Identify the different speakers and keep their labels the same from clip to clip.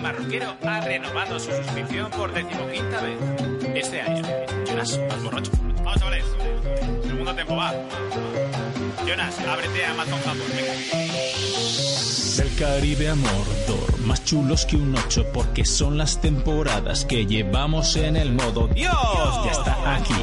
Speaker 1: Marroquero ha renovado su suscripción por decimoquinta vez este año. Jonas, más borracho. Vamos, chavales. Segundo tiempo va. Jonas, ábrete a Amazon Japón.
Speaker 2: Del Caribe a Mordor, más chulos que un ocho, porque son las temporadas que llevamos en el modo Dios. Ya está aquí,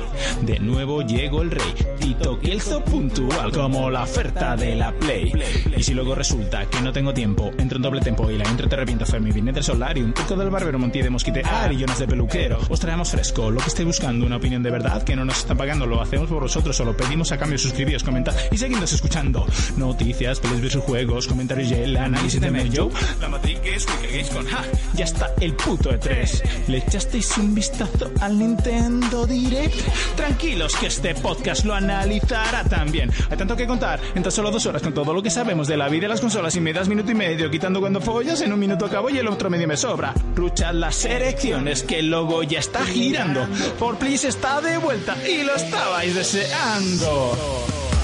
Speaker 2: de nuevo llegó el rey, Tito Kelzo puntual, como la oferta de la Play. Y si luego resulta que no tengo tiempo, entro en doble tempo y la intro te reviento, Fermi, viene del Solarium, Turco del Barbero, Monti de Mosquite, Ah, Ari, Jonas de Peluquero. Os traemos fresco, lo que esté buscando, una opinión de verdad, que no nos están pagando, lo hacemos por vosotros, solo pedimos a cambio suscribíos, comentad y seguidnos escuchando. Noticias, pelis versus juegos, comentarios y el análisis de Mel Joe.
Speaker 1: La matriz que es Wicked Games con hack.
Speaker 2: Ya está el puto E3. ¿Le echasteis un vistazo al Nintendo Direct? Tranquilos que este podcast lo analizará también. Hay tanto que contar en tan solo dos horas con todo lo que sabemos de la vida de las consolas y me das minuto y medio quitando cuando follas, en un minuto acabo y el otro medio me sobra. Ruchad las erecciones que el logo ya está girando. Por Please está de vuelta y lo estabais deseando.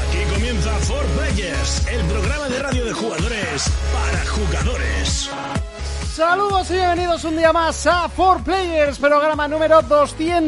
Speaker 3: Aquí comienza For Players, el programa de radio de jugadores para jugadores.
Speaker 4: Saludos y bienvenidos un día más a 4 Players, programa número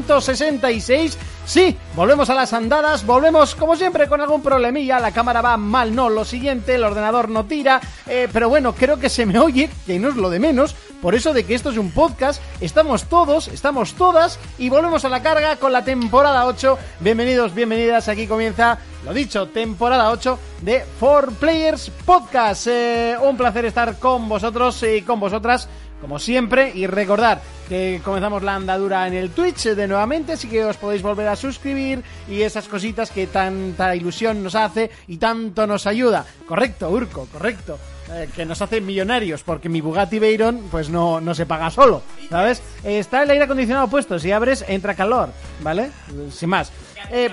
Speaker 4: 266. Sí, volvemos a las andadas, volvemos como siempre con algún problemilla, la cámara va mal, no, lo siguiente, el ordenador no tira, eh, pero bueno, creo que se me oye, que no es lo de menos, por eso de que esto es un podcast, estamos todos, estamos todas y volvemos a la carga con la temporada 8. Bienvenidos, bienvenidas, aquí comienza, lo dicho, temporada 8 de 4 Players Podcast. Eh, un placer estar con vosotros y con vosotras como siempre. Y recordar que comenzamos la andadura en el Twitch eh, de nuevamente, así que os podéis volver a suscribir y esas cositas que tanta ilusión nos hace y tanto nos ayuda. Correcto, Urco, correcto. Eh, que nos hace millonarios, porque mi Bugatti Veyron pues no, no se paga solo, ¿sabes? Eh, está el aire acondicionado puesto, si abres entra calor, ¿vale? Sin más. Eh,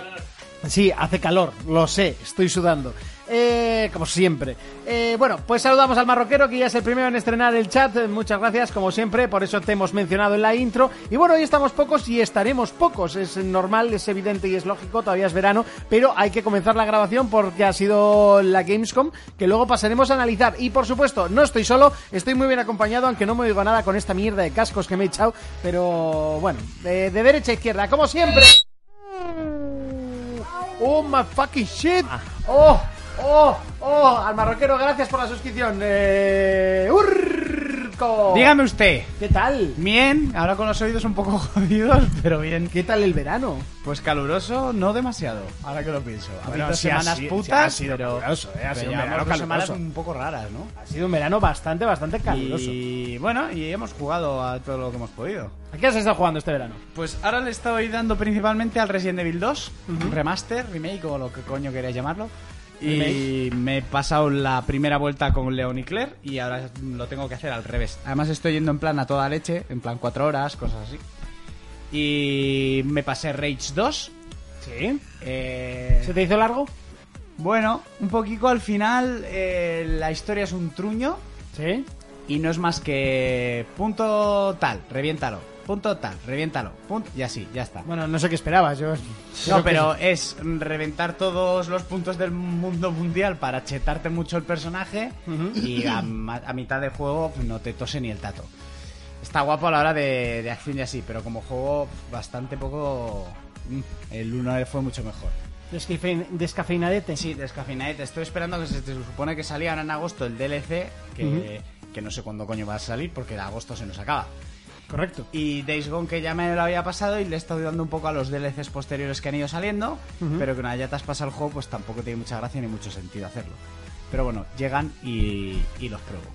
Speaker 4: sí, hace calor, lo sé, estoy sudando. Eh, como siempre. Eh, bueno, pues saludamos al marroquero que ya es el primero en estrenar el chat. Eh, Muchas gracias, como siempre, por eso te hemos mencionado en la intro. Y bueno, hoy estamos pocos y estaremos pocos. Es normal, es evidente y es lógico, todavía es verano, pero hay que comenzar la grabación porque ha sido la Gamescom que luego pasaremos a analizar. Y por supuesto, no estoy solo, estoy muy bien acompañado, aunque no me oigo nada con esta mierda de cascos que me he echado, pero bueno, de, de derecha a izquierda, como siempre. Oh my fucking shit. Oh, oh, oh. Al marroquero, gracias por la suscripción. Eh, Urco.
Speaker 5: Dígame usted,
Speaker 4: ¿Qué tal?
Speaker 5: bien, ahora con los oídos un poco jodidos, pero bien.
Speaker 4: ¿Qué tal el verano?
Speaker 5: Pues caluroso, no demasiado, ahora que lo pienso. Ha
Speaker 4: Bueno,
Speaker 5: habido
Speaker 4: sí, ha
Speaker 5: semanas
Speaker 4: sido-
Speaker 5: putas,
Speaker 4: sí, ha sido
Speaker 5: pero,
Speaker 4: caluroso, eh, ha
Speaker 5: pero
Speaker 4: sido un
Speaker 5: llevamos
Speaker 4: verano
Speaker 5: dos semanas
Speaker 4: caluroso.
Speaker 5: un poco raras, ¿no?
Speaker 4: Ha sido un verano bastante, bastante caluroso.
Speaker 5: Y bueno, y hemos jugado a todo lo que hemos podido.
Speaker 4: ¿A qué has estado jugando este verano?
Speaker 5: Pues ahora le estoy dando principalmente al Resident Evil 2, remaster, remake o lo que coño queráis llamarlo. Y me he pasado la primera vuelta con Leon y Claire y ahora lo tengo que hacer al revés. Además estoy yendo en plan a toda leche, en plan 4 horas, cosas así. Y me pasé Rage 2.
Speaker 4: Sí.
Speaker 5: eh,
Speaker 4: ¿Se te hizo largo?
Speaker 5: bueno, un poquito al final eh, la historia es un truño
Speaker 4: Sí.
Speaker 5: y no es más que punto tal, reviéntalo, punto tal, reviéntalo, punto, y así, ya está.
Speaker 4: Bueno, no sé qué esperabas. Yo...
Speaker 5: No,
Speaker 4: creo que-
Speaker 5: pero es reventar todos los puntos del mundo mundial para chetarte mucho el personaje y a, ma- a mitad de juego pues, no te tose ni el tato. Está guapo a la hora de, de acción y así, pero como juego bastante poco... mm, El 1 fue mucho mejor.
Speaker 4: Descafe- Descafeinadete.
Speaker 5: Sí, descafinadete. Estoy esperando que se se supone que salía ahora en agosto el DLC, que, que no sé cuándo coño va a salir porque de agosto se nos acaba.
Speaker 4: Correcto.
Speaker 5: Y Days Gone que ya me lo había pasado y le he estado dando un poco a los DLCs posteriores que han ido saliendo, pero que una vez ya te has pasado el juego, pues tampoco tiene mucha gracia ni mucho sentido hacerlo. Pero bueno, llegan y, y los pruebo.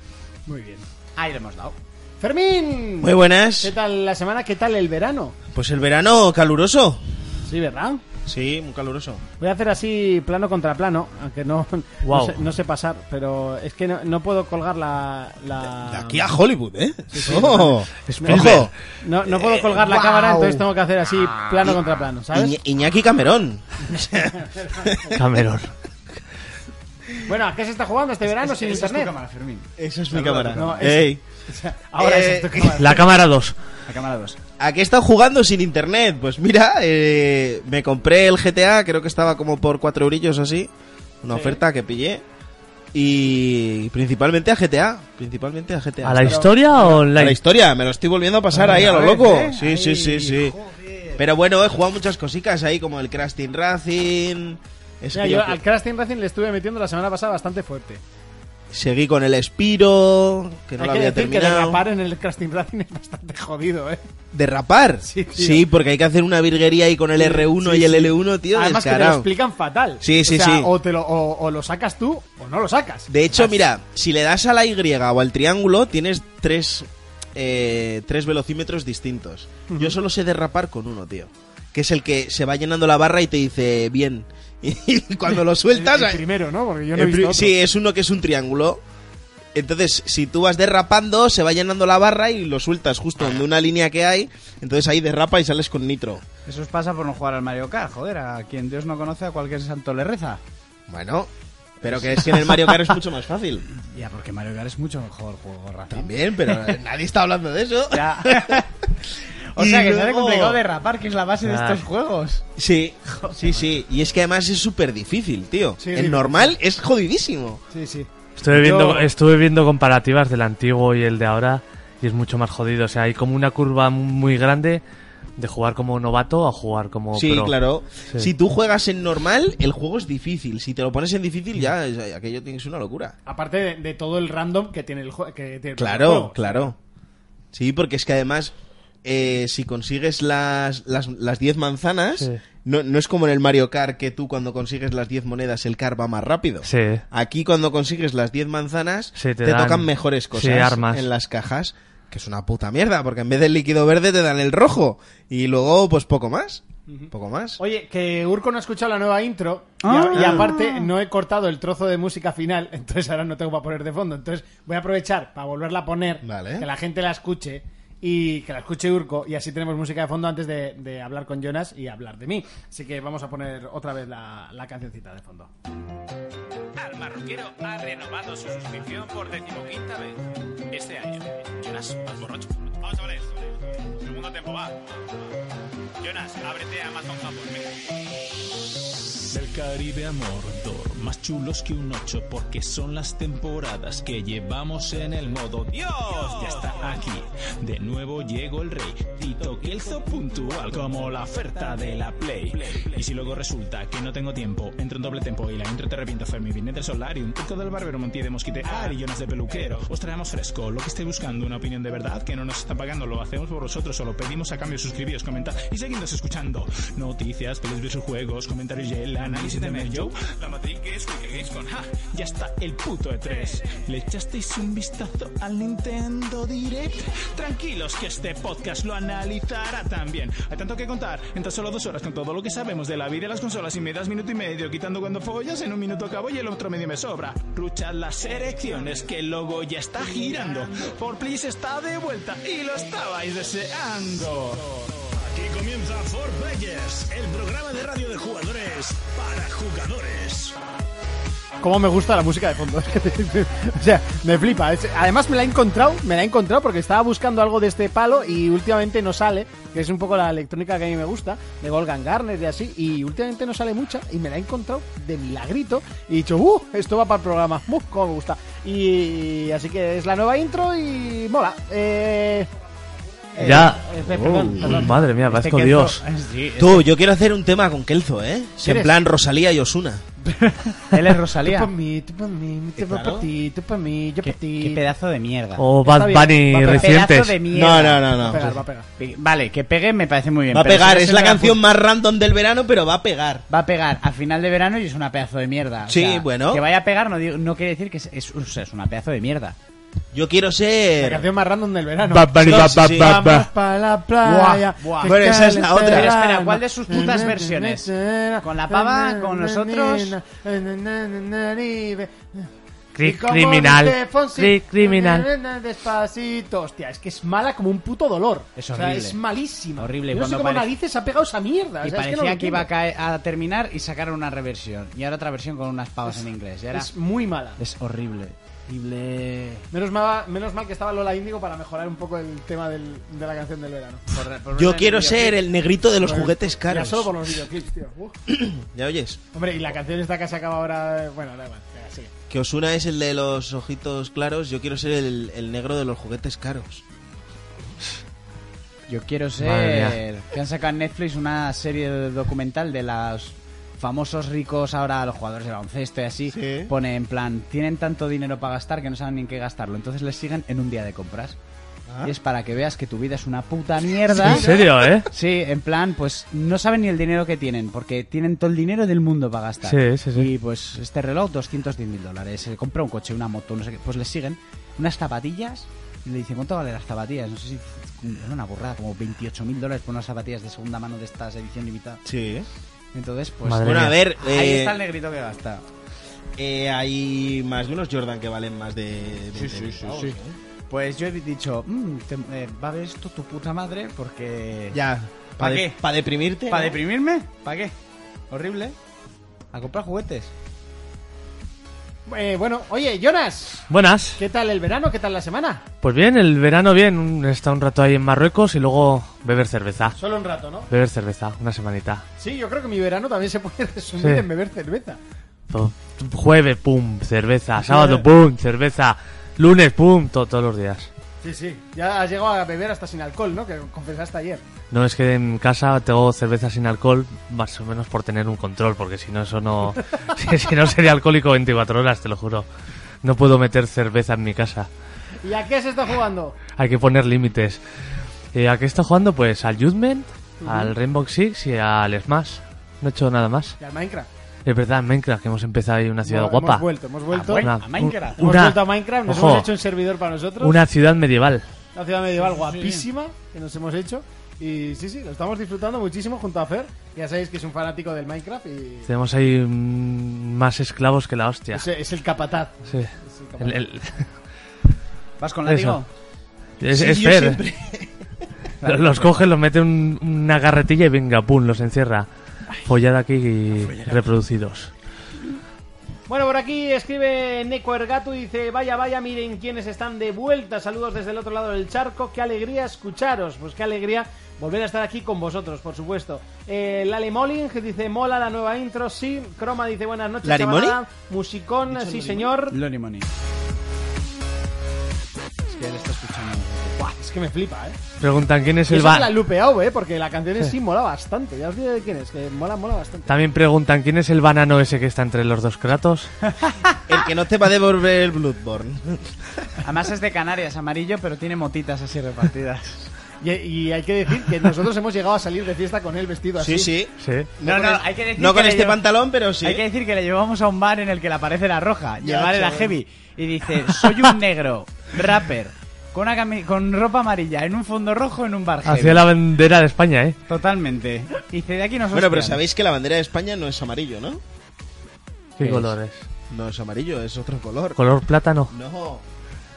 Speaker 4: Muy bien.
Speaker 5: Ahí le hemos dado.
Speaker 4: Fermín.
Speaker 6: Muy
Speaker 4: ¿Qué
Speaker 6: buenas.
Speaker 4: tal la semana? ¿Qué tal el verano?
Speaker 6: Pues el verano caluroso.
Speaker 4: Sí, ¿verdad?
Speaker 6: Sí, muy caluroso.
Speaker 4: Voy a hacer así plano contra plano, aunque no, no,
Speaker 6: Guau.
Speaker 4: sé, no sé pasar, pero es que no, no puedo colgar la... la-
Speaker 6: De aquí a Hollywood, ¿eh?
Speaker 4: no.
Speaker 6: Oh,
Speaker 4: Spielberg.
Speaker 6: ojo.
Speaker 4: No, no puedo colgar la
Speaker 5: guau.
Speaker 4: cámara, entonces tengo que hacer así plano contra plano, ¿sabes?
Speaker 6: Iña- Iñaki Camerón.
Speaker 7: Cameron.
Speaker 4: Bueno, ¿a qué se está jugando este verano sin
Speaker 5: Esa es tu
Speaker 4: internet?
Speaker 5: cámara, Fermín.
Speaker 6: Esa es mi cámara.
Speaker 4: No, es-
Speaker 6: Ey.
Speaker 4: Ahora
Speaker 6: Eh,
Speaker 4: es tu cámara.
Speaker 7: La cámara 2.
Speaker 5: La cámara 2.
Speaker 6: ¿A qué he estado jugando sin internet? Pues mira, eh, me compré el GTA, creo que estaba como por cuatro eurillos o así. Una oferta que pillé. y principalmente a GTA. Principalmente a GTA.
Speaker 7: ¿A la historia o
Speaker 6: A la
Speaker 7: online?
Speaker 6: historia, me lo estoy volviendo a pasar ahí a lo
Speaker 5: a ver,
Speaker 6: loco.
Speaker 5: ¿eh?
Speaker 6: Sí,
Speaker 5: Ahí,
Speaker 6: sí, sí, sí. Pero bueno, he jugado muchas cositas ahí, como el Crash Team Racing. Es
Speaker 4: Mira,
Speaker 6: que
Speaker 4: yo
Speaker 6: yo
Speaker 4: al Crash Team Racing le estuve metiendo la semana pasada bastante fuerte.
Speaker 6: Seguí con el Spiro, que no
Speaker 4: hay
Speaker 6: lo
Speaker 4: que
Speaker 6: había
Speaker 4: decir que
Speaker 6: terminado.
Speaker 4: derrapar en el Crash Team Racing es bastante jodido, ¿eh?
Speaker 6: ¿Derrapar?
Speaker 4: Sí, tío.
Speaker 6: porque hay que hacer una virguería ahí con el R1 y el L1, tío,
Speaker 4: Además que te lo
Speaker 6: descarado.
Speaker 4: explican fatal.
Speaker 6: Sí, sí,
Speaker 4: o sea,
Speaker 6: sí.
Speaker 4: O, te lo, o, o lo sacas tú o no lo sacas.
Speaker 6: De hecho, mira, si le das a la Y o al triángulo, tienes tres, eh, tres velocímetros distintos. Yo solo sé derrapar con uno, tío. Que es el que se va llenando la barra y te dice, bien. Y cuando lo
Speaker 4: El- el
Speaker 6: sueltas... eh,
Speaker 4: primero, ¿no? Porque yo no he
Speaker 6: el pri-
Speaker 4: visto otro.
Speaker 6: sí, es uno que es un triángulo. Entonces, si tú vas derrapando, se va llenando la barra y lo sueltas justo donde una línea que hay. Entonces ahí derrapa y sales con nitro.
Speaker 5: Eso os pasa por no jugar al Mario Kart, joder, a quien Dios no conoce a cualquier santo le reza.
Speaker 6: Bueno, pero que es que en el Mario Kart es mucho más fácil.
Speaker 5: Ya, porque Mario Kart es mucho mejor juego, Rafa.
Speaker 6: También, pero nadie está hablando de eso.
Speaker 5: Ya. o sea
Speaker 6: Y
Speaker 5: que se hace
Speaker 6: luego-
Speaker 5: complicado derrapar, que es la base de
Speaker 7: Ah.
Speaker 5: estos juegos.
Speaker 6: Sí, sí, sí. Y es que además es súper difícil, tío.
Speaker 4: Sí,
Speaker 6: el
Speaker 4: dime.
Speaker 6: normal es jodidísimo.
Speaker 4: Sí, sí.
Speaker 7: Estuve viendo,
Speaker 4: Yo-
Speaker 7: estuve viendo comparativas del antiguo y el de ahora y es mucho más jodido. O sea, hay como una curva muy grande de jugar como novato a jugar como
Speaker 6: sí,
Speaker 7: pro.
Speaker 6: claro.
Speaker 7: Oh, Sí.
Speaker 6: Si tú juegas en normal, el juego es difícil. Si te lo pones en difícil, ya es- aquello tienes una locura.
Speaker 4: Aparte de, de todo el random que tiene el, jue- que tiene el
Speaker 6: Claro,
Speaker 7: Oh.
Speaker 4: juego.
Speaker 6: claro. Sí, porque es que además, eh, si consigues las 10 las, las 10 manzanas,
Speaker 7: Sí.
Speaker 6: no, no es como en el Mario Kart que tú cuando consigues las 10 monedas el car va más rápido.
Speaker 7: Sí.
Speaker 6: Aquí cuando consigues las 10 manzanas,
Speaker 7: Sí,
Speaker 6: te,
Speaker 7: te dan-
Speaker 6: tocan mejores cosas
Speaker 7: sí, armas.
Speaker 6: en las cajas, que es una puta mierda, porque en vez del líquido verde te dan el rojo y luego pues poco más, poco más.
Speaker 4: Oye, que Urco no ha escuchado la nueva intro y,
Speaker 5: Ah.
Speaker 4: a- y aparte no he cortado el trozo de música final, entonces ahora no tengo para poner de fondo. Entonces voy a aprovechar para volverla a poner,
Speaker 6: Vale.
Speaker 4: que la gente la escuche y que la escuche Urco y así tenemos música de fondo antes de, de hablar con Jonas y hablar de mí. Así que vamos a poner otra vez la, la cancioncita de fondo.
Speaker 1: Al Marroquero ha renovado su suscripción por decimoquinta vez este año. Jonas, más borracho. Vamos, chavales. Segundo tiempo va. Jonas, ábrete a Amazon Japón. Venga.
Speaker 2: Del Caribe a Mordor, más chulos que un ocho, porque son las temporadas que llevamos en el modo Dios. Ya está aquí, de nuevo llegó el rey, Tito Kelzo puntual, como la oferta de la Play. Y si luego resulta que no tengo tiempo, entro en doble tempo y la intro te reviento, Fermi, viene del Solarium, Urco del Barbero, Monti de Mosquite, Ari, Jonas de Peluquero. Os traemos fresco, lo que esté buscando, una opinión de verdad, que no nos está pagando, lo hacemos por vosotros, solo pedimos a cambio suscribiros, comentad y seguidnos escuchando. Noticias, pelis versus juegos, comentarios y el análisis de Mel Joe, la matriz que es Wiki Games con ja, ya está el puto E3. ¿Le echasteis un vistazo al Nintendo Direct? Tranquilos que este podcast lo analizará también. Hay tanto que contar, en tan solo dos horas con todo lo que sabemos de la vida de las consolas y me das minuto y medio, quitando cuando follas, en un minuto acabo y el otro medio me sobra. Ruchad las erecciones que el logo ya está girando. Por Please está de vuelta y lo estabais deseando.
Speaker 3: Aquí comienza For Players, el programa de radio de jugadores para jugadores.
Speaker 4: Cómo me gusta la música de fondo. o sea, me flipa. Es- Además me la he encontrado, me la he encontrado porque estaba buscando algo de este palo y últimamente no sale, que es un poco la electrónica que a mí me gusta, de Golgan Garner y así, y últimamente no sale mucha y me la he encontrado de milagrito y he dicho, ¡uh! Esto va para el programa. ¡Uh! Cómo me gusta. Y así que es la nueva intro y mola. Eh,
Speaker 7: Ya.
Speaker 4: eh, perdón, perdón.
Speaker 7: Madre mía,
Speaker 5: Este
Speaker 7: parezco
Speaker 5: Kenzo-
Speaker 7: Dios.
Speaker 4: eh,
Speaker 5: Sí, es-
Speaker 6: Tú, yo quiero hacer un tema con Kelzo, ¿eh? En
Speaker 4: ¿Quieres?
Speaker 6: plan Rosalía y Osuna.
Speaker 5: él
Speaker 4: Tú pa'
Speaker 5: es Rosalía.
Speaker 4: mí, tú pa' mí, tú pa'
Speaker 6: Claro.
Speaker 4: ti, tú pa' mí, yo
Speaker 5: qué,
Speaker 4: pa'
Speaker 5: qué
Speaker 4: ti.
Speaker 5: pedazo de mierda.
Speaker 6: Oh,
Speaker 7: O
Speaker 4: Está
Speaker 7: Bad
Speaker 4: bien, va a
Speaker 7: Bunny
Speaker 4: pegar.
Speaker 5: Pedazo de
Speaker 7: recientes.
Speaker 5: mierda.
Speaker 4: Va a pegar, va a pegar.
Speaker 5: Pe- Vale, que pegue me parece muy bien.
Speaker 6: Va a
Speaker 5: pero si
Speaker 6: pegar,
Speaker 5: no se
Speaker 6: es
Speaker 5: me
Speaker 6: la
Speaker 5: va a
Speaker 6: canción más random del verano, pero va a pegar.
Speaker 5: va a pegar a final de verano y es una pedazo de mierda. O
Speaker 6: Sí,
Speaker 5: sea,
Speaker 6: bueno.
Speaker 5: Que vaya a pegar no, digo- no quiere decir que es, es- o sea, es una pedazo de mierda.
Speaker 6: Yo quiero
Speaker 4: La
Speaker 6: ser...
Speaker 4: canción más random del verano.
Speaker 7: Bad Bunny,
Speaker 6: Sí,
Speaker 7: bad,
Speaker 6: sí,
Speaker 7: bad,
Speaker 6: sí.
Speaker 7: bad, bad.
Speaker 4: para la
Speaker 5: playa, que
Speaker 6: Bueno, esa es la otra.
Speaker 5: Pero espera, ¿cuál de sus putas versiones? ¿Con la pava? ¿Con nosotros?
Speaker 7: Cri- criminal. Cri- criminal.
Speaker 4: Despacito. Hostia, es que es mala como un puto dolor.
Speaker 5: Es
Speaker 4: O sea,
Speaker 5: horrible.
Speaker 4: es malísima.
Speaker 5: Horrible,
Speaker 4: Yo no sé
Speaker 5: cuando
Speaker 4: cómo
Speaker 5: parece-
Speaker 4: narices ha pegado esa mierda. o sea,
Speaker 5: Y
Speaker 4: es que
Speaker 5: parecía
Speaker 4: no lo
Speaker 5: que iba a,
Speaker 4: entiendo.
Speaker 5: caer- a terminar y sacaron una reversión. Y ahora otra versión con unas pavas en inglés. Y ahora
Speaker 4: Es muy mala.
Speaker 5: es horrible. Horrible.
Speaker 4: Menos mal, menos mal que estaba Lola Índigo para mejorar un poco el tema del- de la canción del verano.
Speaker 5: Por- por
Speaker 6: Yo
Speaker 5: una-
Speaker 6: quiero ser el negrito de los
Speaker 4: Por el-
Speaker 6: juguetes
Speaker 4: Ya
Speaker 6: caros.
Speaker 4: solo por los videoclips, tío. Uf.
Speaker 6: ¿Ya oyes?
Speaker 4: Hombre, y la canción esta que se acaba ahora. eh, Bueno, da igual, venga, sigue.
Speaker 6: Que Osuna es el de los ojitos claros, yo quiero ser el, el negro de los juguetes caros.
Speaker 5: Yo quiero
Speaker 7: Madre
Speaker 5: ser. Que han sacado en Netflix una serie de- documental de los famosos ricos ahora, los jugadores de baloncesto y así.
Speaker 6: Sí.
Speaker 5: Pone en plan: tienen tanto dinero para gastar que no saben ni en qué gastarlo. Entonces les siguen en un día de compras. Y es para que veas que tu vida es una puta mierda.
Speaker 7: En serio, ¿eh?
Speaker 5: Sí, en plan, pues no saben ni el dinero que tienen, porque tienen todo el dinero del mundo para gastar.
Speaker 7: Sí, sí, sí.
Speaker 5: Y pues este reloj, 210 mil dólares. Se compra un coche, una moto, no sé qué. Pues le siguen unas zapatillas y le dicen, ¿cuánto valen las zapatillas? No sé si era una burrada, como 28 mil dólares por unas zapatillas de segunda mano de estas edición limitada.
Speaker 6: Sí.
Speaker 5: Entonces, pues.
Speaker 7: Madre
Speaker 6: Bueno, a
Speaker 7: mía.
Speaker 6: ver,
Speaker 5: Ahí
Speaker 6: eh,
Speaker 5: está el negrito que gasta.
Speaker 6: eh, hay más de unos Jordan que valen más de...
Speaker 5: Sí,
Speaker 6: 20.000
Speaker 5: sí, sí,
Speaker 6: pavos,
Speaker 5: sí.
Speaker 6: ¿eh?
Speaker 5: Pues yo he dicho, "Mm, te- eh, va a ver esto tu puta madre porque...
Speaker 6: Ya.
Speaker 5: ¿Pa
Speaker 6: ¿Para
Speaker 5: qué?
Speaker 6: ¿Para deprimirte?
Speaker 5: ¿Para
Speaker 6: ¿no?
Speaker 5: deprimirme? ¿Para qué? Horrible. A comprar juguetes.
Speaker 4: Eh, bueno, oye, Jonas,
Speaker 7: Buenas.
Speaker 4: ¿qué tal el verano? ¿Qué tal la semana?
Speaker 7: Pues bien, el verano bien. un- Está un rato ahí en Marruecos y luego beber cerveza.
Speaker 4: Solo un rato, ¿no?
Speaker 7: Beber cerveza, una semanita.
Speaker 4: Sí, yo creo que mi verano también se puede resumir
Speaker 7: Sí.
Speaker 4: en beber cerveza.
Speaker 7: Todo- Jueves, pum, cerveza. Sábado, pum, cerveza. Lunes, pum, to- todos los días.
Speaker 4: Sí, sí. Ya has llegado a beber hasta sin alcohol, ¿no? Que confesaste ayer.
Speaker 7: No es que en casa tengo cerveza sin alcohol, más o menos por tener un control, porque si no, eso no. si, si no sería alcohólico 24 horas, te lo juro. No puedo meter cerveza en mi casa.
Speaker 4: ¿Y a qué se está jugando?
Speaker 7: Hay que poner límites. Eh, ¿A qué está jugando? Pues al Judgment, al Rainbow Six y al Smash. No he hecho nada más.
Speaker 4: Y al Minecraft.
Speaker 7: Es verdad, Minecraft, que hemos empezado ahí una ciudad
Speaker 4: Hemos-
Speaker 7: guapa.
Speaker 4: Hemos vuelto, hemos vuelto.
Speaker 7: Una-
Speaker 5: a Minecraft.
Speaker 4: Hemos
Speaker 7: una-
Speaker 4: vuelto a Minecraft, nos
Speaker 7: ojo,
Speaker 4: hemos hecho un servidor para nosotros.
Speaker 7: una ciudad medieval.
Speaker 4: Una ciudad medieval guapísima que nos hemos hecho. Y sí, sí, lo estamos disfrutando muchísimo junto a Fer. Ya sabéis que es un fanático del Minecraft y
Speaker 7: Tenemos ahí mm, más esclavos que la hostia.
Speaker 4: es, es el capataz.
Speaker 7: Sí. El- el-
Speaker 5: ¿Vas con
Speaker 7: Eso.
Speaker 5: látigo?
Speaker 7: Es,
Speaker 6: Sí,
Speaker 7: es
Speaker 6: yo
Speaker 7: Fer.
Speaker 6: siempre-
Speaker 7: Los, los coge, los mete en una garretilla y venga, pum, los encierra. Follad aquí y reproducidos.
Speaker 4: Bueno, por aquí escribe Neko Ergatu y dice, vaya, vaya, miren quiénes están de vuelta. Saludos desde el otro lado del charco. Qué alegría escucharos. Pues qué alegría volver a estar aquí con vosotros, por supuesto. Eh, Lale Molling que dice, mola la nueva intro. Sí, Croma dice, buenas noches.
Speaker 6: ¿Lari
Speaker 4: chavalada.
Speaker 6: Molling?
Speaker 4: Musicón, sí señor.
Speaker 5: Lonnie Money. Es que él está escuchando.
Speaker 4: Buah, es que me flipa, ¿eh?
Speaker 7: Preguntan quién es
Speaker 4: Eso
Speaker 7: el
Speaker 4: se la
Speaker 7: ba-
Speaker 4: he lupeado, ¿eh? Porque la canción en sí mola bastante. Ya os diré de quién es, que mola, mola bastante.
Speaker 7: También preguntan quién es el banano ese que está entre los dos kratos.
Speaker 5: Ah.
Speaker 6: El que no te va a devolver el Bloodborne.
Speaker 5: Además es de Canarias, amarillo, pero tiene motitas así repartidas.
Speaker 4: Y, y hay que decir que nosotros hemos llegado a salir de fiesta con él vestido así.
Speaker 6: Sí, sí.
Speaker 7: Sí.
Speaker 5: No,
Speaker 6: con
Speaker 5: no,
Speaker 6: es-
Speaker 5: hay que decir
Speaker 6: No
Speaker 5: que
Speaker 6: con
Speaker 5: le
Speaker 6: este
Speaker 5: llevo-
Speaker 6: pantalón, pero sí.
Speaker 5: Hay que decir que le llevamos a un bar en el que la pared era roja, y el
Speaker 6: Ya,
Speaker 5: bar era
Speaker 6: chaval.
Speaker 5: heavy. Y dice, soy un negro, rapper, con, una cami- con ropa amarilla, en un fondo rojo, en un bar heavy.
Speaker 7: Hacia la bandera de España, ¿eh?
Speaker 5: Totalmente. Y dice, de aquí nos
Speaker 6: Bueno, pero
Speaker 5: hostian".
Speaker 6: sabéis que la bandera de España no es amarillo, ¿no?
Speaker 7: ¿Qué
Speaker 5: Sí.
Speaker 7: colores?
Speaker 6: No es amarillo, es otro color.
Speaker 7: ¿Color plátano?
Speaker 6: No.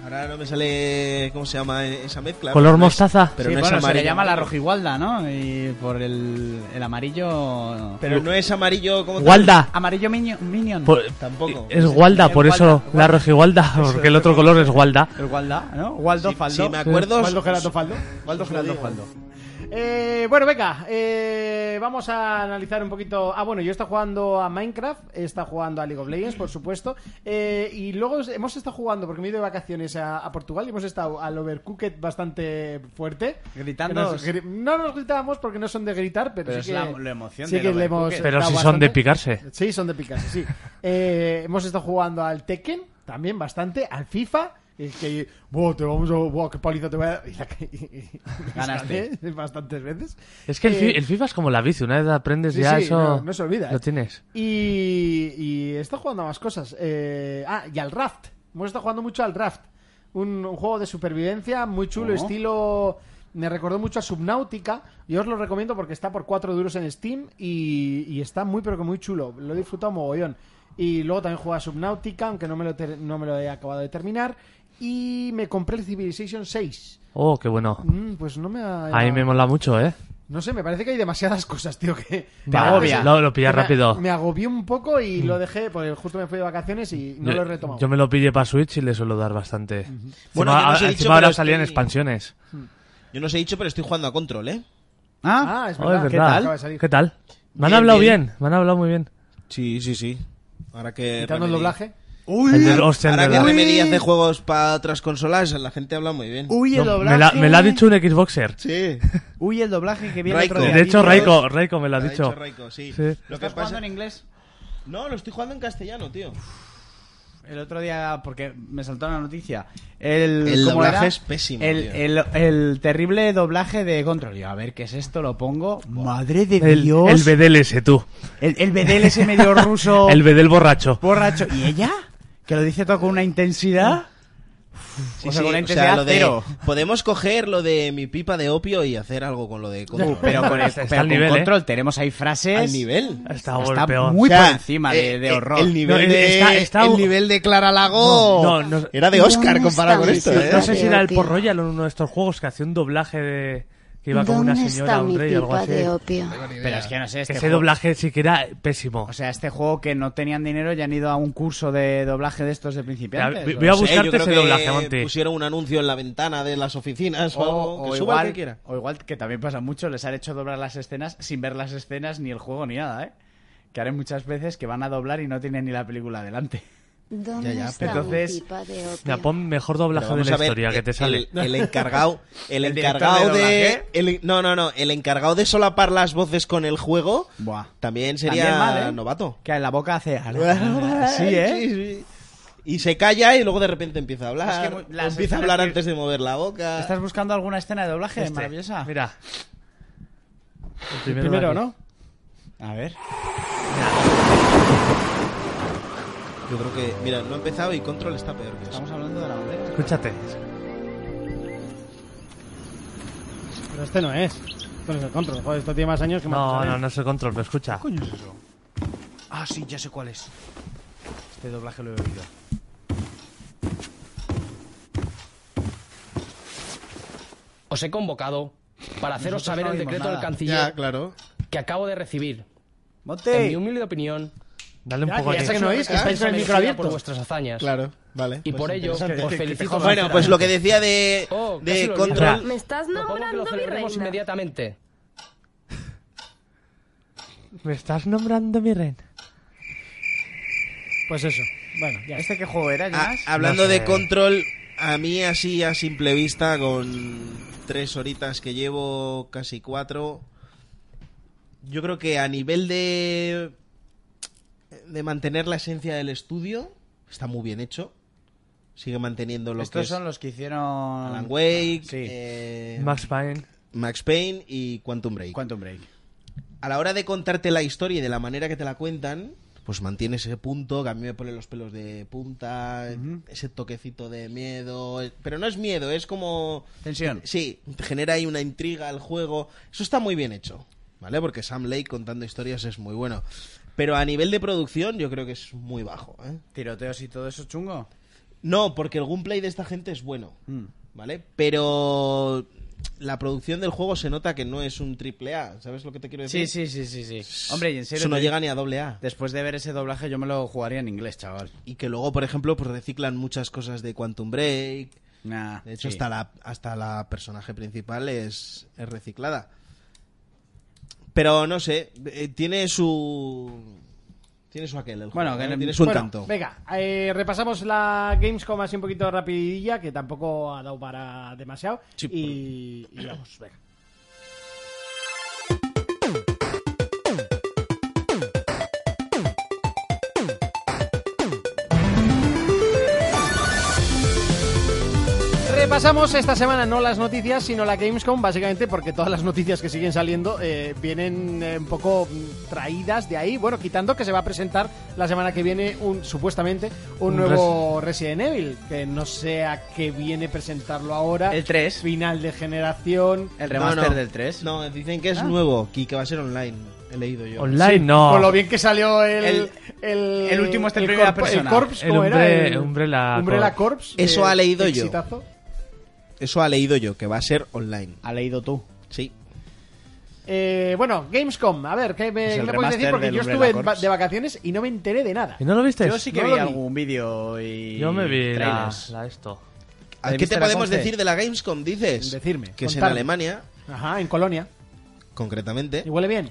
Speaker 6: Ahora no me sale. ¿Cómo se llama E-, esa mezcla?
Speaker 7: ¿Color
Speaker 6: No es-
Speaker 7: mostaza?
Speaker 6: Pero
Speaker 5: Sí,
Speaker 6: no
Speaker 5: bueno,
Speaker 6: es
Speaker 5: se
Speaker 6: amarillo.
Speaker 5: le llama la rojigualda, ¿no? Y por el, el amarillo...
Speaker 6: Pero no es amarillo como. tal.
Speaker 7: ¡Gualda!
Speaker 5: Amarillo minion. minion.
Speaker 7: Por-
Speaker 6: Tampoco.
Speaker 7: Es gualda, por
Speaker 5: Gualda,
Speaker 7: eso
Speaker 5: gualda.
Speaker 7: la rojigualda, porque el otro color es gualda.
Speaker 5: El Walda, ¿no? Waldo, Faldo.
Speaker 6: Si me acuerdo.
Speaker 4: Waldo Gerardo Faldo.
Speaker 6: Waldo
Speaker 5: Geraldo
Speaker 6: Geraldo
Speaker 5: Faldo.
Speaker 4: Eh, bueno, venga, eh, vamos a analizar un poquito. Ah, bueno, yo está jugando a Minecraft, está jugando a League of Legends, por supuesto. Eh, y luego hemos estado jugando, porque me he ido de vacaciones a, a Portugal y hemos estado al Overcooked bastante fuerte.
Speaker 5: Gritando.
Speaker 4: Que nos gri- no nos gritábamos porque no son de gritar, pero,
Speaker 5: Pero
Speaker 4: sí
Speaker 5: es
Speaker 4: que,
Speaker 5: la- la emoción
Speaker 4: sí
Speaker 5: del
Speaker 4: que le hemos
Speaker 5: Overcooked.
Speaker 7: Pero
Speaker 4: dado
Speaker 7: si son
Speaker 4: bastante.
Speaker 7: de picarse.
Speaker 4: Sí, son de picarse, sí. Eh, hemos estado jugando al Tekken, también bastante, al FIFA. y que, "Buah, te vamos a. buah, qué paliza te voy a dar", y la que-
Speaker 5: Ganaste.
Speaker 4: gané bastantes veces.
Speaker 7: Es que el,
Speaker 4: Eh,
Speaker 7: fi- el FIFA es como la bici, una vez aprendes
Speaker 4: sí,
Speaker 7: ya
Speaker 4: sí,
Speaker 7: eso...
Speaker 4: no- no se olvida.
Speaker 7: Lo tienes.
Speaker 4: Y, y está jugando a más cosas. Eh, ah, y al Raft. Hemos estado jugando mucho al Raft. Un, un juego de supervivencia muy chulo,
Speaker 5: Oh.
Speaker 4: estilo... Me recordó mucho a Subnautica. Yo os lo recomiendo porque está por 4 duros en Steam y, y está muy pero que muy chulo. Lo he disfrutado mogollón. Y luego también juega Subnautica, aunque no me, lo ter- no me lo he acabado de terminar. Y me compré el Civilization 6.
Speaker 7: Oh, qué bueno.
Speaker 4: Mm, pues no me ha...
Speaker 7: A mí me mola mucho, ¿eh?
Speaker 4: No sé, me parece que hay demasiadas cosas, tío, que...
Speaker 7: Te agobia. Lo- lo pillas
Speaker 4: que me-
Speaker 7: rápido. Mm.
Speaker 4: Me agobié un poco y lo dejé, porque justo me fui de vacaciones y no lo he retomado.
Speaker 7: Yo me lo pillé para Switch y le suelo dar bastante. Encima-
Speaker 6: Bueno, yo no os he
Speaker 7: a-
Speaker 6: dicho,
Speaker 7: encima ahora
Speaker 6: pero
Speaker 7: salían
Speaker 6: estoy-
Speaker 7: expansiones.
Speaker 6: Yo no os he dicho, pero estoy jugando a control, ¿eh?
Speaker 5: Ah,
Speaker 4: Ah, es
Speaker 7: Oh,
Speaker 4: verdad.
Speaker 7: es
Speaker 4: ¿Qué
Speaker 7: verdad.
Speaker 4: tal? Acaba de salir.
Speaker 7: ¿Qué tal? Me han
Speaker 6: Bien,
Speaker 7: hablado
Speaker 6: bien.
Speaker 7: bien. me han hablado muy bien.
Speaker 6: Sí, sí, sí. Ahora que.
Speaker 4: Quitando el
Speaker 6: Remedy-
Speaker 4: doblaje. Uy,
Speaker 7: El del Ocean
Speaker 6: Ahora
Speaker 7: de
Speaker 6: que
Speaker 7: la-
Speaker 6: remedias de juegos para otras consolas, la gente habla muy bien.
Speaker 4: uy, el
Speaker 7: No,
Speaker 4: doblaje.
Speaker 7: me, la, me la ha dicho un Xboxer.
Speaker 6: Sí.
Speaker 5: Uy, el doblaje que viene
Speaker 6: Raiko.
Speaker 5: otro día.
Speaker 7: De hecho,
Speaker 5: Vídeos.
Speaker 7: Raiko, Raiko me lo ha
Speaker 6: Ha
Speaker 7: dicho.
Speaker 6: dicho Raiko, sí.
Speaker 7: Sí.
Speaker 6: Lo que
Speaker 5: ¿Estás jugando
Speaker 6: pasa...
Speaker 5: en inglés?
Speaker 6: No, lo estoy jugando en castellano, tío.
Speaker 5: El otro día, porque me saltó la noticia. El,
Speaker 6: El
Speaker 5: ¿cómo
Speaker 6: doblaje
Speaker 5: era?
Speaker 6: es pésimo,
Speaker 5: El,
Speaker 6: tío.
Speaker 5: el- el terrible doblaje de Control. Yo, a ver, ¿qué es esto? Lo pongo. Madre de
Speaker 7: El,
Speaker 5: Dios.
Speaker 7: el Bedel ese, tú.
Speaker 5: el, el Bedel ese medio ruso.
Speaker 4: Oh.
Speaker 7: El Bedel borracho.
Speaker 5: borracho. ¿Y ella? Que lo dice todo con una intensidad.
Speaker 6: Sí,
Speaker 5: o sea,
Speaker 6: sí,
Speaker 5: con una intensidad
Speaker 6: lo de-
Speaker 5: cero.
Speaker 6: Podemos coger lo de mi pipa de opio y hacer algo con lo de...
Speaker 5: Uh, pero con, el,
Speaker 7: Está- está
Speaker 5: pero
Speaker 7: al
Speaker 5: con
Speaker 7: nivel, ¿eh?
Speaker 5: Control tenemos ahí frases.
Speaker 6: Al nivel.
Speaker 7: Está,
Speaker 5: Está
Speaker 7: golpeón.
Speaker 5: Ah, muy
Speaker 6: O sea,
Speaker 5: por encima de,
Speaker 6: eh,
Speaker 5: de
Speaker 6: eh,
Speaker 5: horror.
Speaker 6: El nivel,
Speaker 7: No, el-
Speaker 6: de,
Speaker 7: está- está-
Speaker 6: el nivel de Clara Lago
Speaker 7: No, no, no.
Speaker 6: era de Oscar comparado con esto.
Speaker 7: No,
Speaker 6: ¿eh?
Speaker 7: no sé si era
Speaker 8: Creo
Speaker 7: el
Speaker 8: que-
Speaker 7: Port Royal o uno de estos juegos que hacía un doblaje de. que iba como
Speaker 8: ¿Dónde
Speaker 7: una
Speaker 8: está
Speaker 7: señora,
Speaker 8: mi
Speaker 7: un rey o algo
Speaker 8: pipa
Speaker 7: así.
Speaker 8: de opio?
Speaker 5: Pero es que no sé, este
Speaker 7: Ese
Speaker 5: juego-
Speaker 7: doblaje sí que era pésimo.
Speaker 5: O sea, este juego que no tenían dinero y han ido a un curso de doblaje de estos de principiantes.
Speaker 7: Ya, vi-
Speaker 5: o
Speaker 7: voy a
Speaker 5: sea,
Speaker 6: No sé, yo
Speaker 7: buscarte
Speaker 6: creo
Speaker 7: ese
Speaker 6: que
Speaker 7: doblaje, Monty.
Speaker 6: Pusieron un anuncio en la ventana de las oficinas o, algo,
Speaker 5: O,
Speaker 6: que
Speaker 5: o
Speaker 6: suba el
Speaker 5: igual,
Speaker 6: que quiera.
Speaker 5: o igual que también pasa mucho, les han hecho doblar las escenas sin ver las escenas, ni el juego, ni nada, ¿eh? Que haré muchas veces que van a doblar y no tienen ni la película delante.
Speaker 8: ¿Dónde
Speaker 6: Ya, ya,
Speaker 8: está
Speaker 5: entonces-
Speaker 8: mi pipa de
Speaker 7: Ya,
Speaker 8: opio?
Speaker 7: pon mejor
Speaker 6: Pero
Speaker 7: doblaje de
Speaker 6: vamos
Speaker 7: la
Speaker 6: a ver,
Speaker 7: historia que
Speaker 6: el-
Speaker 7: te sale.
Speaker 6: El, el encargado, el
Speaker 5: El director
Speaker 6: encargado
Speaker 5: de
Speaker 6: de,
Speaker 5: doblaje.
Speaker 6: el- no, no, no, el encargado de solapar las voces con el juego
Speaker 5: Buah.
Speaker 6: también sería
Speaker 5: También mal, ¿eh?
Speaker 6: novato.
Speaker 5: Que en la boca hace... sí, ¿eh?
Speaker 6: Sí, sí. Y se calla y luego de repente empieza a hablar.
Speaker 5: Es que mu-
Speaker 6: O
Speaker 5: las
Speaker 6: empieza a
Speaker 5: escenas
Speaker 6: hablar
Speaker 5: que-
Speaker 6: antes de mover la boca.
Speaker 5: ¿Estás buscando alguna escena de doblaje
Speaker 7: Este,
Speaker 5: maravillosa?
Speaker 7: Mira. El primero,
Speaker 4: Primero,
Speaker 7: de aquí.
Speaker 4: ¿no?
Speaker 5: A ver.
Speaker 6: Yo creo que, mira, no ha empezado y Control está peor que eso.
Speaker 5: Estamos hablando de la bombera.
Speaker 7: Escúchate.
Speaker 4: Pero este no es. Esto no es el control. Joder, esto tiene más años que más.
Speaker 7: No,
Speaker 4: cosas,
Speaker 7: no,
Speaker 4: ¿eh?
Speaker 7: no es el control, pero escucha.
Speaker 5: Ah, sí, ya sé cuál es. Este doblaje lo he oído.
Speaker 9: Os he convocado para haceros
Speaker 5: Nosotros
Speaker 9: saber
Speaker 5: no
Speaker 9: el
Speaker 5: oímos
Speaker 9: decreto
Speaker 5: nada.
Speaker 9: del canciller
Speaker 6: claro.
Speaker 9: que acabo de recibir. En mi
Speaker 5: ¡Monte!
Speaker 9: humilde opinión,
Speaker 7: Dale un
Speaker 4: Ya,
Speaker 7: poco
Speaker 4: que ya
Speaker 7: aquí.
Speaker 4: sé que no oís, que estáis con el micro
Speaker 9: merecida
Speaker 4: abierto.
Speaker 9: por vuestras hazañas.
Speaker 6: Claro, vale.
Speaker 9: Y
Speaker 4: Pues
Speaker 9: por ello, os felicito.
Speaker 6: Bueno, pues lo que decía de,
Speaker 9: Oh, casi
Speaker 6: de
Speaker 9: lo
Speaker 7: O
Speaker 6: Control.
Speaker 7: sea,
Speaker 10: Me estás
Speaker 9: Propongo que
Speaker 10: nombrando
Speaker 9: lo
Speaker 10: mi
Speaker 9: celebremos
Speaker 10: reina.
Speaker 9: inmediatamente.
Speaker 7: me estás nombrando mi reina.
Speaker 4: Pues eso. Bueno, ya.
Speaker 5: ¿Este qué juego era,
Speaker 6: Ah,
Speaker 5: Jonas?
Speaker 6: hablando
Speaker 7: No sé.
Speaker 6: de Control, a mí así a simple vista, con tres horitas que llevo, casi cuatro, yo creo que a nivel de de mantener la esencia del estudio está muy bien hecho. Sigue manteniendo lo que
Speaker 5: Estos
Speaker 6: es
Speaker 5: son los que hicieron...
Speaker 6: Alan Wake,
Speaker 5: Sí.
Speaker 6: eh, Max...
Speaker 7: Max Payne.
Speaker 6: Payne y Quantum Break.
Speaker 5: Quantum Break.
Speaker 6: A la hora de contarte la historia y de la manera que te la cuentan, pues mantiene ese punto que a mí me pone los pelos de punta, ese toquecito de miedo. Pero no es miedo, es como.
Speaker 5: Tensión.
Speaker 6: Sí, te genera ahí una intriga al juego. Eso está muy bien hecho, ¿vale? Porque Sam Lake contando historias es muy bueno. Pero a nivel de producción, yo creo que es muy bajo, ¿eh?
Speaker 5: Tiroteos y todo eso chungo.
Speaker 6: No, porque el gameplay de esta gente es bueno,
Speaker 5: Mm.
Speaker 6: ¿vale? Pero la producción del juego se nota que no es un triple A, ¿sabes lo que te quiero
Speaker 5: Sí,
Speaker 6: decir?
Speaker 5: sí, sí, sí, sí. Hombre, y en serio.
Speaker 6: Eso no
Speaker 5: te-
Speaker 6: llega ni a doble A.
Speaker 5: Después de ver ese doblaje yo me lo jugaría en inglés, chaval.
Speaker 6: Y que luego, por ejemplo, pues reciclan muchas cosas de Quantum Break.
Speaker 5: Nah.
Speaker 6: De hecho,
Speaker 5: sí.
Speaker 6: hasta, la, hasta la personaje principal es, es reciclada. Pero no sé, eh, tiene su. Tiene su aquel. El
Speaker 5: Bueno,
Speaker 6: juego,
Speaker 5: que
Speaker 6: ¿eh?
Speaker 5: en-
Speaker 6: tiene su
Speaker 4: Bueno,
Speaker 6: encanto.
Speaker 4: Venga, eh, repasamos la Gamescom así un poquito rapidilla, que tampoco ha dado para demasiado.
Speaker 6: Sí.
Speaker 4: Y, y vamos, venga. Repasamos esta semana no las noticias, sino la Gamescom, básicamente porque todas las noticias que siguen saliendo eh, vienen eh, un poco mm, traídas de ahí. Bueno, quitando que se va a presentar la semana que viene, un supuestamente, un
Speaker 7: Un
Speaker 4: nuevo Resident Evil, que no sé a qué viene presentarlo ahora.
Speaker 5: El 3.
Speaker 4: Final de generación.
Speaker 5: El
Speaker 6: No,
Speaker 5: remaster
Speaker 6: no.
Speaker 5: del Ah. 3.
Speaker 6: No, dicen que es nuevo y que va a ser online. He leído yo.
Speaker 7: Online, no.
Speaker 4: Con lo bien que salió el.
Speaker 5: El-
Speaker 4: el,
Speaker 5: el último este en primera
Speaker 4: corp-
Speaker 5: persona.
Speaker 4: El Corps,
Speaker 7: El
Speaker 4: ¿cómo era?
Speaker 7: Umbre-
Speaker 4: El
Speaker 7: Umbrella Corp.
Speaker 4: Corps.
Speaker 6: Eso
Speaker 4: Eh,
Speaker 6: ha leído yo.
Speaker 4: exitazo.
Speaker 6: Eso ha leído yo, que va a ser online.
Speaker 5: Ha leído tú.
Speaker 6: Sí.
Speaker 4: Eh, bueno, Gamescom, a ver, ¿qué me,
Speaker 5: Es el
Speaker 4: qué me puedes
Speaker 5: remaster
Speaker 4: decir? Porque
Speaker 5: del
Speaker 4: yo
Speaker 5: Umbrella
Speaker 4: estuve en va-
Speaker 5: Corps.
Speaker 4: de vacaciones y no me enteré de nada.
Speaker 7: ¿Y no lo viste?
Speaker 5: Yo sí que
Speaker 4: no
Speaker 5: vi
Speaker 4: lo vi.
Speaker 5: algún vídeo y...
Speaker 7: Yo me vi la,
Speaker 5: trailers.
Speaker 7: la esto.
Speaker 6: ¿A ¿Qué
Speaker 5: viste
Speaker 6: te
Speaker 5: la
Speaker 6: podemos
Speaker 5: Conce?
Speaker 6: decir de la Gamescom, dices?
Speaker 4: Decirme,
Speaker 6: Que es en
Speaker 4: contarme.
Speaker 6: Alemania,
Speaker 4: Ajá, en Colonia.
Speaker 6: concretamente.
Speaker 4: ¿Y huele bien?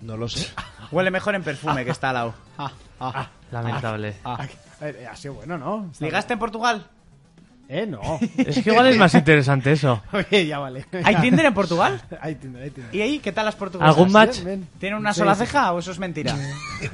Speaker 6: No lo sé.
Speaker 5: Huele mejor en perfume que está al lado.
Speaker 4: Ah, ah,
Speaker 7: Lamentable.
Speaker 4: ah. Eh, Ha sido bueno, ¿no? Está
Speaker 5: ¿Ligaste en Portugal?
Speaker 4: bien. Eh, no.
Speaker 7: Es que igual es más interesante eso.
Speaker 4: Oye, ya vale.
Speaker 5: ¿Hay Tinder en Portugal?
Speaker 4: Ahí Tinder, ahí Tinder.
Speaker 5: ¿Y ahí qué tal las portuguesas?
Speaker 7: ¿Algún match?
Speaker 4: Ven.
Speaker 5: ¿Tienen una
Speaker 4: Sí,
Speaker 5: sola
Speaker 4: sí.
Speaker 5: ceja o eso es mentira?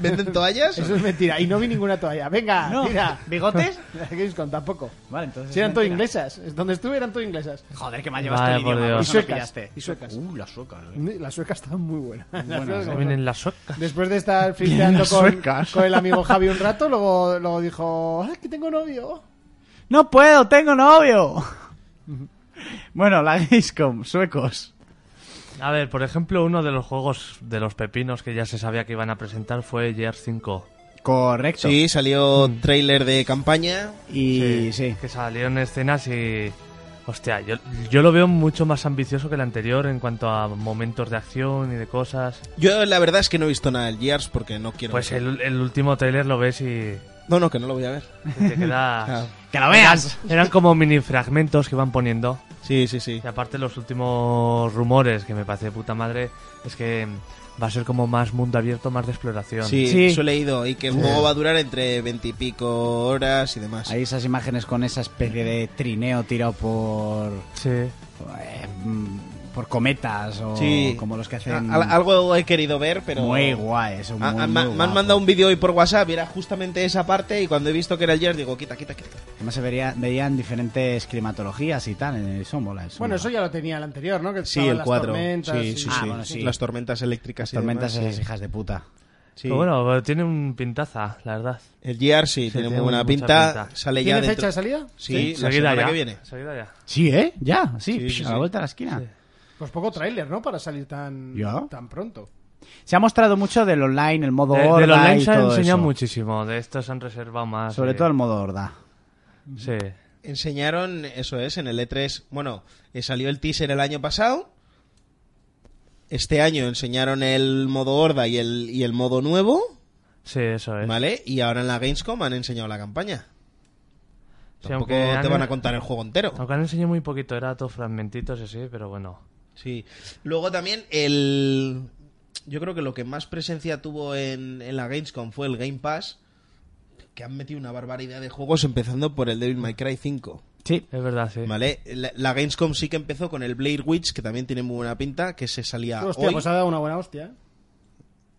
Speaker 6: ¿Venden toallas?
Speaker 4: Eso es mentira. Y no vi ninguna todavía. Venga,
Speaker 5: No.
Speaker 4: tira.
Speaker 5: ¿Bigotes?
Speaker 4: ¿Qué os con? Tampoco.
Speaker 5: Vale, entonces.
Speaker 4: Si eran
Speaker 5: es
Speaker 4: todo
Speaker 5: mentira.
Speaker 4: inglesas. Es Donde estuve eran todo inglesas.
Speaker 5: Joder, que me ha llevado
Speaker 7: Vale,
Speaker 5: el
Speaker 7: por
Speaker 5: idioma.
Speaker 7: Dios.
Speaker 5: por
Speaker 4: Y
Speaker 5: eso me
Speaker 4: suecas.
Speaker 5: pillaste.
Speaker 4: Y suecas.
Speaker 5: Uh, las suecas. eh.
Speaker 4: Las suecas estaban muy buenas. Las suecas
Speaker 7: Se
Speaker 4: como
Speaker 7: vienen las socas.
Speaker 4: Después de estar flirteando
Speaker 8: las
Speaker 4: con,
Speaker 8: suecas.
Speaker 4: con el amigo Javi un rato, luego, luego dijo, ¡ay, que tengo novio!
Speaker 5: No puedo, tengo novio. bueno, la Gamescom, suecos.
Speaker 7: A ver, por ejemplo, uno de los juegos de los pepinos que ya se sabía que iban a presentar fue Gears 5.
Speaker 5: Correcto.
Speaker 6: Sí, salió
Speaker 5: Mm.
Speaker 6: tráiler de campaña.
Speaker 5: Y sí.
Speaker 7: Que salieron escenas y... Hostia, yo, yo lo veo mucho más ambicioso que el anterior en cuanto a momentos de acción y de cosas.
Speaker 6: Yo la verdad es que no he visto nada del Gears porque no quiero...
Speaker 7: Pues el, el último trailer lo ves y
Speaker 6: No, no, que no lo voy a ver. Ah.
Speaker 7: y te queda...
Speaker 5: ¡Que lo veas!
Speaker 7: Eran como mini fragmentos que iban poniendo.
Speaker 6: Sí, sí, sí.
Speaker 7: Y aparte los últimos rumores, que me parece de puta madre, es que va a ser como más mundo abierto, más de exploración.
Speaker 6: Sí,
Speaker 5: Sí.
Speaker 6: eso he leído. Y que el juego va a durar entre veintipico horas y demás.
Speaker 5: Hay esas imágenes con esa especie de trineo tirado por.
Speaker 7: Sí.
Speaker 5: eh, mm, por cometas o
Speaker 6: Sí.
Speaker 5: como los que
Speaker 6: A-
Speaker 5: hacen.
Speaker 6: al- algo he querido ver, pero...
Speaker 5: Muy guay, eso.
Speaker 6: Ah,
Speaker 5: muy,
Speaker 6: ah,
Speaker 5: muy
Speaker 6: ma- me
Speaker 5: guapo.
Speaker 6: han mandado un vídeo hoy por WhatsApp, y era justamente esa parte y cuando he visto que era el Gears digo, quita, quita, quita.
Speaker 5: Además, se vería- veían diferentes climatologías y tal. eh, Eso mola. eso
Speaker 4: Bueno,
Speaker 5: mola.
Speaker 4: eso ya lo tenía el anterior, ¿no? Que estaban las tormentas y-
Speaker 5: sí, Ah, sí. bueno, sí.
Speaker 6: Las tormentas eléctricas y
Speaker 5: Tormentas
Speaker 6: demás,
Speaker 5: esas hijas de puta.
Speaker 6: sí.
Speaker 7: Pero bueno, pero tiene un pintaza, la verdad.
Speaker 6: El Gears sí, tiene
Speaker 7: tiene
Speaker 6: muy buena
Speaker 7: mucha
Speaker 6: pinta.
Speaker 7: pinta.
Speaker 6: Sale ya
Speaker 4: ¿Tiene
Speaker 6: dentro-
Speaker 4: fecha de salida?
Speaker 6: Sí, la
Speaker 7: Seguida
Speaker 6: semana
Speaker 7: ya.
Speaker 6: que viene.
Speaker 7: Seguida ya.
Speaker 5: Sí, ¿eh? Ya, sí,
Speaker 6: Sí,
Speaker 5: psh,
Speaker 6: sí,
Speaker 5: a la
Speaker 6: sí.
Speaker 5: vuelta de la esquina.
Speaker 4: Pues poco tráiler, ¿no? Para salir tan,
Speaker 5: Ya.
Speaker 4: tan pronto.
Speaker 5: Se ha mostrado mucho del online, el modo
Speaker 7: Eh, De-
Speaker 5: horda
Speaker 7: del online
Speaker 5: y
Speaker 7: se ha
Speaker 5: todo
Speaker 7: enseñado
Speaker 5: eso.
Speaker 7: muchísimo, de estos han reservado más.
Speaker 5: Sobre
Speaker 7: eh,
Speaker 5: todo el modo horda.
Speaker 7: Sí.
Speaker 6: Enseñaron, eso es, en el E3. Bueno, eh, salió el teaser el año pasado. Este año enseñaron el modo horda y el, y el modo nuevo,
Speaker 7: Sí, eso es.
Speaker 6: ¿vale? Y ahora en la Gamescom han enseñado la campaña.
Speaker 7: Sí,
Speaker 6: Tampoco
Speaker 7: aunque
Speaker 6: te
Speaker 7: han-
Speaker 6: van a contar el juego entero.
Speaker 7: Aunque han enseñado muy poquito, era todo fragmentitos y así, pero bueno.
Speaker 6: Sí. Luego también el... Yo creo que lo que más presencia tuvo en, en la Gamescom fue el Game Pass, que han metido una barbaridad de juegos empezando por el Devil May Cry 5.
Speaker 5: Sí.
Speaker 7: Es verdad, sí.
Speaker 6: ¿Vale? La, la Gamescom sí que empezó con el Blair Witch, que también tiene muy buena pinta, que se salía
Speaker 4: hostia,
Speaker 6: hoy.
Speaker 4: pues ha dado una buena hostia, ¿eh?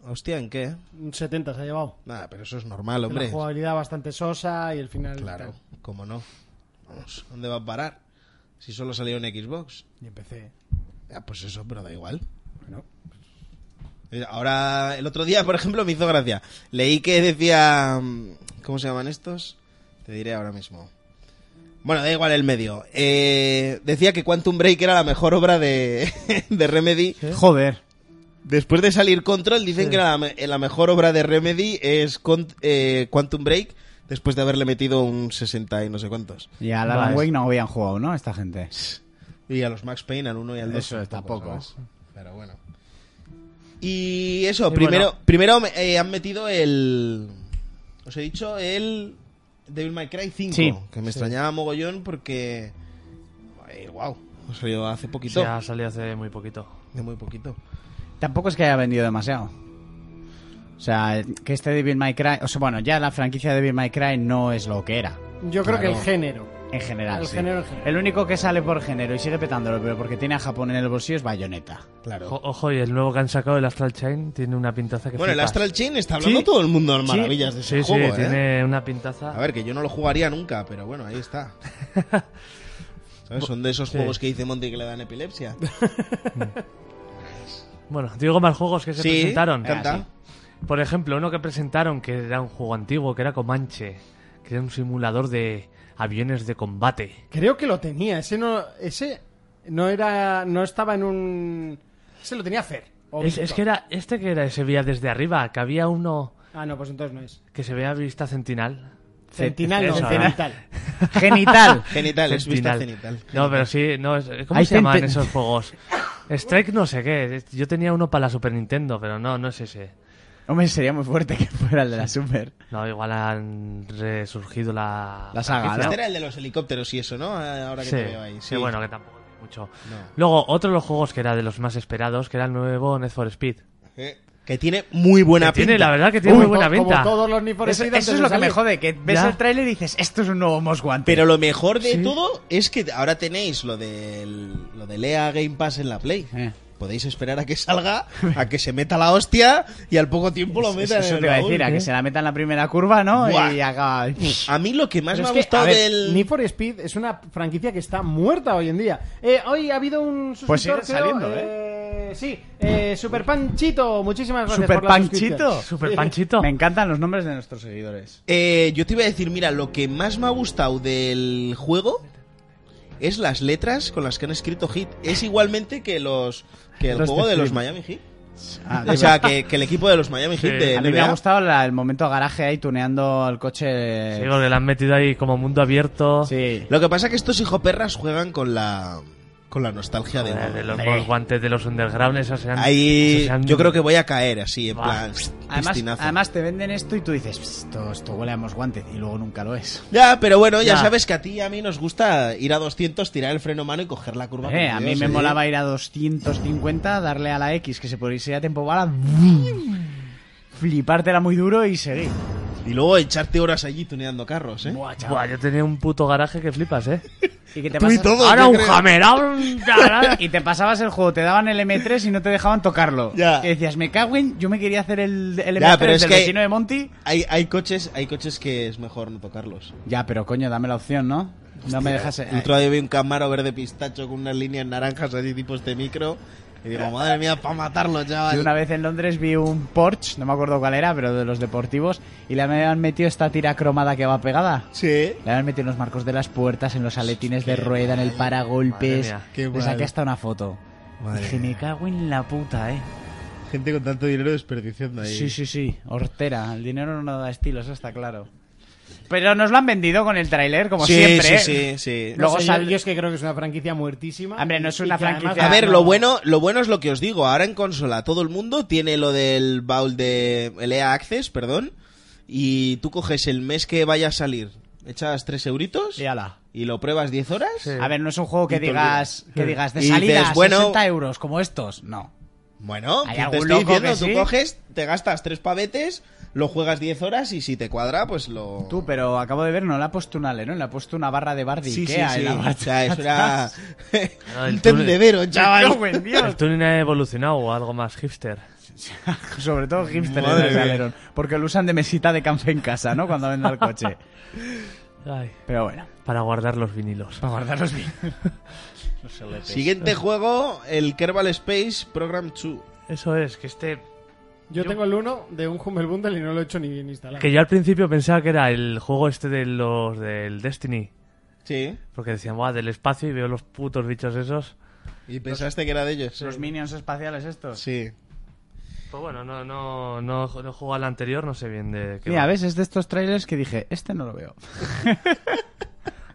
Speaker 6: Hostia, ¿en qué?
Speaker 4: Un 70 se ha llevado.
Speaker 6: Nada, pero eso es normal,
Speaker 4: Una
Speaker 6: hombre.
Speaker 4: jugabilidad bastante sosa y el final...
Speaker 6: Claro,
Speaker 4: tal.
Speaker 6: cómo no. Vamos, ¿dónde va a parar? Si solo salió en Xbox.
Speaker 4: Y empecé.
Speaker 6: Ah, pues eso, pero da igual. Eh, Ahora, el otro día, por ejemplo, me hizo gracia. Leí que decía... mm, ¿Cómo se llaman estos? Te diré ahora mismo. Bueno, da igual el medio. Eh, decía que Quantum Break era la mejor obra de, de Remedy.
Speaker 5: Joder.
Speaker 6: Después de salir Control, dicen que la, me- la mejor obra de Remedy es Con- eh, Quantum Break, después de haberle metido un 60 y no sé cuántos.
Speaker 5: Y al Alan
Speaker 7: Vale.
Speaker 5: Wake no habían jugado, ¿no? Esta gente.
Speaker 6: Y a los Max Payne, al 1 y al 2.
Speaker 5: Eso es, tampoco.
Speaker 6: Pero bueno. Y eso,
Speaker 7: Y
Speaker 6: primero,
Speaker 7: bueno.
Speaker 6: primero eh, han metido el... Os he dicho el Devil May Cry 5,
Speaker 5: Sí.
Speaker 6: que me extrañaba mogollón porque... wow, salió hace poquito.
Speaker 7: Sí, ha salido hace muy poquito.
Speaker 6: De muy poquito.
Speaker 5: Tampoco es que haya vendido demasiado. O sea, que este Devil May Cry... O sea, bueno, ya la franquicia de Devil May Cry no es lo que era.
Speaker 4: Yo creo que el género.
Speaker 5: En general,
Speaker 4: El
Speaker 5: sí.
Speaker 4: género en general.
Speaker 5: El único que sale por género y sigue petándolo, pero porque tiene a Japón en el bolsillo es Bayonetta.
Speaker 6: Claro.
Speaker 7: Jo- Ojo, y el nuevo que han sacado, el Astral Chain, tiene una pintaza que
Speaker 6: Bueno, el
Speaker 7: flipas.
Speaker 6: Astral Chain está hablando
Speaker 5: Sí.
Speaker 6: todo el mundo maravillas de ese
Speaker 7: Sí, sí,
Speaker 6: juego, ¿eh?
Speaker 7: tiene una pintaza.
Speaker 6: A ver, que yo no lo jugaría nunca, pero bueno, ahí está. ¿Sabes? Son de esos
Speaker 7: Sí.
Speaker 6: juegos que dice Monty que le dan epilepsia.
Speaker 7: Bueno, digo más juegos que se
Speaker 6: sí,
Speaker 7: presentaron. Ah,
Speaker 6: canta.
Speaker 7: Por ejemplo, uno que presentaron que era un juego antiguo, que era Comanche, que era un simulador de aviones de combate.
Speaker 4: Creo que lo tenía. Ese no, ese no era, no estaba en un. Ese lo tenía Fer. o
Speaker 7: Es,
Speaker 4: Víctor.
Speaker 7: es que era este que era se veía desde arriba, que había uno
Speaker 4: Ah, no, pues entonces no es.
Speaker 7: que se veía vista centinal.
Speaker 4: Centinal, no,
Speaker 7: Eso,
Speaker 4: cenital.
Speaker 5: ¡Genital!
Speaker 6: Genital, es vista genital.
Speaker 7: No, pero sí, no, es- ¿cómo
Speaker 5: Hay
Speaker 7: se llaman
Speaker 5: centen-
Speaker 7: esos juegos? Strike no sé qué, es- yo tenía uno para la Super Nintendo, pero no, no es ese.
Speaker 5: Hombre, sería muy fuerte que fuera el de la Super.
Speaker 7: No, igual han resurgido la...
Speaker 5: La saga,
Speaker 7: franquicia.
Speaker 5: Ah, ¿no?
Speaker 6: Este era el de los helicópteros y eso, ¿no? Ah, Ahora que
Speaker 7: Sí,
Speaker 6: te veo ahí.
Speaker 7: sí, bueno, que tampoco tiene mucho.
Speaker 6: No.
Speaker 7: Luego, otro de los juegos que era de los más esperados, que era el nuevo Need for Speed.
Speaker 6: Eh, Que tiene muy buena
Speaker 7: Que tiene,
Speaker 6: pinta.
Speaker 7: la verdad que tiene
Speaker 4: Uy,
Speaker 7: muy buena
Speaker 4: co- como
Speaker 7: venta.
Speaker 4: todos los
Speaker 5: Por
Speaker 4: Niforos
Speaker 5: eso, eso es lo que me jode, que ves
Speaker 7: Ya.
Speaker 5: el tráiler y dices, esto es un nuevo Most Wanted.
Speaker 6: Pero lo mejor de todo es que ahora tenéis lo del lo del EA Game Pass en la Play.
Speaker 5: Eh.
Speaker 6: Podéis esperar a que salga, a que se meta la hostia y al poco tiempo lo
Speaker 5: Es-
Speaker 6: metan en
Speaker 5: eso
Speaker 6: el
Speaker 5: te iba a
Speaker 6: baúl. ¿eh?
Speaker 5: decir, a que se la meta en la primera curva, ¿no?
Speaker 6: Buah.
Speaker 5: Y haga...
Speaker 6: A mí lo que más
Speaker 4: Pero
Speaker 6: me ha
Speaker 4: es que,
Speaker 6: gustado
Speaker 4: a ver,
Speaker 6: del
Speaker 4: Need for Speed es una franquicia que está muerta hoy en día. Eh, hoy ha habido un suscriptor,
Speaker 5: Pues sigue
Speaker 4: creo,
Speaker 5: saliendo,
Speaker 4: eh, Sí, eh, Super Panchito, muchísimas gracias
Speaker 5: Super
Speaker 4: por la
Speaker 5: Panchito.
Speaker 4: suscripción.
Speaker 7: Super panchito.
Speaker 5: Me encantan los nombres de nuestros seguidores.
Speaker 6: Eh, yo te iba a decir, mira, lo que más me ha gustado del juego es las letras con las que han escrito Hit. Es igualmente que los que el
Speaker 5: Los
Speaker 6: juego
Speaker 5: de
Speaker 6: de los
Speaker 5: Flip.
Speaker 6: Miami Heat.
Speaker 5: Ah,
Speaker 6: O sea, que, que el equipo de los Miami
Speaker 7: Sí.
Speaker 6: Heat de
Speaker 5: a mí me
Speaker 6: NBA.
Speaker 5: ha gustado la- el momento garaje ahí tuneando el coche.
Speaker 7: Sí, porque la han metido ahí como mundo abierto.
Speaker 5: Sí.
Speaker 6: Lo que pasa es que estos hijoperras juegan con la con la nostalgia de,
Speaker 7: Joder, eh, de los
Speaker 6: Hombre.
Speaker 7: Most Wanted, de los Underground, esos eran.
Speaker 6: Ahí
Speaker 7: esos eran-
Speaker 6: yo creo que voy a caer así en
Speaker 7: Buah.
Speaker 6: plan
Speaker 5: Además,
Speaker 6: pistinazo.
Speaker 5: además te venden esto y tú dices, esto, esto huele a Most Wanted", y luego nunca lo es.
Speaker 6: Ya, pero bueno, ya,
Speaker 7: Ya.
Speaker 6: sabes que a ti y a mí nos gusta ir a 200, tirar el freno mano y coger la curva.
Speaker 5: Eh,
Speaker 6: con
Speaker 5: a mí
Speaker 6: Dios,
Speaker 5: me
Speaker 6: ¿eh?
Speaker 5: molaba ir a 250, darle a la X que se podría ir a tiempo bala, flipártela muy duro y seguir.
Speaker 6: Y luego echarte horas allí tuneando carros, ¿eh?
Speaker 7: Buah, yo tenía un puto garaje que flipas, eh.
Speaker 5: Y que te
Speaker 6: Tú y
Speaker 5: pasas-
Speaker 6: todo, ¿eh?
Speaker 7: Ahora
Speaker 6: yo
Speaker 7: un
Speaker 6: creo.
Speaker 7: Hammer, ahora un.
Speaker 5: y te pasabas el juego, te daban el M3 y no te dejaban tocarlo.
Speaker 6: Ya.
Speaker 5: Y decías, me cago en, yo me quería hacer el, el M3
Speaker 6: Ya, pero es
Speaker 5: del
Speaker 6: que-
Speaker 5: vecino de Monty.
Speaker 6: Hay, hay coches, hay coches que es mejor no tocarlos.
Speaker 5: Ya, pero coño, dame la opción, ¿no? no me dejas...
Speaker 6: El otro día vi un Camaro verde pistacho con unas líneas naranjas así tipo este micro y digo, madre mía, para matarlo, chaval.
Speaker 5: Yo Eh, una vez en Londres vi un Porsche, no me acuerdo cuál era, pero de los deportivos, y le habían metido esta tira cromada que va pegada.
Speaker 6: Sí.
Speaker 5: Le habían metido en los marcos de las puertas, en los aletines de rueda, en el paragolpes.
Speaker 7: Madre mía,
Speaker 6: qué
Speaker 5: Le
Speaker 6: mal.
Speaker 5: saqué hasta una foto.
Speaker 6: Madre
Speaker 5: Dije, me cago en la puta, eh.
Speaker 6: Gente con tanto dinero desperdiciando ahí.
Speaker 5: Sí, sí, sí. Hortera. El dinero no da estilo, eso está claro. Pero nos lo han vendido con el tráiler, como
Speaker 6: Sí,
Speaker 5: siempre.
Speaker 6: sí,
Speaker 5: ¿eh?
Speaker 6: sí, sí.
Speaker 4: No
Speaker 5: Luego
Speaker 4: sé, yo-
Speaker 5: sal-
Speaker 4: yo, es que creo que es una franquicia muertísima.
Speaker 5: Hombre, no es
Speaker 4: Y- y
Speaker 5: una
Speaker 4: que además-
Speaker 5: franquicia-
Speaker 6: A
Speaker 5: Ya,
Speaker 6: ver,
Speaker 5: no.
Speaker 6: lo bueno, lo bueno es lo que os digo. Ahora en consola todo el mundo tiene lo del baúl de el EA Access, perdón, y tú coges el mes que vaya a salir, echas tres euritos
Speaker 5: Y ala.
Speaker 6: y lo pruebas 10 horas.
Speaker 5: A ver, no es un juego que
Speaker 6: Y te
Speaker 5: digas, que digas de
Speaker 6: Y dices,
Speaker 5: salida
Speaker 6: bueno-
Speaker 5: 60 euros, como estos. No.
Speaker 6: Bueno,
Speaker 5: Hay
Speaker 6: pues te
Speaker 5: algún
Speaker 6: estoy
Speaker 5: loco
Speaker 6: diciendo,
Speaker 5: que
Speaker 6: tú
Speaker 5: sí.
Speaker 6: coges, te gastas tres pavetes, lo juegas 10 horas y si te cuadra, pues lo
Speaker 5: Tú, pero acabo de ver, no le ha puesto un alero, le ha puesto una barra de bar de
Speaker 6: Sí, sí,
Speaker 5: Ikea
Speaker 6: sí.
Speaker 5: en la
Speaker 6: O
Speaker 5: barra.
Speaker 6: sea, eso era
Speaker 7: Ah,
Speaker 6: un
Speaker 7: el
Speaker 6: tendedero, chaval.
Speaker 5: Cago en Dios.
Speaker 7: El tuning ha evolucionado o algo más hipster.
Speaker 5: Sobre todo hipster
Speaker 6: Madre
Speaker 5: en
Speaker 6: mía.
Speaker 5: alerón. Porque lo usan de mesita de café en casa, ¿no? Cuando venden el coche.
Speaker 7: Ay,
Speaker 5: Pero bueno,
Speaker 7: para guardar los vinilos.
Speaker 5: para guardarlos bien.
Speaker 6: Siguiente juego, el Kerbal Space Program 2.
Speaker 7: Eso es, que este.
Speaker 4: Yo tengo el uno de un Humble Bundle y no lo he hecho ni bien instalado.
Speaker 7: Que yo al principio pensaba que era el juego este de los del Destiny.
Speaker 6: Sí.
Speaker 7: Porque decían, guau, del espacio y veo los putos bichos esos.
Speaker 6: ¿Y pensaste que era de ellos?
Speaker 5: Los minions espaciales estos.
Speaker 6: Sí.
Speaker 7: Pues bueno, no, no, no, no he jugado al anterior, no sé bien de qué.
Speaker 5: Mira,
Speaker 7: va.
Speaker 5: ves, es de estos trailers que dije, este no lo veo.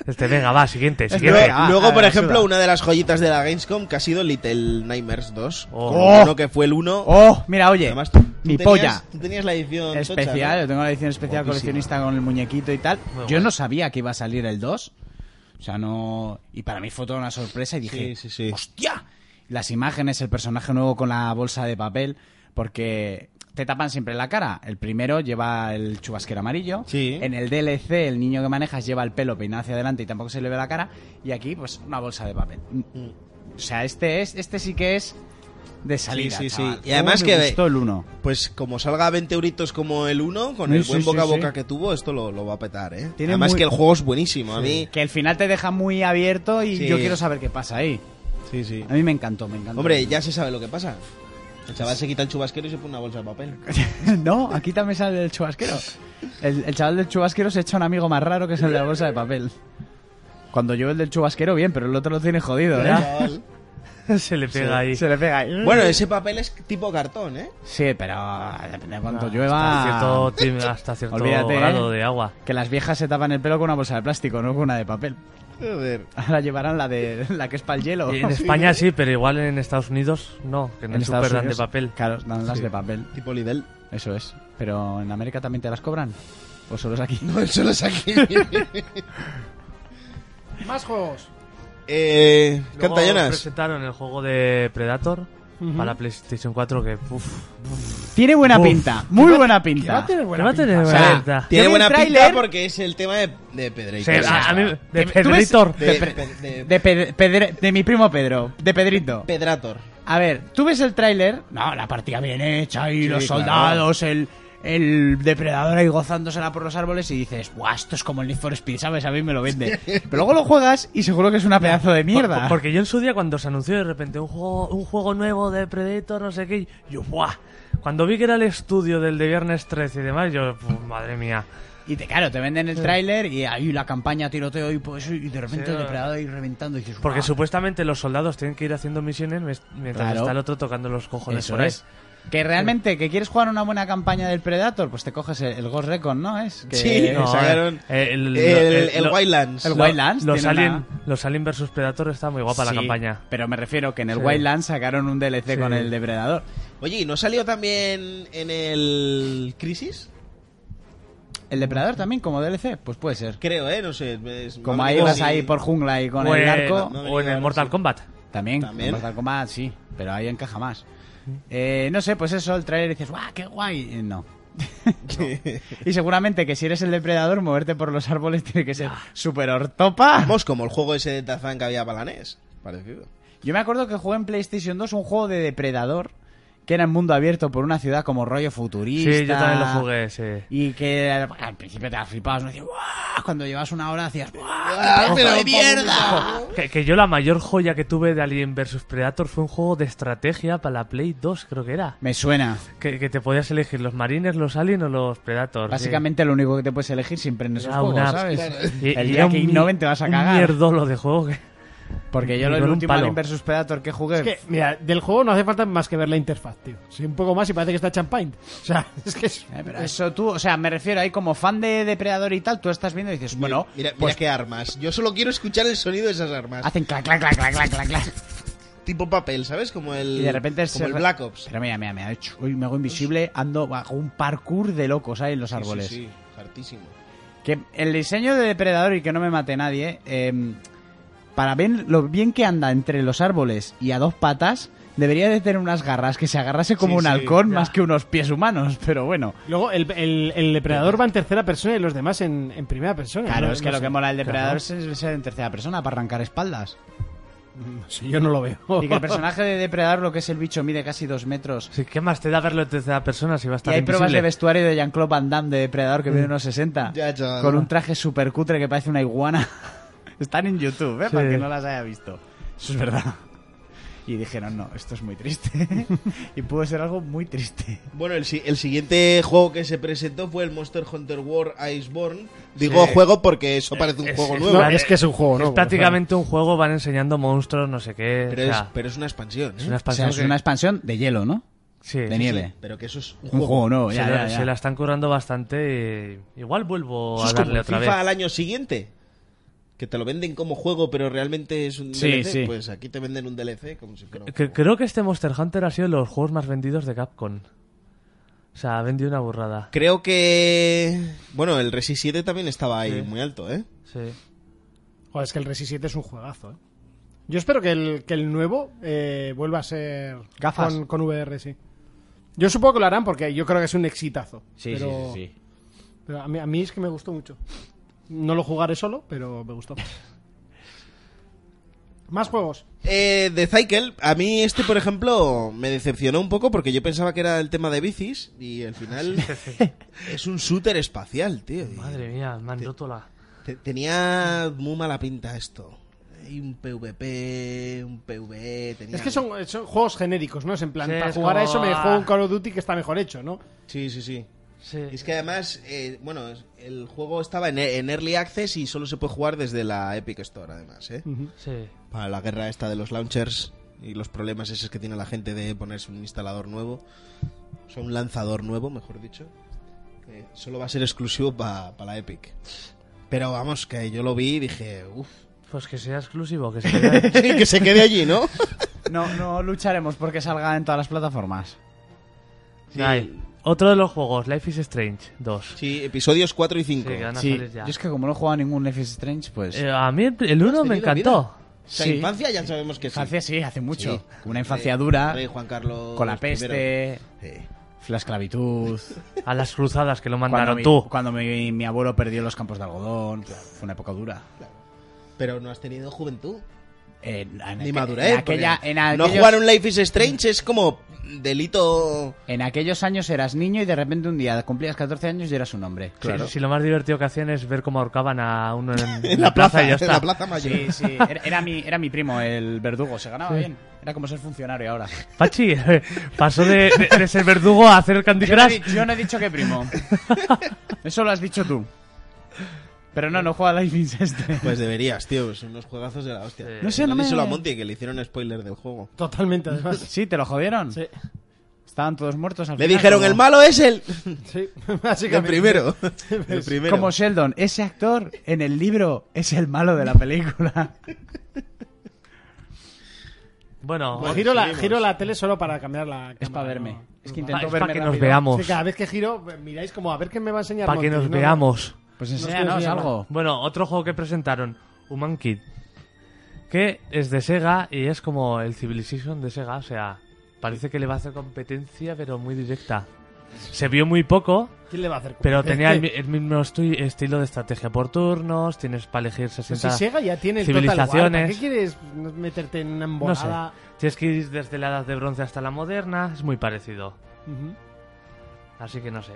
Speaker 7: Este, venga, va, siguiente,
Speaker 5: Este,
Speaker 7: siguiente.
Speaker 5: venga. Ah,
Speaker 6: eh, Luego,
Speaker 5: ah,
Speaker 6: por
Speaker 5: la
Speaker 6: ejemplo,
Speaker 5: suda.
Speaker 6: una de las joyitas de la Gamescom que ha sido Little Nightmares 2.
Speaker 7: Oh.
Speaker 6: Como Uno que fue el 1.
Speaker 5: ¡Oh! Mira, oye,
Speaker 6: Además, tú, tú
Speaker 5: mi
Speaker 6: tenías-
Speaker 5: polla.
Speaker 6: Tú tenías la edición tocha,
Speaker 5: Especial,
Speaker 6: ¿no?
Speaker 5: yo tengo la edición especial
Speaker 6: Guapísima.
Speaker 5: coleccionista con el muñequito y tal.
Speaker 7: Muy
Speaker 5: yo
Speaker 7: guay.
Speaker 5: no sabía que iba a salir el 2. O sea, no. Y para mí fue toda una sorpresa y dije,
Speaker 6: Sí, sí, sí.
Speaker 5: ¡hostia! Las imágenes, el personaje nuevo con la bolsa de papel, porque te tapan siempre la cara. El primero lleva el chubasquero amarillo.
Speaker 6: Sí.
Speaker 5: En el DLC, el niño que manejas lleva el pelo peinado hacia adelante y tampoco se le ve la cara. Y aquí, pues, una bolsa de papel. O sea, este es, este sí que es de salida.
Speaker 6: Mm. sí, sí.
Speaker 5: chaval.
Speaker 6: Y además
Speaker 5: ¿Cómo me
Speaker 6: que-
Speaker 5: gustó el 1.
Speaker 6: Pues como salga a 20 euritos como el 1, con
Speaker 5: Sí,
Speaker 6: el
Speaker 5: sí,
Speaker 6: buen
Speaker 5: sí,
Speaker 6: boca a
Speaker 5: sí.
Speaker 6: boca que tuvo, esto lo, lo va a petar, ¿eh?
Speaker 5: Tiene
Speaker 6: Además
Speaker 5: muy-
Speaker 6: que el juego es buenísimo. A mí...
Speaker 5: Que el final te deja muy abierto y
Speaker 6: Sí.
Speaker 5: yo quiero saber qué pasa ahí.
Speaker 6: Sí, sí.
Speaker 5: A mí me encantó, me encantó.
Speaker 6: Hombre, ya se sabe lo que pasa. El chaval se quita el chubasquero y se pone una bolsa de papel.
Speaker 5: no, aquí también sale el chubasquero. El, el chaval del chubasquero se echa un amigo más raro que es el de la bolsa de papel. Cuando yo el del chubasquero, bien, pero el otro lo tiene jodido, ¿eh?
Speaker 6: Chaval.
Speaker 7: Se le pega ahí.
Speaker 5: Se le pega ahí.
Speaker 6: Bueno, ese papel es tipo cartón, ¿eh?
Speaker 5: Sí, pero ah, depende de cuánto
Speaker 7: Hasta
Speaker 5: llueva.
Speaker 7: Ah, cierto, tim- hasta cierto
Speaker 5: Olvídate,
Speaker 7: grado
Speaker 5: ¿eh?
Speaker 7: de agua.
Speaker 5: Que las viejas se tapan el pelo con una bolsa de plástico, no con una de papel.
Speaker 6: Joder.
Speaker 5: Ahora llevarán la de la que es para el hielo.
Speaker 7: En España sí, pero igual en Estados Unidos no, que no
Speaker 5: En
Speaker 7: es
Speaker 5: Estados
Speaker 7: super dan de
Speaker 5: Unidos,
Speaker 7: papel.
Speaker 5: Claro, dan las de papel.
Speaker 6: Tipo Lidl.
Speaker 5: Eso es. Pero en América también te las cobran. ¿O solo es aquí?
Speaker 6: No, eso lo saqué.
Speaker 4: Más juegos.
Speaker 6: eh,
Speaker 7: Luego
Speaker 6: canta, Jonas.
Speaker 7: presentaron el juego de Predator para PlayStation 4 que uf,
Speaker 5: Tiene buena pinta, muy buena pinta.
Speaker 4: Va a tener buena
Speaker 7: va a
Speaker 4: pinta.
Speaker 7: tener
Speaker 5: O sea,
Speaker 7: valenta?
Speaker 5: Yo vi
Speaker 6: Tiene
Speaker 5: el
Speaker 6: buena
Speaker 5: tráiler-
Speaker 6: pinta porque es el tema de, de Pedreito.
Speaker 7: Sí, a- a mí- de
Speaker 5: ¿Tú ves-
Speaker 7: Pedritor.
Speaker 6: De-
Speaker 5: Pe-
Speaker 6: de-
Speaker 5: de Ped- Pedre- de mi primo Pedro, de Pedrito.
Speaker 6: Pedrator.
Speaker 5: A ver, tú ves el tráiler, no, la partida bien hecha y los
Speaker 6: claro.
Speaker 5: soldados, el, el depredador ahí gozándosela por los árboles y dices, guau, esto es como el Need for Speed, ¿sabes? A mí me lo vende. Pero luego lo juegas y seguro que es una pedazo de mierda.
Speaker 7: Por- porque yo en su día, cuando se anunció de repente un juego, un juego nuevo de Predator, no sé qué, yo, ¡buah! Cuando vi que era el estudio del de Viernes 13 y demás, yo, "Puf, madre mía.
Speaker 5: Y te, claro, te venden el tráiler y ahí la campaña tiroteo y, pues, y de repente
Speaker 7: Sí,
Speaker 5: el depredador ahí reventando y dices,
Speaker 7: Porque
Speaker 4: Ah.
Speaker 5: guau,
Speaker 7: supuestamente los soldados tienen que ir haciendo misiones mes- mientras
Speaker 5: Claro.
Speaker 7: está el otro tocando los cojones
Speaker 5: eso
Speaker 7: por ahí.
Speaker 5: es. Que realmente, que quieres jugar una buena campaña del Predator, pues te coges el, el Ghost Recon, ¿no? Es que-
Speaker 6: Sí,
Speaker 7: No,
Speaker 6: sacaron
Speaker 7: eh,
Speaker 6: el,
Speaker 7: el-
Speaker 6: el,
Speaker 7: eh, lo-
Speaker 6: Wildlands.
Speaker 5: el
Speaker 7: Lo-
Speaker 5: Wildlands
Speaker 7: Los
Speaker 5: tiene
Speaker 7: Alien,
Speaker 5: una-
Speaker 7: los Alien vs Predator está muy guapa
Speaker 5: Sí,
Speaker 7: la campaña.
Speaker 5: Pero me refiero que en el
Speaker 7: Sí.
Speaker 5: Wildlands sacaron un DLC con
Speaker 7: Sí.
Speaker 5: el depredador.
Speaker 6: Oye, ¿y no salió también en el Crisis?
Speaker 5: ¿El depredador también como DLC? Pues puede ser.
Speaker 6: Creo, ¿eh? No sé. es-
Speaker 5: Como
Speaker 6: no
Speaker 5: ahí
Speaker 6: digo
Speaker 5: vas
Speaker 6: si-
Speaker 5: ahí por jungla y con
Speaker 7: o
Speaker 5: el
Speaker 7: en-
Speaker 5: arco.
Speaker 6: no,
Speaker 7: o en el Mortal Kombat.
Speaker 5: También,
Speaker 6: También.
Speaker 5: en Mortal Kombat sí, pero ahí encaja más. Eh, no sé, pues eso, el trailer dices, ¡guau, qué guay! Eh, No. y seguramente que si eres el depredador, moverte por los árboles tiene que ser súper ortopa.
Speaker 6: Vamos, como el juego ese de Tarzán que había para la E NES. Parecido.
Speaker 5: Yo me acuerdo que jugué en PlayStation 2 un juego de depredador que era en mundo abierto por una ciudad como rollo futurista.
Speaker 7: Sí, yo también lo jugué, sí.
Speaker 5: Y que al, al principio te flipabas, ¿no? Decías, "Guau", Cuando llevas una hora hacías,
Speaker 6: Ah,
Speaker 5: ¡guau!
Speaker 6: pero
Speaker 5: ¡Pedazo de mierda!
Speaker 7: Que, que yo la mayor joya que tuve de Alien vs Predator fue un juego de estrategia para la Play 2, creo que era.
Speaker 5: Me suena.
Speaker 7: Que, que te podías elegir los marines, los aliens o los Predator. sí.
Speaker 5: Básicamente lo único que te puedes elegir siempre en esos
Speaker 7: Era
Speaker 5: juegos,
Speaker 7: una-
Speaker 5: ¿sabes?
Speaker 7: Y-
Speaker 5: el
Speaker 7: y
Speaker 5: día
Speaker 7: era
Speaker 5: que
Speaker 7: un mi-
Speaker 5: innoven te vas a
Speaker 7: un
Speaker 5: cagar.
Speaker 7: mierdolo de juego. que-
Speaker 5: Porque yo
Speaker 7: y
Speaker 5: lo el
Speaker 7: con un
Speaker 5: último
Speaker 7: palo.
Speaker 5: Alien vs Predator que jugué.
Speaker 4: Es que, mira, del juego no hace falta más que ver la interfaz, tío. Sí, un poco más y parece que está champagne. O sea, es que es...
Speaker 5: Eh, pero eso tú, o sea, me refiero ahí como fan de Depredador y tal, tú estás viendo y dices, bueno,
Speaker 6: Mira, mira
Speaker 5: pues Ah.
Speaker 6: qué armas. Yo solo quiero escuchar el sonido de esas armas.
Speaker 5: hacen clac, clac, clac, clac, clac, clac, clac.
Speaker 6: Tipo papel, ¿sabes? Como el.
Speaker 5: Y de repente
Speaker 6: Como
Speaker 5: se-
Speaker 6: el Black Ops.
Speaker 5: Pero mira, mira, me ha hecho, uy, me hago invisible, ando, hago un parkour de locos ahí en los
Speaker 6: Sí, sí,
Speaker 5: árboles.
Speaker 6: Sí, hartísimo.
Speaker 5: Que el diseño de depredador y que no me mate nadie, eh, para ver lo bien que anda entre los árboles y a dos patas, debería de tener unas garras que se agarrase como
Speaker 6: Sí,
Speaker 5: un
Speaker 6: sí,
Speaker 5: halcón más que unos pies humanos, pero bueno.
Speaker 4: Luego, el, el, el depredador va en tercera persona y los demás en, en primera persona.
Speaker 5: Claro,
Speaker 4: No-
Speaker 5: es que
Speaker 4: no
Speaker 5: lo
Speaker 4: sé.
Speaker 5: que mola el depredador
Speaker 4: Claro.
Speaker 5: es es ser en tercera persona para arrancar espaldas.
Speaker 4: Sí, yo no lo veo.
Speaker 5: Y que el personaje de depredador, lo que es el bicho, mide casi dos metros.
Speaker 7: Sí, ¿Qué más te da verlo en tercera persona si va a
Speaker 5: Y
Speaker 7: estar
Speaker 5: hay pruebas de
Speaker 7: invisible?
Speaker 5: vestuario de Jean-Claude Van Damme de depredador
Speaker 4: Mm.
Speaker 5: que mide unos 60.
Speaker 6: Ya, chaval.
Speaker 5: con un traje super cutre que parece una iguana. Están en YouTube, ¿eh? Para que no las haya visto. Eso es verdad. Y dijeron, no, esto es muy triste. y pudo ser algo muy triste.
Speaker 6: Bueno, el, si- el siguiente juego que se presentó fue el Monster Hunter War Iceborne. Digo juego porque eso parece un juego
Speaker 7: es-
Speaker 6: nuevo.
Speaker 4: No, es que es un juego, ¿no?
Speaker 7: Es prácticamente un juego, van enseñando monstruos, no sé qué.
Speaker 6: pero,
Speaker 7: o
Speaker 6: es,
Speaker 7: sea,
Speaker 6: pero es una expansión. ¿eh?
Speaker 7: es una
Speaker 5: O sea,
Speaker 7: expansión
Speaker 5: es
Speaker 7: que-
Speaker 5: una expansión de hielo, ¿no?
Speaker 7: sí,
Speaker 5: de
Speaker 7: sí,
Speaker 6: Sí,
Speaker 5: nieve.
Speaker 6: pero que eso es un
Speaker 5: Un
Speaker 6: juego.
Speaker 5: juego nuevo,
Speaker 7: se,
Speaker 5: ya,
Speaker 7: la,
Speaker 5: ya, ya.
Speaker 7: se la están currando bastante y igual vuelvo
Speaker 6: Eso
Speaker 7: a
Speaker 6: es como
Speaker 7: darle
Speaker 6: el
Speaker 7: otra
Speaker 6: FIFA
Speaker 7: vez.
Speaker 6: al año siguiente. Que te lo venden como juego, pero realmente es un
Speaker 5: Sí,
Speaker 6: DLC.
Speaker 5: sí.
Speaker 6: Pues aquí te venden un DLC como si fuera un
Speaker 7: Que-
Speaker 6: juego.
Speaker 7: creo que este Monster Hunter ha sido de los juegos más vendidos de Capcom. O sea, ha vendido una burrada.
Speaker 6: Creo que. Bueno, el Resi 7 también estaba ahí
Speaker 7: Sí.
Speaker 6: muy alto, ¿eh?
Speaker 7: Sí.
Speaker 4: Joder, es que el Resi 7 es un juegazo, ¿eh? Yo espero que el, que el nuevo eh, vuelva a ser
Speaker 5: Gafas.
Speaker 4: Con, con VR, sí. Yo supongo que lo harán porque yo creo que es un exitazo. pero, pero a, mí, a mí es que me gustó mucho. No lo jugaré solo, pero me gustó. Más juegos.
Speaker 6: Eh, de Cycle, a mí este, por ejemplo, me decepcionó un poco porque yo pensaba que era el tema de bicis y al final es un shooter espacial, tío. Y
Speaker 7: Madre mía, me han roto la...
Speaker 6: te- tenía muy mala pinta esto. Hay un PvP, un PvE. tenía-
Speaker 4: Es que son, son juegos genéricos, ¿no? Es en plan,
Speaker 7: Sí,
Speaker 4: para
Speaker 7: es
Speaker 4: jugar a
Speaker 7: como-
Speaker 4: eso me juego un Call of Duty que está mejor hecho, ¿no?
Speaker 6: Sí, sí, sí.
Speaker 7: Sí.
Speaker 6: Es que además, eh, bueno, es- el juego estaba en, en Early Access y solo se puede jugar desde la Epic Store, además, ¿eh?
Speaker 7: Sí.
Speaker 6: Para la guerra esta de los launchers y los problemas esos que tiene la gente de ponerse un instalador nuevo, o sea, un lanzador nuevo, mejor dicho, eh, solo va a ser exclusivo para la Epic. Pero vamos, que yo lo vi y dije, uff,
Speaker 7: Pues que sea exclusivo, que se quede-
Speaker 6: que se quede allí, ¿no?
Speaker 5: No, no lucharemos porque salga en todas las plataformas.
Speaker 7: Ay, Otro de los juegos, Life is Strange 2.
Speaker 6: Sí, episodios 4 y
Speaker 7: Sí,
Speaker 6: 5.
Speaker 7: que van a
Speaker 5: Sí.
Speaker 7: salir ya.
Speaker 5: Yo es que como no he jugado a ningún Life is Strange, pues...
Speaker 7: Eh, a mí el- el 1
Speaker 6: tenido
Speaker 7: me encantó.
Speaker 6: O sea,
Speaker 5: Sí.
Speaker 6: infancia ya sabemos que sí.
Speaker 5: Infancia sí, hace mucho.
Speaker 6: Sí.
Speaker 5: Una infancia dura,
Speaker 6: Rey Juan Carlos
Speaker 5: con la
Speaker 6: I.
Speaker 5: peste...
Speaker 6: Sí.
Speaker 5: la esclavitud.
Speaker 7: A las cruzadas que lo
Speaker 5: Cuando,
Speaker 7: mandaron
Speaker 5: mi,
Speaker 7: tú.
Speaker 5: cuando mi, mi abuelo perdió los campos de algodón, fue una época dura.
Speaker 6: Pero no has tenido juventud.
Speaker 5: En- en
Speaker 6: Ni
Speaker 5: aqu-
Speaker 6: madurez.
Speaker 5: en aquella-
Speaker 6: porque
Speaker 5: en
Speaker 6: No
Speaker 5: aquellos-
Speaker 6: jugar un Life is Strange es como delito.
Speaker 5: En aquellos años eras niño y de repente un día cumplías 14 años y eras un hombre.
Speaker 7: Sí, sí, lo más divertido que hacían es ver cómo ahorcaban a uno en,
Speaker 6: En la plaza,
Speaker 7: y ya
Speaker 6: en
Speaker 7: está.
Speaker 6: la plaza mayor.
Speaker 5: Sí, sí. Era, era mi, era mi primo, el verdugo. Se ganaba bien. Era como ser funcionario ahora.
Speaker 7: Pachi pasó de, de- de ser verdugo a hacer Candy
Speaker 5: Yo no, he,
Speaker 7: Crush.
Speaker 5: yo no he dicho que primo. Eso lo has dicho tú. Pero no, no juega a Life is Strange.
Speaker 6: Pues deberías, tío. Son unos juegazos de la hostia.
Speaker 7: Sí.
Speaker 5: No sé, no me...
Speaker 6: Díselo a Monty que le hicieron spoiler del juego.
Speaker 4: Totalmente, además.
Speaker 5: Sí, te lo jodieron.
Speaker 4: Sí,
Speaker 5: Estaban todos muertos al
Speaker 6: Le
Speaker 5: final,
Speaker 6: dijeron,
Speaker 5: como-
Speaker 6: el malo es el.
Speaker 4: sí.
Speaker 6: El
Speaker 4: Básicamente.
Speaker 6: primero. El primero.
Speaker 5: Como Sheldon, ese actor en el libro es el malo de la película.
Speaker 7: Bueno,
Speaker 4: Pues giro, la, giro la tele solo para cambiar la cámara,
Speaker 5: Es para verme.
Speaker 4: ¿no?
Speaker 5: Es que
Speaker 7: pa-
Speaker 5: intento
Speaker 7: es para
Speaker 5: verme
Speaker 7: que nos
Speaker 5: rápido.
Speaker 7: veamos.
Speaker 4: Sí, cada vez que giro, pues, miráis como a ver qué me va a enseñar.
Speaker 7: Para que
Speaker 4: Monty,
Speaker 7: nos
Speaker 4: ¿no?
Speaker 7: veamos.
Speaker 5: Pues
Speaker 4: No
Speaker 5: enséñanos
Speaker 4: estoy
Speaker 5: algo.
Speaker 7: Bueno, otro juego que presentaron, Human Kid, que es de Sega y es como el Civilization de Sega, o sea, parece que le va a hacer competencia, pero muy directa. Se vio muy poco,
Speaker 4: ¿Quién le va a hacer?
Speaker 7: pero tenía el, mi-
Speaker 4: Este.
Speaker 7: el mismo estu- estilo de estrategia por turnos, tienes para elegir
Speaker 4: Pues
Speaker 7: 60...
Speaker 4: si Sega ya tiene el Total War, ¿para
Speaker 7: Civilizaciones.
Speaker 4: qué quieres meterte en una
Speaker 7: No sé.
Speaker 4: embolada?
Speaker 7: Tienes que ir desde la edad de bronce hasta la moderna, es muy parecido. Así que no sé.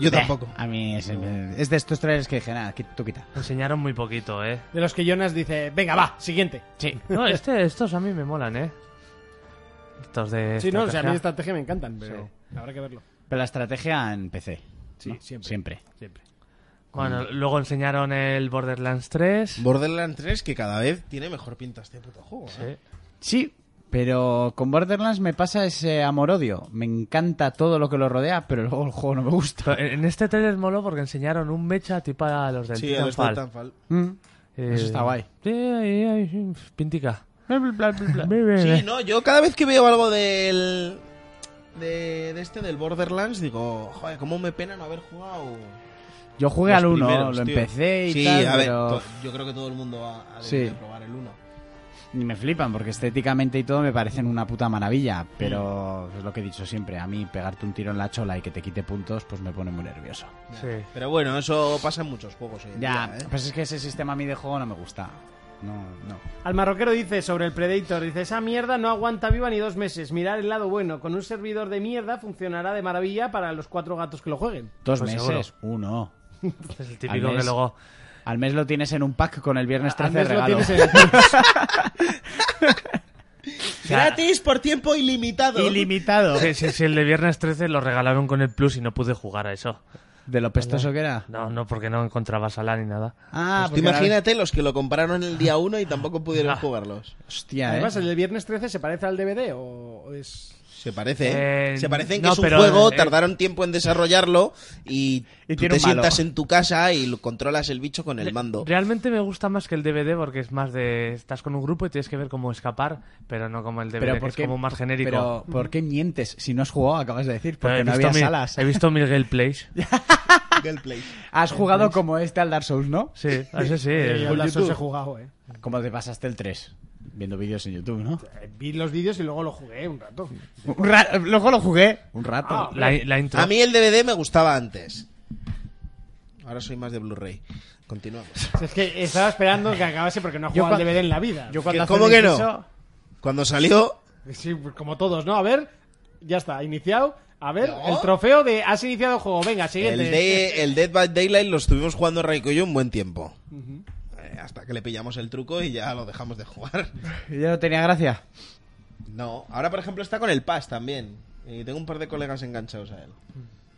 Speaker 6: Yo tampoco.
Speaker 5: A mí es, es de estos trailers que dije, nada, qui- tú quita.
Speaker 7: Enseñaron muy poquito, ¿eh?
Speaker 4: De los que Jonas dice, venga, va, siguiente. Sí.
Speaker 7: No, este, estos a mí me molan, ¿eh? Estos de...
Speaker 4: Sí, no, o sea, a mí
Speaker 7: estrategia.
Speaker 4: de estrategia me encantan, pero habrá que verlo.
Speaker 5: Pero la estrategia en PC.
Speaker 4: Sí,
Speaker 5: ¿no?
Speaker 4: siempre.
Speaker 5: Siempre.
Speaker 4: Siempre.
Speaker 7: Bueno, luego enseñaron el Borderlands 3.
Speaker 6: Borderlands 3 que cada vez tiene mejor pinta este puto juego. ¿eh?
Speaker 7: Sí.
Speaker 5: Sí, pero con Borderlands me pasa ese amor-odio. Me encanta todo lo que lo rodea, pero luego el juego no me gusta.
Speaker 7: Pero en en este trailer moló porque enseñaron un mecha tipo a los del
Speaker 6: Sí, este a
Speaker 7: Titanfall.
Speaker 6: los Titanfall.
Speaker 5: Mm.
Speaker 7: Eh,
Speaker 5: Eso está guay.
Speaker 7: Sí, ahí, ahí, sí, pintica. eh.
Speaker 6: Sí, no, yo cada vez que veo algo del. De, de este, del Borderlands, digo, joder, cómo me pena no haber jugado.
Speaker 5: Yo jugué
Speaker 6: los
Speaker 5: al 1,
Speaker 6: primeros,
Speaker 5: lo
Speaker 6: tío.
Speaker 5: empecé y
Speaker 6: sí,
Speaker 5: tal,
Speaker 6: a ver,
Speaker 5: pero
Speaker 6: to- yo creo que todo el mundo va a
Speaker 5: Sí.
Speaker 6: debería probar el 1.
Speaker 5: ni me flipan porque estéticamente y todo me parecen una puta maravilla. Pero
Speaker 6: Mm.
Speaker 5: es lo que he dicho siempre, a mí pegarte un tiro en la chola y que te quite puntos, pues me pone muy nervioso.
Speaker 7: Sí. este
Speaker 6: Pero bueno, eso pasa en muchos juegos hoy en
Speaker 5: Ya,
Speaker 6: día, ¿eh?
Speaker 5: pues es que ese sistema a mí de juego no me gusta. No, no.
Speaker 4: Al marroquero dice sobre el Predator, dice, esa mierda no aguanta viva ni dos meses, mirar el lado bueno, con un servidor de mierda funcionará de maravilla para los cuatro gatos que lo jueguen.
Speaker 5: Dos
Speaker 7: Pues
Speaker 5: meses, uno.
Speaker 7: Este Es el típico
Speaker 5: Al mes.
Speaker 7: que luego.
Speaker 5: Al mes lo tienes en un pack con el viernes 13
Speaker 4: Al mes
Speaker 5: de
Speaker 4: lo
Speaker 5: regalo.
Speaker 4: tienes en-
Speaker 6: Gratis por tiempo ilimitado.
Speaker 5: Ilimitado.
Speaker 7: Sí, sí, sí, el de viernes 13 lo regalaron con el Plus y no pude jugar a eso.
Speaker 5: De lo pestoso que era.
Speaker 7: No, no, porque no encontraba sala ni nada.
Speaker 5: Ah,
Speaker 6: Tú
Speaker 5: porque Ah. era-
Speaker 6: imagínate los que lo compraron el día 1 y tampoco pudieron jugarlos.
Speaker 5: Hostia,
Speaker 4: Además,
Speaker 5: eh.
Speaker 4: el de viernes 13 se parece al DVD o es...
Speaker 6: Se parece, ¿eh?
Speaker 7: Eh,
Speaker 6: Se parecen que
Speaker 7: no,
Speaker 6: es un
Speaker 7: pero,
Speaker 6: juego,
Speaker 7: eh,
Speaker 6: tardaron tiempo en desarrollarlo y,
Speaker 5: Y tiene
Speaker 6: tú te
Speaker 5: un malo.
Speaker 6: sientas en tu casa y lo- controlas el bicho con el mando.
Speaker 7: Realmente me gusta más que el DVD porque es más de. Estás con un grupo y tienes que ver cómo escapar, pero no como el DVD, que es como más genérico.
Speaker 5: Pero, ¿por qué mientes? Si no has jugado, acabas de decir,
Speaker 7: Pero
Speaker 5: porque no había
Speaker 7: mi-
Speaker 5: salas.
Speaker 7: he visto mil gameplays.
Speaker 6: Gameplay.
Speaker 5: Has jugado como este al Dark Souls, ¿no?
Speaker 7: Sí, eso sí.
Speaker 4: Eh,
Speaker 7: el-
Speaker 4: yo las os he jugado, eh.
Speaker 5: Como te pasaste el 3. Viendo vídeos en YouTube, ¿no?
Speaker 4: Eh, Vi los vídeos y luego lo jugué un rato.
Speaker 5: Un ra- Luego lo jugué. Un rato.
Speaker 7: la, la intro.
Speaker 6: A mí el DVD me gustaba antes. Ahora soy más de Blu-ray. Continuamos.
Speaker 4: O sea, es que estaba esperando que acabase porque no ha
Speaker 5: Yo
Speaker 4: jugado al
Speaker 5: cuan-
Speaker 4: DVD en la vida.
Speaker 5: Yo
Speaker 6: ¿Que
Speaker 5: cuando
Speaker 6: ¿Cómo
Speaker 5: hacen
Speaker 6: que no?
Speaker 5: eso-
Speaker 6: Cuando salió...
Speaker 4: Sí, pues como todos, ¿no? A ver, ya está, iniciado. A ver,
Speaker 6: No.
Speaker 4: el trofeo de has iniciado el juego, venga,
Speaker 6: El,
Speaker 4: siguiente.
Speaker 6: de, el Dead by Daylight lo estuvimos jugando Raiko y yo un buen tiempo. Eh, hasta que le pillamos el truco y ya lo dejamos de jugar.
Speaker 5: Ya no tenía gracia.
Speaker 6: No, ahora por ejemplo está con el Paz también. Y tengo un par de colegas enganchados a él.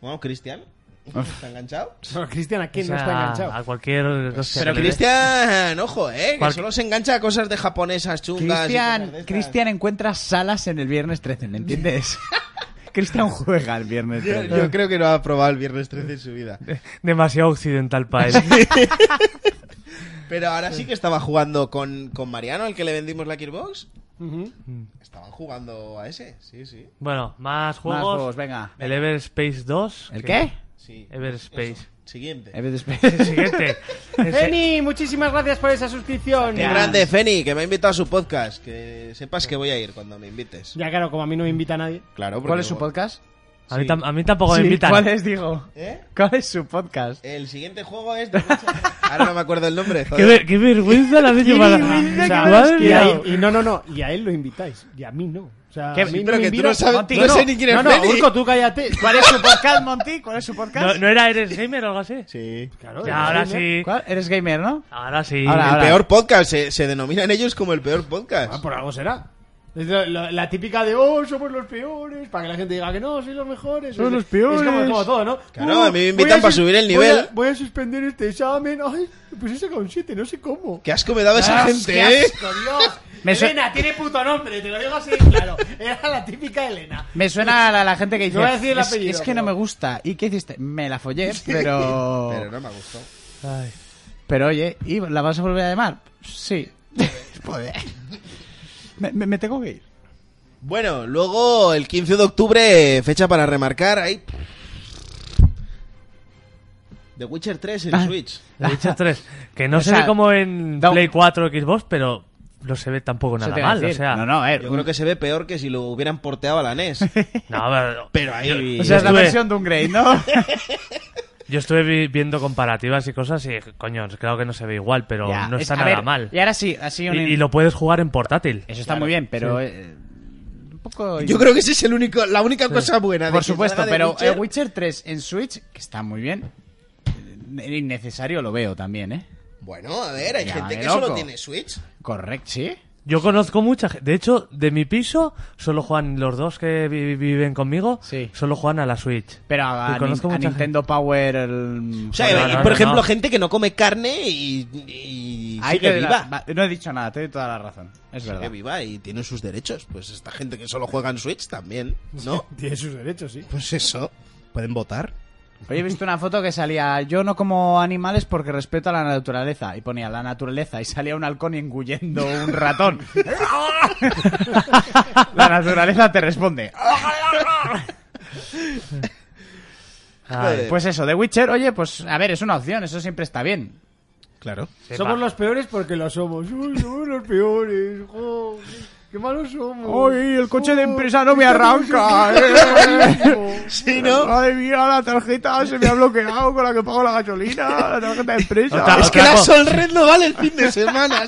Speaker 6: Bueno, Cristian, ¿está enganchado?
Speaker 4: Pero, Cristian, ¿a
Speaker 7: O
Speaker 4: quién
Speaker 7: sea,
Speaker 4: no está enganchado?
Speaker 7: A cualquier. hostia
Speaker 6: Pero
Speaker 7: que le dé.
Speaker 6: Cristian, ojo, eh, que
Speaker 7: Cual-
Speaker 6: solo se engancha a cosas de japonesas chungas. y cosas de
Speaker 5: Cristian,
Speaker 6: estas.
Speaker 5: Cristian encuentra salas en el viernes 13, ¿me entiendes? Cristian juega el viernes 13.
Speaker 6: Yo creo que no ha probado el viernes 13 en su vida.
Speaker 7: demasiado occidental para él.
Speaker 6: Pero ahora sí que estaba jugando con, con Mariano, al que le vendimos la Gearbox.
Speaker 4: Ujú.
Speaker 6: Estaban jugando a ese, sí, sí.
Speaker 7: bueno, más
Speaker 5: Más
Speaker 7: juegos.
Speaker 5: juegos, venga.
Speaker 7: El Everspace 2.
Speaker 5: ¿El
Speaker 7: que-
Speaker 5: qué?
Speaker 6: sí.
Speaker 7: Everspace.
Speaker 6: Siguiente.
Speaker 5: Ever
Speaker 7: El
Speaker 5: Space.
Speaker 7: siguiente. El se-
Speaker 4: Feni, muchísimas gracias por esa suscripción.
Speaker 6: Qué grande, Feni, que me ha invitado a su podcast. Que sepas que voy a ir cuando me invites.
Speaker 4: Ya claro, como a mí no me invita nadie.
Speaker 6: Claro, porque
Speaker 5: ¿Cuál es su
Speaker 6: luego-
Speaker 5: podcast?
Speaker 7: A, mí, tam- a mí tampoco me invitan.
Speaker 5: ¿Cuál es, digo?
Speaker 6: ¿Eh?
Speaker 5: ¿Cuál es su podcast?
Speaker 6: El siguiente juego es. de lucha. Ahora no me acuerdo el nombre.
Speaker 7: Qué,
Speaker 6: Joder.
Speaker 7: ver- qué vergüenza la de llevar.
Speaker 5: vergüenza
Speaker 7: O sea,
Speaker 5: que
Speaker 7: madre
Speaker 5: nos
Speaker 4: Y,
Speaker 7: mía.
Speaker 4: a él- y no, no, no. Y a él lo invitáis. Y a mí no. O sea,
Speaker 5: Qué-
Speaker 4: a mí
Speaker 5: sí,
Speaker 6: pero
Speaker 4: me
Speaker 6: que tú
Speaker 4: invitan.
Speaker 6: no sabes-
Speaker 5: Monty, no
Speaker 6: sé
Speaker 5: no.
Speaker 6: ni quién es
Speaker 4: No, no,
Speaker 6: Freddy.
Speaker 4: Urco, tú cállate.
Speaker 5: ¿Cuál es su podcast, Monty? ¿Cuál es su podcast?
Speaker 7: ¿No, no era Eres Gamer o algo así?
Speaker 6: Sí.
Speaker 4: Claro,
Speaker 7: Ya, ahora
Speaker 4: ¿no?
Speaker 7: sí.
Speaker 5: ¿Cuál? Eres gamer, ¿no?
Speaker 7: Ahora sí.
Speaker 5: Ahora,
Speaker 6: El
Speaker 5: ahora.
Speaker 6: peor podcast. Se, se denominan ellos como el peor podcast.
Speaker 4: Ah, por algo será. Es lo- lo- la, típica de, oh, somos los peores, para que la gente diga que no, sois los mejores.
Speaker 5: Somos
Speaker 4: Es-
Speaker 5: los peores.
Speaker 4: Es como, como todo, ¿no?
Speaker 6: Claro, a mí me
Speaker 4: voy
Speaker 6: invitan para
Speaker 4: sus-
Speaker 6: subir el
Speaker 4: voy a-
Speaker 6: nivel.
Speaker 4: Voy a, suspender este examen. Ay, pues he sacado un 7, no sé cómo.
Speaker 6: Qué asco me daba esa gente, ¿eh?
Speaker 4: Dios.
Speaker 5: Me su-
Speaker 4: Elena tiene puto nombre, te lo digo así, claro. Era la típica Elena.
Speaker 5: Me suena a la, la gente que dice.
Speaker 4: No voy a decir el
Speaker 5: es,
Speaker 4: apellido,
Speaker 5: es que
Speaker 4: pero-
Speaker 5: no me gusta. ¿Y qué hiciste? Me la follé, pero.
Speaker 6: Pero no me ha gustado.
Speaker 7: Ay.
Speaker 5: Pero oye, ¿y la vas a volver a llamar? Sí. Joder. Me, me- me tengo que ir.
Speaker 6: Bueno, luego el 15 de octubre, fecha para remarcar. Ahí. The Witcher 3 en Switch.
Speaker 7: The Witcher 3. Que no
Speaker 5: O
Speaker 7: se
Speaker 5: sea,
Speaker 7: ve como en
Speaker 5: da un-
Speaker 7: Play 4 o Xbox, pero no se ve tampoco
Speaker 5: Eso
Speaker 7: nada
Speaker 5: te iba a
Speaker 7: mal. O
Speaker 5: decir.
Speaker 7: sea,
Speaker 5: no, no, a ver.
Speaker 6: Yo creo que se ve peor que si lo hubieran porteado a la NES.
Speaker 7: no, pero-
Speaker 6: Pero ahí.
Speaker 5: O sea, es la
Speaker 7: Estuve-
Speaker 5: versión de un Grey, ¿no?
Speaker 7: Yo estuve vi- viendo comparativas y cosas y, coño, claro que no se ve igual, pero
Speaker 5: Ya,
Speaker 7: Pues no
Speaker 5: es-
Speaker 7: está
Speaker 5: a
Speaker 7: nada
Speaker 5: ver,
Speaker 7: mal.
Speaker 5: Y ahora sí, así
Speaker 7: Y,
Speaker 5: un.
Speaker 7: y lo puedes jugar en portátil.
Speaker 5: Eso está muy bien, pero. eh, un poco.
Speaker 6: Yo creo que ese es el único, la única cosa buena. de
Speaker 5: Por
Speaker 6: que
Speaker 5: supuesto,
Speaker 6: salga The
Speaker 5: pero eh,
Speaker 6: Witcher-
Speaker 5: el Witcher 3 en Switch, que está muy bien. eh, Innecesario lo veo también, ¿eh?
Speaker 6: Bueno, a ver, hay
Speaker 5: Ya,
Speaker 6: gente
Speaker 5: de
Speaker 6: que
Speaker 5: loco.
Speaker 6: solo tiene Switch.
Speaker 5: Correcto, sí.
Speaker 7: Yo conozco mucha gente. De hecho, de mi piso, solo juegan los dos que vi- viven conmigo,
Speaker 5: Sí.
Speaker 7: solo juegan a la Switch.
Speaker 5: Pero a,
Speaker 7: Y
Speaker 5: a
Speaker 7: conozco
Speaker 5: Nin- a
Speaker 7: mucha gente.
Speaker 5: Nintendo Power. el-
Speaker 6: O sea,
Speaker 7: No,
Speaker 6: hay,
Speaker 7: no,
Speaker 6: por
Speaker 7: no,
Speaker 6: ejemplo,
Speaker 7: no.
Speaker 6: gente que no come carne y, y
Speaker 5: Ahí
Speaker 6: sigue
Speaker 5: te doy la-
Speaker 6: viva.
Speaker 5: va- no he dicho nada, te doy toda la razón. Es
Speaker 6: Sigue
Speaker 5: verdad.
Speaker 6: viva y tiene sus derechos. Pues esta gente que solo juega en Switch también, ¿no?
Speaker 4: Tiene sus derechos, sí.
Speaker 6: Pues eso. ¿Pueden votar?
Speaker 5: Oye, he visto una foto que salía: Yo no como animales porque respeto a la naturaleza. Y ponía la naturaleza y salía un halcón engullendo un ratón. la naturaleza te responde.
Speaker 7: Ay,
Speaker 6: Joder.
Speaker 5: Pues eso, The Witcher, oye, pues a ver, es una opción, eso siempre está bien.
Speaker 6: Claro.
Speaker 7: sepa.
Speaker 4: Somos los peores porque lo somos. Uy, somos los peores. jo, qué- qué malos somos. Jo, estamos enfermos.
Speaker 6: Sí, ¿no?
Speaker 5: eh. Madre mía, la tarjeta se me ha bloqueado con la que pago la gasolina, la tarjeta de empresa.
Speaker 7: Otra-
Speaker 6: Es que la
Speaker 7: Otra, co-
Speaker 6: Solred no vale el fin de semana.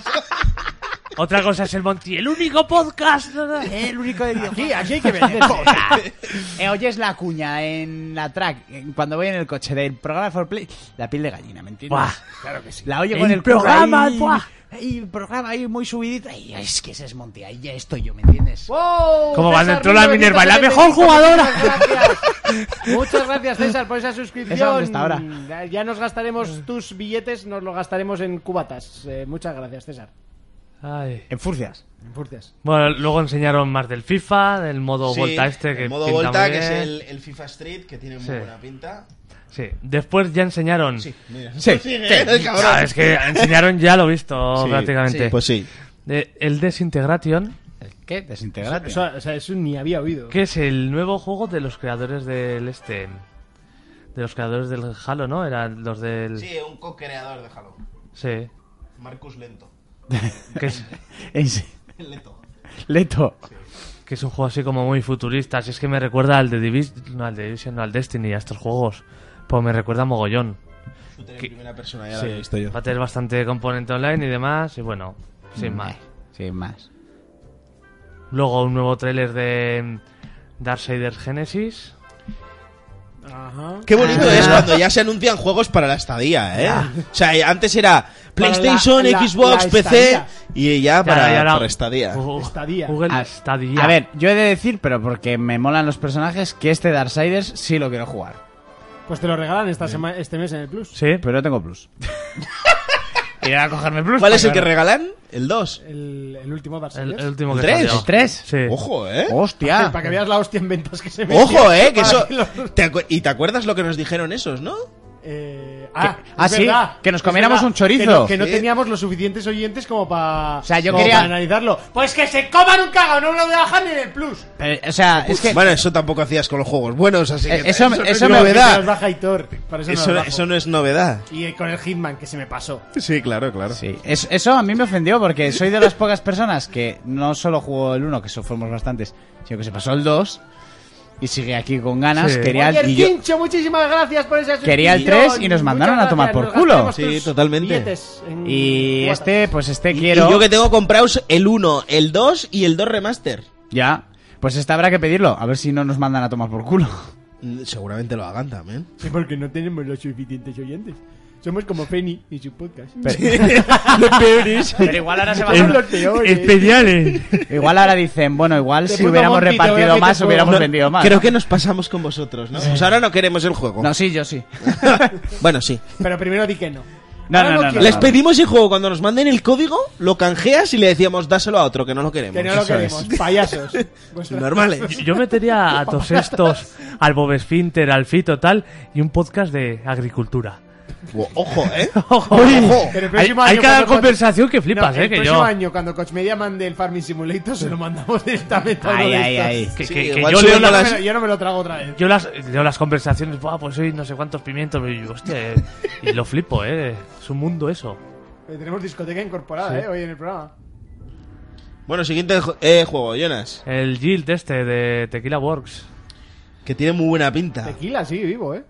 Speaker 7: otra cosa es el Monty, el único podcast.
Speaker 5: Eh.
Speaker 7: El único de
Speaker 5: Aquí, aquí hay que venderse. eh, oyes la cuña en la track, en- cuando voy en el coche del programa For Play, la piel de gallina, ¿me entiendes?
Speaker 7: Buah.
Speaker 5: Claro que sí. La oye
Speaker 7: El
Speaker 5: con el curro
Speaker 7: programa,
Speaker 5: ahí,
Speaker 7: buah.
Speaker 5: ahí, el programa ahí muy subidito. Ay, es que ese es Monty, ahí ya estoy yo, ¿me entiendes?
Speaker 4: Wow,
Speaker 7: Como cuando
Speaker 4: César
Speaker 7: entró la
Speaker 4: 1975,
Speaker 7: Minerva, la mejor jugadora.
Speaker 4: Gracias. Muchas gracias, César, por esa
Speaker 5: ¿Esa dónde
Speaker 4: suscripción.
Speaker 5: está ahora?
Speaker 4: Ya nos gastaremos tus billetes, nos los gastaremos en cubatas. Eh, muchas gracias, César.
Speaker 7: Ay.
Speaker 5: En furcias.
Speaker 4: En furcias.
Speaker 7: Bueno, luego enseñaron más del FIFA, del modo
Speaker 6: Sí,
Speaker 7: Volta este que
Speaker 6: el modo
Speaker 7: pinta
Speaker 6: Volta,
Speaker 7: muy
Speaker 6: que es
Speaker 7: bien.
Speaker 6: el, el FIFA Street, que tiene muy
Speaker 7: Sí.
Speaker 6: buena pinta.
Speaker 7: Sí. Después ya enseñaron.
Speaker 6: Sí, mira.
Speaker 5: Sí,
Speaker 6: Sigue, el cabrón.
Speaker 7: Ah, es que enseñaron ya lo visto
Speaker 6: Sí,
Speaker 7: prácticamente.
Speaker 6: sí, Pues sí.
Speaker 7: Eh, el Desintegration,
Speaker 5: ¿Qué? Desintegrate.
Speaker 4: Eso, o sea, eso ni había oído.
Speaker 7: que es el nuevo juego de los creadores del este. De los creadores del Halo, ¿no? Eran los del.
Speaker 6: Sí, un co-creador de Halo.
Speaker 7: Sí.
Speaker 6: Marcus Lento.
Speaker 7: Que es,
Speaker 5: Es-
Speaker 6: Lento.
Speaker 5: Leto.
Speaker 7: que es un juego así como muy futurista. Si es que me recuerda al de Division, no al de Division, no al Destiny, a estos juegos. Pues me recuerda a mogollón.
Speaker 6: Shooter en
Speaker 7: ¿Qué?
Speaker 6: primera persona, ya lo
Speaker 7: Sí,
Speaker 6: había visto yo.
Speaker 7: Va a tener bastante componente online y demás. Y bueno,
Speaker 6: Mm.
Speaker 7: sin más.
Speaker 5: Sin más.
Speaker 7: Luego un nuevo tráiler de Darksiders Genesis.
Speaker 6: Qué bonito es cuando Ah, ya se anuncian juegos para la estadía, ¿eh? O sea, antes era PlayStation,
Speaker 4: la- la-
Speaker 6: Xbox,
Speaker 4: la
Speaker 6: PC
Speaker 4: estadía.
Speaker 6: y ya para,
Speaker 7: Ya, ya era-
Speaker 6: para Ah, estadía.
Speaker 7: Gu-
Speaker 4: Estadía.
Speaker 7: Google
Speaker 5: A-
Speaker 7: Stadia.
Speaker 5: Ah, A ver, yo he de decir, pero porque me molan los personajes, que este Darksiders sí lo quiero jugar.
Speaker 4: Pues te lo regalan esta sema- este mes en el Plus.
Speaker 7: Sí,
Speaker 5: Pero no tengo plus. Iré a cogerme plus.
Speaker 6: ¿Cuál es el
Speaker 5: para
Speaker 6: que regalan? El 2.
Speaker 4: El, el último Dark
Speaker 7: el,
Speaker 4: Souls.
Speaker 7: el último que
Speaker 6: ¿El tres?
Speaker 7: salió.
Speaker 5: ¿El tres?
Speaker 7: Sí.
Speaker 6: Ojo, ¿eh?
Speaker 5: Hostia.
Speaker 4: Para que veas la hostia en ventas que se metió.
Speaker 6: Ojo, eh, que
Speaker 4: Para
Speaker 6: eso.
Speaker 4: los-
Speaker 6: ¿Te acu- ¿Y te acuerdas lo que nos dijeron esos, no?
Speaker 4: Eh, ah,
Speaker 5: Que-
Speaker 4: es
Speaker 5: ah, sí,
Speaker 4: verdad,
Speaker 5: que nos
Speaker 4: es
Speaker 5: comiéramos
Speaker 4: verdad,
Speaker 5: un chorizo.
Speaker 4: Que no, que no
Speaker 6: Sí.
Speaker 4: teníamos los suficientes oyentes como para.
Speaker 5: sea, yo quería-
Speaker 4: analizarlo. Pues que se coman un cagao, no lo dejan en el plus.
Speaker 5: Pero, o sea, es que.
Speaker 6: Bueno, eso tampoco hacías con los juegos buenos, así que.
Speaker 5: Eh, eso-
Speaker 6: no
Speaker 5: eso
Speaker 6: es
Speaker 5: me-
Speaker 4: Que se los
Speaker 6: novedad.
Speaker 4: baja Hitor, para eso, no
Speaker 6: Eso,
Speaker 4: los bajo.
Speaker 6: eso no es novedad.
Speaker 4: Y eh, con el Hitman, que se me pasó.
Speaker 6: Sí, claro, claro.
Speaker 5: Sí, es- eso a mí me ofendió porque soy de las pocas personas que no solo jugó el 1, que eso fuimos bastantes, sino que se pasó el 2. y sigue aquí con ganas.
Speaker 7: Sí.
Speaker 5: Quería
Speaker 11: Oye,
Speaker 5: el,
Speaker 11: el
Speaker 5: y yo-
Speaker 11: Quincho, muchísimas gracias por esa
Speaker 5: Quería el
Speaker 11: suscripción.
Speaker 5: 3 y nos mandaron
Speaker 11: Muchas
Speaker 5: a tomar
Speaker 11: gracias,
Speaker 5: por
Speaker 11: nos
Speaker 5: culo.
Speaker 11: gastamos
Speaker 6: Sí,
Speaker 11: tus
Speaker 6: totalmente.
Speaker 11: billetes en
Speaker 5: y
Speaker 11: WhatsApp.
Speaker 5: este, pues este
Speaker 6: Y-
Speaker 5: quiero.
Speaker 6: Y yo que tengo comprados el 1, el 2 y el 2 remaster.
Speaker 5: Ya. Pues este habrá que pedirlo. A ver si no nos mandan a tomar por culo.
Speaker 6: Mm, Seguramente lo hagan también.
Speaker 4: Sí, porque no tenemos los suficientes oyentes. Somos como Penny y su podcast.
Speaker 5: Pero igual ahora se va a
Speaker 4: Son los peores.
Speaker 7: Especiales.
Speaker 5: Igual ahora dicen, bueno, igual
Speaker 4: Te
Speaker 5: si
Speaker 4: pongo
Speaker 5: hubiéramos
Speaker 4: Monty, te voy a
Speaker 5: repartido
Speaker 4: meter
Speaker 5: más,
Speaker 4: por-
Speaker 5: hubiéramos
Speaker 4: No,
Speaker 5: vendido más.
Speaker 6: Creo que nos pasamos con vosotros, ¿no? Pues ahora no queremos el juego.
Speaker 5: No, sí, yo sí.
Speaker 6: Bueno, sí.
Speaker 4: Pero primero di que no.
Speaker 5: No,
Speaker 4: Ahora
Speaker 5: no,
Speaker 4: no
Speaker 5: no. no,
Speaker 4: quiero.
Speaker 6: Les
Speaker 5: no.
Speaker 6: pedimos el juego cuando nos manden el código, lo canjeas y le decíamos dáselo a otro que no lo queremos. ¿eh?
Speaker 4: Que no lo
Speaker 5: Eso
Speaker 4: queremos. Payasos. Vuestra-
Speaker 6: Pues Normales.
Speaker 7: Yo metería a todos estos, al Bob Esfínter, al Fito, tal, y un podcast de agricultura.
Speaker 6: O- Ojo, ¿eh?
Speaker 7: Ojo.
Speaker 4: Pero el
Speaker 7: Hay,
Speaker 4: próximo
Speaker 7: hay
Speaker 4: año
Speaker 7: cada
Speaker 4: cuando-
Speaker 7: conversación que
Speaker 4: No,
Speaker 7: flipas,
Speaker 4: el
Speaker 7: eh, que
Speaker 4: próximo
Speaker 7: yo.
Speaker 4: año, cuando Coachmedia mande el Farming Simulator, se lo mandamos directamente a uno
Speaker 5: Ay,
Speaker 4: de
Speaker 5: ay,
Speaker 4: estos.
Speaker 5: ay.
Speaker 7: que-
Speaker 6: Sí,
Speaker 7: que- que
Speaker 6: igual
Speaker 7: yo leo
Speaker 6: subiendo
Speaker 4: Yo no
Speaker 7: las,
Speaker 4: me lo- Yo no me lo trago otra vez.
Speaker 7: yo las, leo las conversaciones, Buah, pues hoy no sé cuántos pimientos, y, yo, hostia, eh, y lo flipo, eh. Es un mundo eso.
Speaker 4: Eh, Tenemos discoteca incorporada, ¿eh? Hoy en el programa.
Speaker 6: Bueno, siguiente jo- eh, juego, Jonas.
Speaker 7: El Yield este de Tequila Works.
Speaker 6: Que tiene muy buena pinta.
Speaker 4: Tequila, sí, vivo, ¿eh?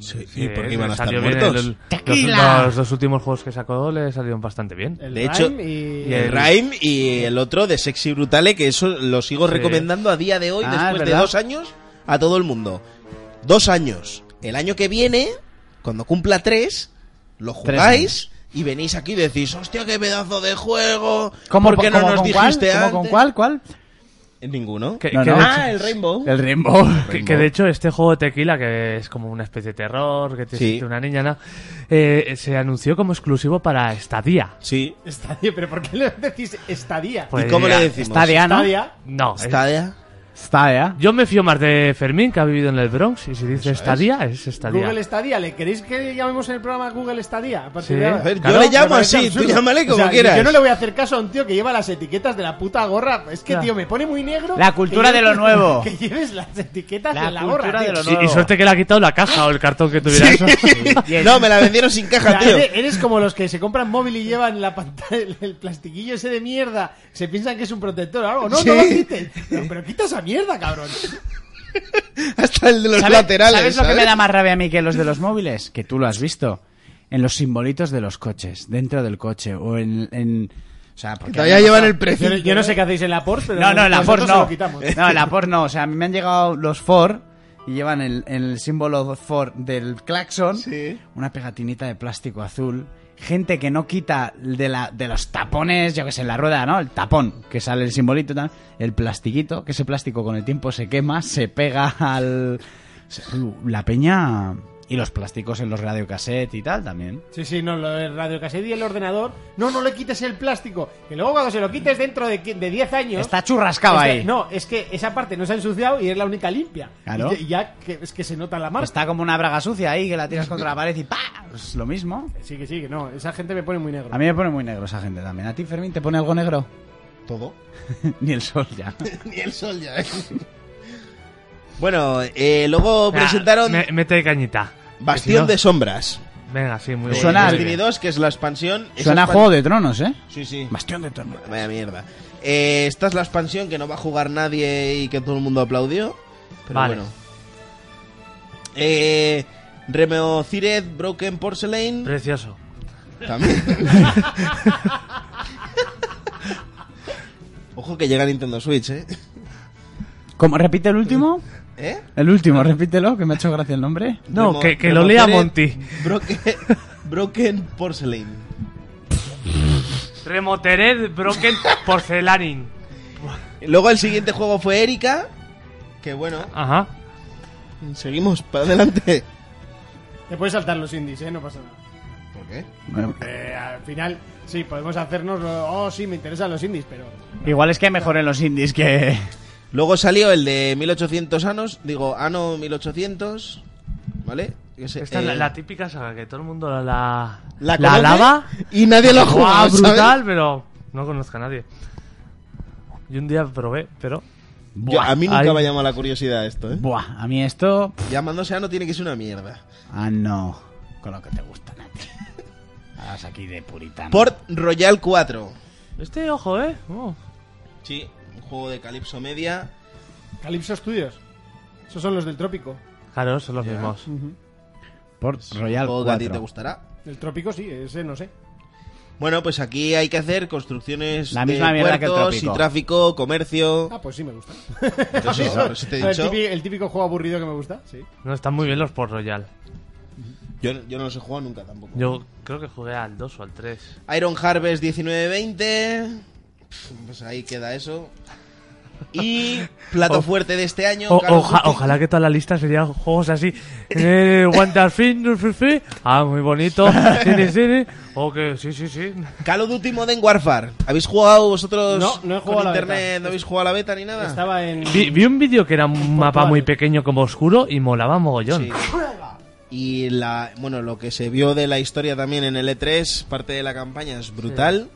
Speaker 6: Sí,
Speaker 7: Sí,
Speaker 6: ¿Y por qué iban a estar
Speaker 7: salió bien
Speaker 6: muertos?
Speaker 7: el-
Speaker 5: Tequila.
Speaker 7: Los, los dos últimos juegos que sacó le salieron bastante bien.
Speaker 4: El
Speaker 6: De
Speaker 4: Rhyme
Speaker 6: hecho-
Speaker 4: y...
Speaker 7: y
Speaker 5: Eh,
Speaker 6: El Rhyme y el otro de Sexy Brutale, que eso lo sigo
Speaker 7: Sí.
Speaker 6: recomendando a día de hoy,
Speaker 5: Ah,
Speaker 6: después de
Speaker 5: ¿verdad?
Speaker 6: dos años, a todo el mundo. Dos años. El año que viene, cuando cumpla tres, lo
Speaker 5: Tres
Speaker 6: jugáis y venís aquí y decís, hostia, qué pedazo de juego. ¿Por qué no
Speaker 5: cómo,
Speaker 6: nos
Speaker 5: con cuál?
Speaker 6: dijiste
Speaker 5: ¿Cómo,
Speaker 6: antes? Eh,
Speaker 5: con cuál? ¿Cuál?
Speaker 6: Ninguno.
Speaker 7: Que-
Speaker 5: No,
Speaker 7: que
Speaker 5: no.
Speaker 7: de hecho-
Speaker 6: Ah, el Rainbow.
Speaker 5: El Rainbow.
Speaker 7: Que, que de hecho este juego de tequila, que es como una especie de terror, que te
Speaker 6: Sí.
Speaker 7: existe una niña, ¿no? Eh, se anunció como exclusivo para Stadia.
Speaker 6: Sí.
Speaker 4: Estadía, pero ¿por qué le decís estadía?
Speaker 7: Pues
Speaker 6: ¿Y cómo
Speaker 7: ya,
Speaker 6: le decimos?
Speaker 5: Está de A, Ah, ¿no?
Speaker 4: Estadía.
Speaker 7: No, es-
Speaker 6: Stadia.
Speaker 5: Está de A.
Speaker 7: yo me fío más de Fermín, que ha vivido en el Bronx, y si dice Stadia, es Stadia.
Speaker 4: Google Estadía, ¿le queréis que llamemos en el programa Google Estadía? A partir
Speaker 7: Sí.
Speaker 4: de ahora.
Speaker 6: A ver,
Speaker 7: Claro,
Speaker 6: yo le
Speaker 7: me
Speaker 6: llamo
Speaker 4: parece
Speaker 6: así, tú
Speaker 4: absurdo.
Speaker 6: llámale
Speaker 4: O
Speaker 6: como
Speaker 4: sea,
Speaker 6: quieras.
Speaker 4: Yo no le voy a hacer caso a un tío que lleva las etiquetas de la puta gorra. Es que,
Speaker 7: Ya.
Speaker 4: tío, me pone muy negro.
Speaker 5: La cultura
Speaker 4: que
Speaker 5: de lo
Speaker 4: lleves-
Speaker 5: nuevo.
Speaker 4: Que lleves las etiquetas
Speaker 5: La
Speaker 4: de la
Speaker 5: cultura
Speaker 4: gorra.
Speaker 5: de
Speaker 4: tío.
Speaker 5: lo
Speaker 7: Sí, y
Speaker 5: nuevo.
Speaker 7: suerte que le ha quitado la caja o el cartón que tuviera eso.
Speaker 6: No, me la vendieron sin
Speaker 4: O sea,
Speaker 6: caja, tío.
Speaker 4: eres- Eres como los que se compran móvil y llevan la pantalla, el plastiquillo ese de mierda. Se piensan que es un protector o algo. No, no lo quites. No, pero quita esa mierda, cabrón.
Speaker 6: Hasta el de los
Speaker 5: ¿Sabes-
Speaker 6: laterales.
Speaker 5: ¿Sabes lo que me da más rabia a mí que los de los móviles? Que tú lo has visto. En los simbolitos de los coches, dentro del coche, o en. en- o sea, porque
Speaker 6: Todavía llevan el precio.
Speaker 4: Yo no sé qué hacéis en la Porsche, pero
Speaker 5: No, no, en la Ford
Speaker 4: nosotros se
Speaker 5: no.
Speaker 4: lo quitamos.
Speaker 5: No, en la Ford no. O sea, a mí me han llegado los Ford y llevan el, el símbolo Ford del claxon, una pegatinita de plástico azul. Gente que no quita de, la, de los tapones, yo que sé, en la rueda, ¿no? El tapón, que sale el simbolito, tal, el plastiquito, que ese plástico con el tiempo se quema, se pega al. se- uh, La peña. Y los plásticos en los radiocassette y tal también.
Speaker 4: Sí, sí, no, lo del radio y el ordenador. No, no le quites el plástico. Que luego cuando se lo quites dentro de qui- de 10 años.
Speaker 5: Está churrascado
Speaker 4: es de-
Speaker 5: ahí.
Speaker 4: No, es que esa parte no se ha ensuciado y es la única limpia.
Speaker 5: Claro.
Speaker 4: Y ya que, es que se nota la marca.
Speaker 5: Está como una braga sucia ahí que la tiras contra la pared y ¡pa! Es lo mismo.
Speaker 4: Sí, que sí, que no. Esa gente me pone muy negro.
Speaker 5: A mí me pone muy negro esa gente también. ¿A ti, Fermín, te pone algo negro?
Speaker 6: Todo.
Speaker 5: Ni el sol ya.
Speaker 6: Ni el sol ya. ¿eh? Bueno, eh, luego
Speaker 7: Ya,
Speaker 6: presentaron
Speaker 7: Ah, me- mete cañita.
Speaker 6: Bastión
Speaker 7: Que
Speaker 6: de Sombras.
Speaker 7: si no- Venga, sí,
Speaker 6: Eh,
Speaker 7: muy bueno.
Speaker 5: Suena
Speaker 7: muy
Speaker 5: al-
Speaker 6: Destiny
Speaker 7: bien.
Speaker 6: 2, que es la expansión. Esa
Speaker 5: Suena a
Speaker 6: expan-
Speaker 5: Juego de Tronos, ¿eh?
Speaker 6: Sí, sí.
Speaker 5: Bastión de Tronos.
Speaker 6: Vaya mierda. Eh, esta es la expansión que no va a jugar nadie y que todo el mundo aplaudió. Pero
Speaker 7: Vale.
Speaker 6: bueno. Eh, Remeo Cired, Broken Porcelain.
Speaker 7: Precioso.
Speaker 6: También. Ojo que llega Nintendo Switch, ¿eh?
Speaker 5: ¿Cómo? ¿Repite el último?
Speaker 6: ¿Eh?
Speaker 5: El último, repítelo, que me ha hecho gracia el nombre.
Speaker 7: No,
Speaker 6: Remo-
Speaker 7: que, que
Speaker 6: Remo
Speaker 7: lo lea
Speaker 6: Cired,
Speaker 7: Monty.
Speaker 6: Broken, broken Porcelain.
Speaker 7: Remotered Broken Porcelanin.
Speaker 6: Luego el siguiente juego fue Erika. Que bueno,
Speaker 7: Ajá.
Speaker 6: seguimos para adelante.
Speaker 4: Te puedes saltar los indies, ¿eh? No pasa nada.
Speaker 6: ¿Por qué?
Speaker 5: Bueno,
Speaker 4: Eh, al final, sí, podemos hacernos. lo- Oh, sí, me interesan los indies, pero.
Speaker 5: igual es que mejor en los indies que...
Speaker 6: Luego salió el de 1800 anos, digo, ano 1800, ¿vale? Ese,
Speaker 7: Esta es
Speaker 6: eh,
Speaker 7: la, la típica saga que todo el mundo la, la,
Speaker 6: la
Speaker 7: la
Speaker 6: conoce
Speaker 7: alaba.
Speaker 6: y nadie lo ha
Speaker 7: Guau,
Speaker 6: jugado, ¿sabes?
Speaker 7: brutal, pero no conozco a nadie. Yo un día probé, pero.
Speaker 6: Yo- a mí nunca
Speaker 7: Ay.
Speaker 6: me ha llamado la curiosidad esto, ¿eh?
Speaker 5: Buah, a mí esto...
Speaker 6: Llamándose ano tiene que ser una mierda.
Speaker 5: Ah, no. Con lo que te gusta, Nati. Hagas aquí de puritano.
Speaker 6: Port Royal 4.
Speaker 7: Este, ojo, eh. Oh.
Speaker 6: Sí, un juego de Calypso Media.
Speaker 4: Calypso Studios.
Speaker 8: Esos son los del trópico.
Speaker 7: Claro, son los mismos.
Speaker 5: Port Royal
Speaker 6: Supongo que a ti
Speaker 5: 4.
Speaker 6: te gustará.
Speaker 8: El trópico sí, ese no sé.
Speaker 6: Bueno, pues aquí hay que hacer construcciones
Speaker 5: La
Speaker 6: de
Speaker 5: misma mierda que el
Speaker 6: puertos
Speaker 5: trópico.
Speaker 6: y tráfico, comercio.
Speaker 8: Ah, pues sí me gusta.
Speaker 6: Entonces, por eso te he
Speaker 8: El
Speaker 6: dicho.
Speaker 8: típico, el típico juego aburrido que me gusta, sí.
Speaker 7: No, están muy bien los Port Royal.
Speaker 6: Yo, yo no los he jugado nunca tampoco.
Speaker 7: Yo creo que jugué al 2 o al 3.
Speaker 6: Iron Harvest 19-20. Pf, Pues ahí queda eso. Y plato
Speaker 7: O-
Speaker 6: fuerte de este año.
Speaker 7: O-
Speaker 6: Call of
Speaker 7: oja-
Speaker 6: Duty.
Speaker 7: ojalá que toda la lista serían juegos así. Eh, Wonder Thing, fi, fi. ah, muy bonito. Sí, sí, sí. O que sí, sí, sí.
Speaker 6: Call of Duty Modern Warfare. ¿Habéis jugado vosotros
Speaker 8: No, no he jugado
Speaker 6: con
Speaker 8: a la
Speaker 6: internet?
Speaker 8: beta.
Speaker 6: ¿No habéis jugado a la beta ni
Speaker 5: Ah.
Speaker 6: nada?
Speaker 8: Estaba en...
Speaker 7: Vi, vi un vídeo que era un mapa
Speaker 8: Portugal.
Speaker 7: muy pequeño como oscuro y molaba mogollón.
Speaker 6: Pues Sí. Y la, bueno, lo que se vio de la historia también en el E3, parte de la campaña es brutal.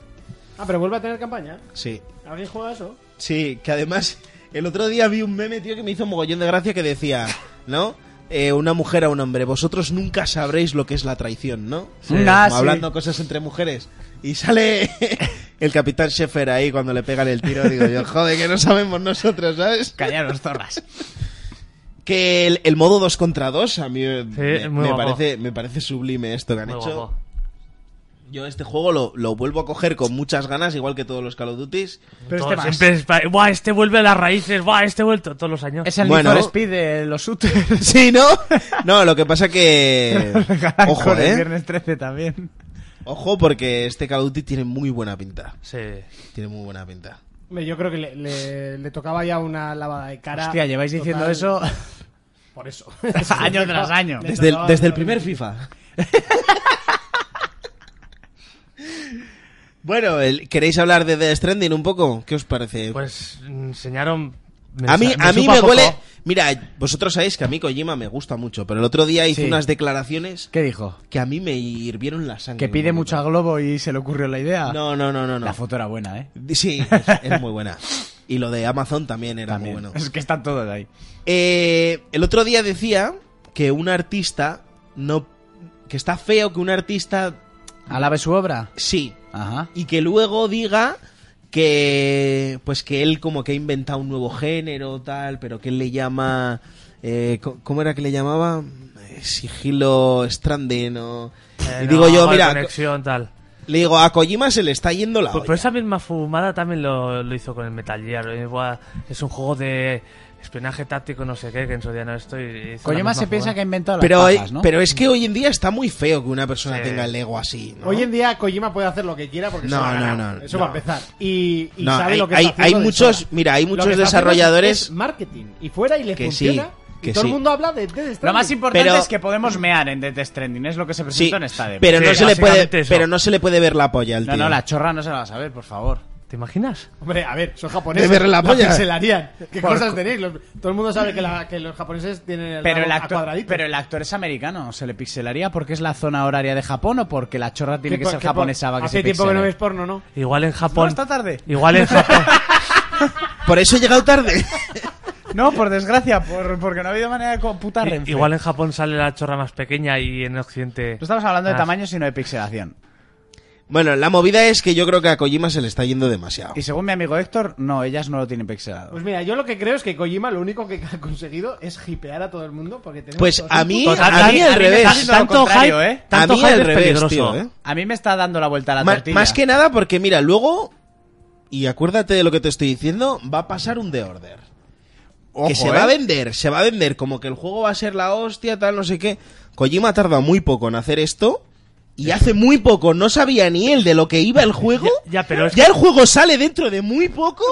Speaker 8: Ah, pero vuelve a tener campaña.
Speaker 6: Sí.
Speaker 8: ¿Alguien juega eso?
Speaker 6: Sí, que además el otro día vi un meme, tío, que me hizo mogollón de gracia que decía, ¿no? Eh, una mujer a un hombre, vosotros nunca sabréis lo que es la traición, ¿no?
Speaker 5: Ah,
Speaker 6: Como
Speaker 5: sí.
Speaker 6: Hablando cosas entre mujeres. Y sale el capitán Sheffer ahí cuando le pegan el tiro. Digo yo, joder, que no sabemos nosotros, ¿sabes?
Speaker 5: Callaros, zorras.
Speaker 6: Que el, el modo 2 contra 2, a mí me, me-
Speaker 7: muy
Speaker 6: me
Speaker 7: guapo.
Speaker 6: parece, me parece sublime esto que han
Speaker 7: Muy
Speaker 6: hecho.
Speaker 7: guapo.
Speaker 6: Yo este juego lo, lo vuelvo a coger con muchas ganas, igual que todos los Call of Duties.
Speaker 5: Pero
Speaker 7: Todo
Speaker 5: este más.
Speaker 7: siempre es pa- Buah, este vuelve a las raíces. Buah, este vuelve todos los años.
Speaker 5: Es el
Speaker 6: Bueno.
Speaker 5: Need for Speed de los shooters.
Speaker 6: Sí, ¿no? No, lo que pasa que... Ojo,
Speaker 5: Con el
Speaker 6: ¿eh?
Speaker 5: Viernes 13 también.
Speaker 6: Ojo porque este Call of Duty tiene muy buena pinta.
Speaker 7: Sí.
Speaker 6: Tiene muy buena pinta.
Speaker 8: Hombre, Yo creo que le, le- le tocaba ya una lavada de cara.
Speaker 5: Hostia, lleváis diciendo
Speaker 8: total.
Speaker 5: eso
Speaker 8: Por eso.
Speaker 5: año tras año.
Speaker 8: Le
Speaker 6: Desde el,
Speaker 8: tocaba
Speaker 6: desde el
Speaker 8: una-
Speaker 6: primer FIFA. bueno, el- ¿queréis hablar de The Stranding un poco? ¿Qué os parece?
Speaker 7: Pues enseñaron.
Speaker 6: a mí,
Speaker 7: sa-
Speaker 6: a mí
Speaker 7: supo
Speaker 6: me
Speaker 7: poco.
Speaker 6: huele... Mira, vosotros sabéis que a mí Kojima me gusta mucho, pero el otro día hizo
Speaker 5: Sí.
Speaker 6: unas declaraciones
Speaker 5: ¿Qué dijo?
Speaker 6: que a mí me hirvieron la sangre.
Speaker 5: Que pide
Speaker 6: un
Speaker 5: mucho a
Speaker 6: poquito.
Speaker 5: Globo y se le ocurrió la idea.
Speaker 6: No, no, no, no. no.
Speaker 5: La foto era buena, ¿eh?
Speaker 6: Sí, es, es muy buena. Y lo de Amazon también era
Speaker 5: También.
Speaker 6: muy bueno.
Speaker 5: Es que están todos ahí.
Speaker 6: Eh, el otro día decía que un artista no. que está feo que un artista
Speaker 5: Alabe su obra.
Speaker 6: sí.
Speaker 5: Ajá.
Speaker 6: Y que luego diga que. pues que él como que ha inventado un nuevo género, tal, pero que él le llama. eh, co- ¿Cómo era que le llamaba? Eh, Sigilo Stranden o.
Speaker 7: Eh,
Speaker 6: y
Speaker 7: no,
Speaker 6: digo yo,
Speaker 7: mal
Speaker 6: mira,
Speaker 7: Conexión, tal.
Speaker 6: le digo, a Kojima se le está yendo la
Speaker 7: Pues,
Speaker 6: olla.
Speaker 7: pues esa misma fumada también lo, lo hizo con el Metal Gear. eh, buah, Es un juego de espionaje táctico, no sé qué, que en su día no estoy. hizo la
Speaker 5: Kojima
Speaker 7: misma
Speaker 5: se piensa
Speaker 7: fumada.
Speaker 5: que ha inventado las
Speaker 6: Pero,
Speaker 5: pajas,
Speaker 6: eh,
Speaker 5: ¿no?
Speaker 6: pero es que hoy en día está muy feo que una persona
Speaker 7: Sí.
Speaker 6: tenga el ego así. ¿no?
Speaker 8: Hoy en día Kojima puede hacer lo que quiera porque
Speaker 6: No,
Speaker 8: se lo ha
Speaker 6: no,
Speaker 8: ganado.
Speaker 6: no,
Speaker 8: Eso
Speaker 6: no.
Speaker 8: va a empezar. Y, y
Speaker 6: No,
Speaker 8: sabe
Speaker 6: hay-
Speaker 8: lo que
Speaker 6: hay-
Speaker 8: está haciendo
Speaker 6: hay
Speaker 8: de
Speaker 6: muchos-
Speaker 8: sobra.
Speaker 6: mira, hay
Speaker 8: Lo que
Speaker 6: muchos
Speaker 8: está haciendo
Speaker 6: desarrolladores-
Speaker 8: es marketing y fuera y le
Speaker 6: Que sí,
Speaker 8: funciona.
Speaker 6: que
Speaker 8: y todo
Speaker 6: sí.
Speaker 8: el mundo habla de Death
Speaker 5: Lo
Speaker 8: Stranding.
Speaker 5: más importante
Speaker 6: Pero-
Speaker 5: es que podemos mear en Death Stranding. Es lo que se presentó
Speaker 6: Sí,
Speaker 5: en esta demo.
Speaker 6: pero
Speaker 7: Sí,
Speaker 6: no se le puede,
Speaker 7: básicamente eso.
Speaker 6: pero no se le puede ver la polla al
Speaker 5: No,
Speaker 6: tío.
Speaker 5: no, la chorra no se la vas a ver, por favor.
Speaker 7: ¿Te imaginas?
Speaker 8: Hombre, a ver, son japoneses.
Speaker 6: De ver la polla.
Speaker 8: Se ¿Qué cosas tenéis? Los- todo el mundo sabe que, la- que los japoneses tienen el
Speaker 5: Pero
Speaker 8: rabo
Speaker 5: el,
Speaker 8: a
Speaker 5: actor,
Speaker 8: cuadradito.
Speaker 5: pero el actor es americano. ¿Se le pixelaría porque es la zona horaria de Japón o porque la chorra tiene que
Speaker 8: po-
Speaker 5: ser
Speaker 8: po-
Speaker 5: japonesa para que
Speaker 8: Hace
Speaker 5: se
Speaker 8: tiempo que no
Speaker 5: pixele?
Speaker 8: ves porno, ¿no?
Speaker 7: Igual en
Speaker 5: No,
Speaker 7: Japón.
Speaker 5: esta tarde.
Speaker 7: Igual en Japón.
Speaker 6: Por eso he llegado tarde.
Speaker 5: No, por desgracia, por, porque no ha habido manera de computar
Speaker 7: i-
Speaker 5: Renfe.
Speaker 7: igual en Japón sale la chorra más pequeña y en Occidente.
Speaker 5: No estamos hablando de
Speaker 7: Ah.
Speaker 5: tamaño, sino de pixelación.
Speaker 6: bueno, la movida es que yo creo que a Kojima se le está yendo demasiado.
Speaker 5: Y según mi amigo Héctor, no, ellas no lo tienen pixelado.
Speaker 8: Pues mira, yo lo que creo es que Kojima lo único que ha conseguido es hipear a todo el mundo porque tenemos
Speaker 6: Pues
Speaker 8: todos
Speaker 6: a
Speaker 8: un
Speaker 6: mí,
Speaker 8: puto-
Speaker 7: Total,
Speaker 6: a
Speaker 7: a
Speaker 6: mí
Speaker 7: mí- a
Speaker 6: al
Speaker 7: mí me
Speaker 6: revés.
Speaker 7: está haciendo lo
Speaker 5: Tanto
Speaker 7: contrario,
Speaker 5: hype-
Speaker 7: ¿eh?
Speaker 6: A
Speaker 7: Tanto
Speaker 6: mí
Speaker 7: hype
Speaker 6: al
Speaker 7: es
Speaker 6: revés,
Speaker 7: peligroso.
Speaker 6: tío. ¿eh?
Speaker 5: A mí me está dando la vuelta a la
Speaker 6: Ma-
Speaker 5: tortilla.
Speaker 6: Más que nada porque mira, luego y acuérdate de lo que te estoy diciendo, va a pasar un The Order.
Speaker 5: Ojo,
Speaker 6: que se
Speaker 5: ¿eh?
Speaker 6: va a vender, se va a vender como que el juego va a ser la hostia, tal, no sé qué. Kojima ha tardado muy poco en hacer esto. Y hace muy poco, no sabía ni él de lo que iba el juego.
Speaker 7: Ya- ya, pero es
Speaker 6: Ya
Speaker 7: que-
Speaker 6: el juego sale dentro de muy poco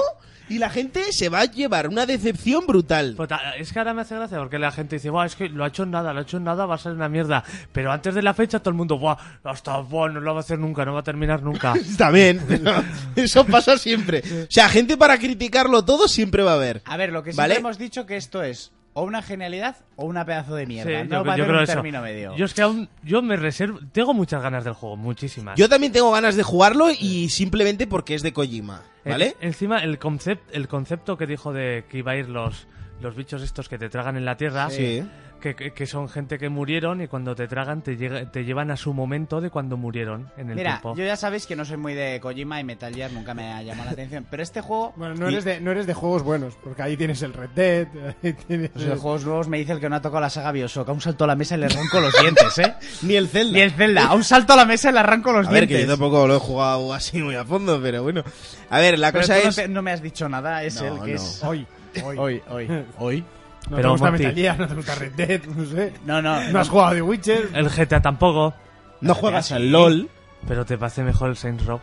Speaker 6: y la gente se va a llevar una decepción brutal.
Speaker 7: Pero Pues, ta- Es que ahora me hace gracia porque la gente dice, "Buah, es que lo ha hecho en nada, lo ha hecho en nada, va a ser una mierda. Pero antes de la fecha todo el mundo, buah, hasta, buah, no lo va a hacer nunca, no va a terminar nunca.
Speaker 6: También, pero eso pasa siempre. O sea, gente para criticarlo todo siempre va a haber.
Speaker 5: A ver, lo que sí
Speaker 6: ¿Vale?
Speaker 5: hemos dicho que esto es o una genialidad o una pedazo de
Speaker 7: Sí,
Speaker 5: mierda.
Speaker 7: yo-
Speaker 5: no
Speaker 7: yo
Speaker 5: va a haber
Speaker 7: creo
Speaker 5: un
Speaker 7: eso.
Speaker 5: término medio.
Speaker 7: Yo es que aún, yo me reservo, tengo muchas ganas del juego, muchísimas.
Speaker 6: Yo también tengo ganas de jugarlo y simplemente porque es de Kojima,
Speaker 7: Eh,
Speaker 6: ¿vale?
Speaker 7: encima, el, concept, el concepto que dijo de que iba a ir los, los bichos estos que te tragan en la tierra.
Speaker 6: Sí.
Speaker 7: que, que- que son gente que murieron y cuando te tragan te, llega- te llevan a su momento de cuando murieron en el
Speaker 5: Mira,
Speaker 7: tiempo.
Speaker 5: yo ya sabéis que no soy muy de Kojima y Metal Gear nunca me ha llamado la atención, pero este juego,
Speaker 4: Bueno, no eres, de, no eres de juegos buenos, porque ahí tienes el Red Dead. ahí tienes-
Speaker 5: los de juegos nuevos me dice el que no ha tocado la saga Bioshock, a un salto a la mesa y le arranco los dientes, ¿eh?
Speaker 6: Ni el Zelda.
Speaker 5: Ni el Zelda, a un salto a la mesa y le arranco los
Speaker 6: A ver, que yo
Speaker 5: dientes.
Speaker 6: tampoco lo he jugado así muy a fondo, pero bueno. A ver, la
Speaker 5: Pero
Speaker 6: cosa
Speaker 5: tú no,
Speaker 6: Pues es.
Speaker 5: te- no me has dicho nada, es
Speaker 6: No,
Speaker 5: el que
Speaker 6: no.
Speaker 5: es...
Speaker 4: Hoy. Hoy.
Speaker 5: Hoy, hoy, hoy.
Speaker 4: No
Speaker 7: Pero,
Speaker 4: te gusta
Speaker 7: Monty.
Speaker 4: Metal Gear, no te gusta Red Dead, no sé.
Speaker 5: No, no,
Speaker 4: No has jugado de Witcher.
Speaker 7: El GTA tampoco,
Speaker 6: No juegas al LOL.
Speaker 7: pero te parece mejor el Saints Row.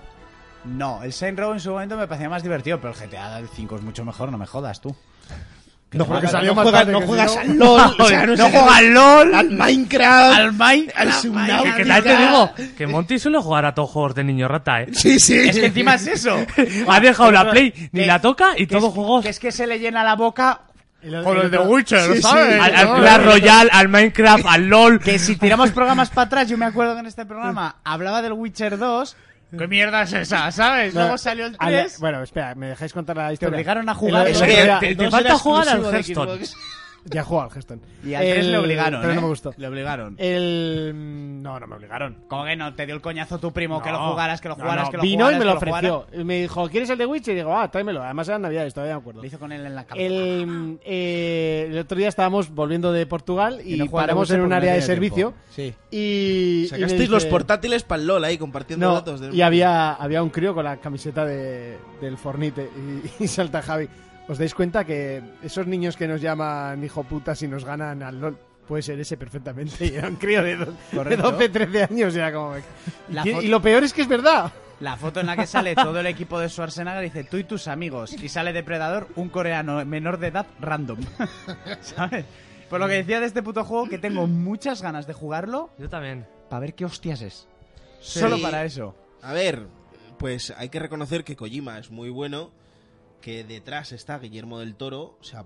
Speaker 5: No, el Saint Row en su momento me parecía más divertido, pero el GTA 5 es mucho mejor, no me jodas tú.
Speaker 6: No
Speaker 4: porque
Speaker 6: juegas,
Speaker 4: salió
Speaker 6: no
Speaker 4: más
Speaker 6: juegas-
Speaker 4: tarde
Speaker 6: no
Speaker 4: que
Speaker 6: juegas
Speaker 4: si no.
Speaker 6: al LOL. o sea, no sé qué-
Speaker 5: al LOL,
Speaker 6: Al Minecraft.
Speaker 5: al Mine, al
Speaker 6: Subnautica.
Speaker 7: Que tal te digo que Monty suele jugar a todos juegos de niño rata, ¿eh?
Speaker 6: Sí, sí.
Speaker 5: Es que encima es eso.
Speaker 7: Ha dejado la Play, ni
Speaker 5: que-
Speaker 7: la toca y
Speaker 5: Que
Speaker 7: todos
Speaker 5: es-
Speaker 7: juegos.
Speaker 5: Que es que se le llena la boca
Speaker 4: El- el
Speaker 5: con los de
Speaker 4: otro-
Speaker 5: Witcher,
Speaker 6: sí,
Speaker 5: ¿sabes?
Speaker 7: Al, al
Speaker 4: eh.
Speaker 7: Clash Royale, al Minecraft, al LOL.
Speaker 5: Que si tiramos programas para atrás, yo me acuerdo que en este programa hablaba del Witcher 2. ¿Qué mierda es esa, sabes?
Speaker 4: No,
Speaker 5: Luego salió el
Speaker 4: al-
Speaker 5: 3.
Speaker 4: Bueno, espera, ¿me dejáis contar la
Speaker 5: Te
Speaker 4: historia?
Speaker 5: obligaron a
Speaker 4: El
Speaker 5: jugar.
Speaker 4: otro
Speaker 6: que-
Speaker 4: día-
Speaker 7: Te, te
Speaker 6: Dos
Speaker 7: falta
Speaker 6: era
Speaker 7: jugar al
Speaker 6: exclusivo de
Speaker 7: Hearthstone.
Speaker 6: Xbox.
Speaker 4: Ya he jugado al Hearthstone.
Speaker 5: Y al 3
Speaker 4: El-
Speaker 5: le obligaron.
Speaker 4: Pero
Speaker 5: ¿eh?
Speaker 4: no me gustó. Eh.
Speaker 5: Le obligaron.
Speaker 4: El. mm, No, no me obligaron.
Speaker 5: Como que no, te dio el coñazo tu primo que
Speaker 4: No.
Speaker 5: lo jugaras, que lo
Speaker 4: No,
Speaker 5: jugaras,
Speaker 4: no,
Speaker 5: que lo
Speaker 4: Vino
Speaker 5: jugaras.
Speaker 4: y me lo
Speaker 5: que jugaras.
Speaker 4: ofreció. Y me dijo, ¿quieres el de Witcher? Y digo, ah, tráemelo. Además eran navidades, todavía me acuerdo.
Speaker 5: Lo hizo con él en la cabeza.
Speaker 4: El, eh, el otro día estábamos volviendo de Portugal y,
Speaker 5: Y no jugaba
Speaker 4: paramos
Speaker 5: mucho
Speaker 4: en un
Speaker 5: porque no
Speaker 4: área de
Speaker 5: tenía
Speaker 4: servicio.
Speaker 5: tiempo. Sí.
Speaker 4: Y. y me
Speaker 6: Sacasteis
Speaker 4: dice-
Speaker 6: los portátiles para el LOL ahí compartiendo
Speaker 4: No,
Speaker 6: datos. de-
Speaker 4: y había, había un crío con la camiseta de, del Fornite y, y salta Javi. ¿Os dais cuenta que esos niños que nos llaman hijo putas y nos ganan al LOL? Puede ser ese perfectamente. Y era un crío de, do- de
Speaker 5: Correcto.
Speaker 4: 12, 13 años. Era como... Y,
Speaker 5: La
Speaker 4: ti-
Speaker 5: foto-
Speaker 4: y lo peor es que es verdad.
Speaker 5: La foto en la que sale todo el equipo de Schwarzenegger dice tú y tus amigos. Y sale depredador un coreano menor de edad random. ¿Sabes? Por lo que decía de este puto juego que tengo muchas ganas de jugarlo
Speaker 7: Yo también.
Speaker 5: para ver qué hostias es.
Speaker 6: Sí.
Speaker 5: Solo para eso.
Speaker 6: A ver, pues hay que reconocer que Kojima es muy bueno, que detrás está Guillermo del Toro. O sea,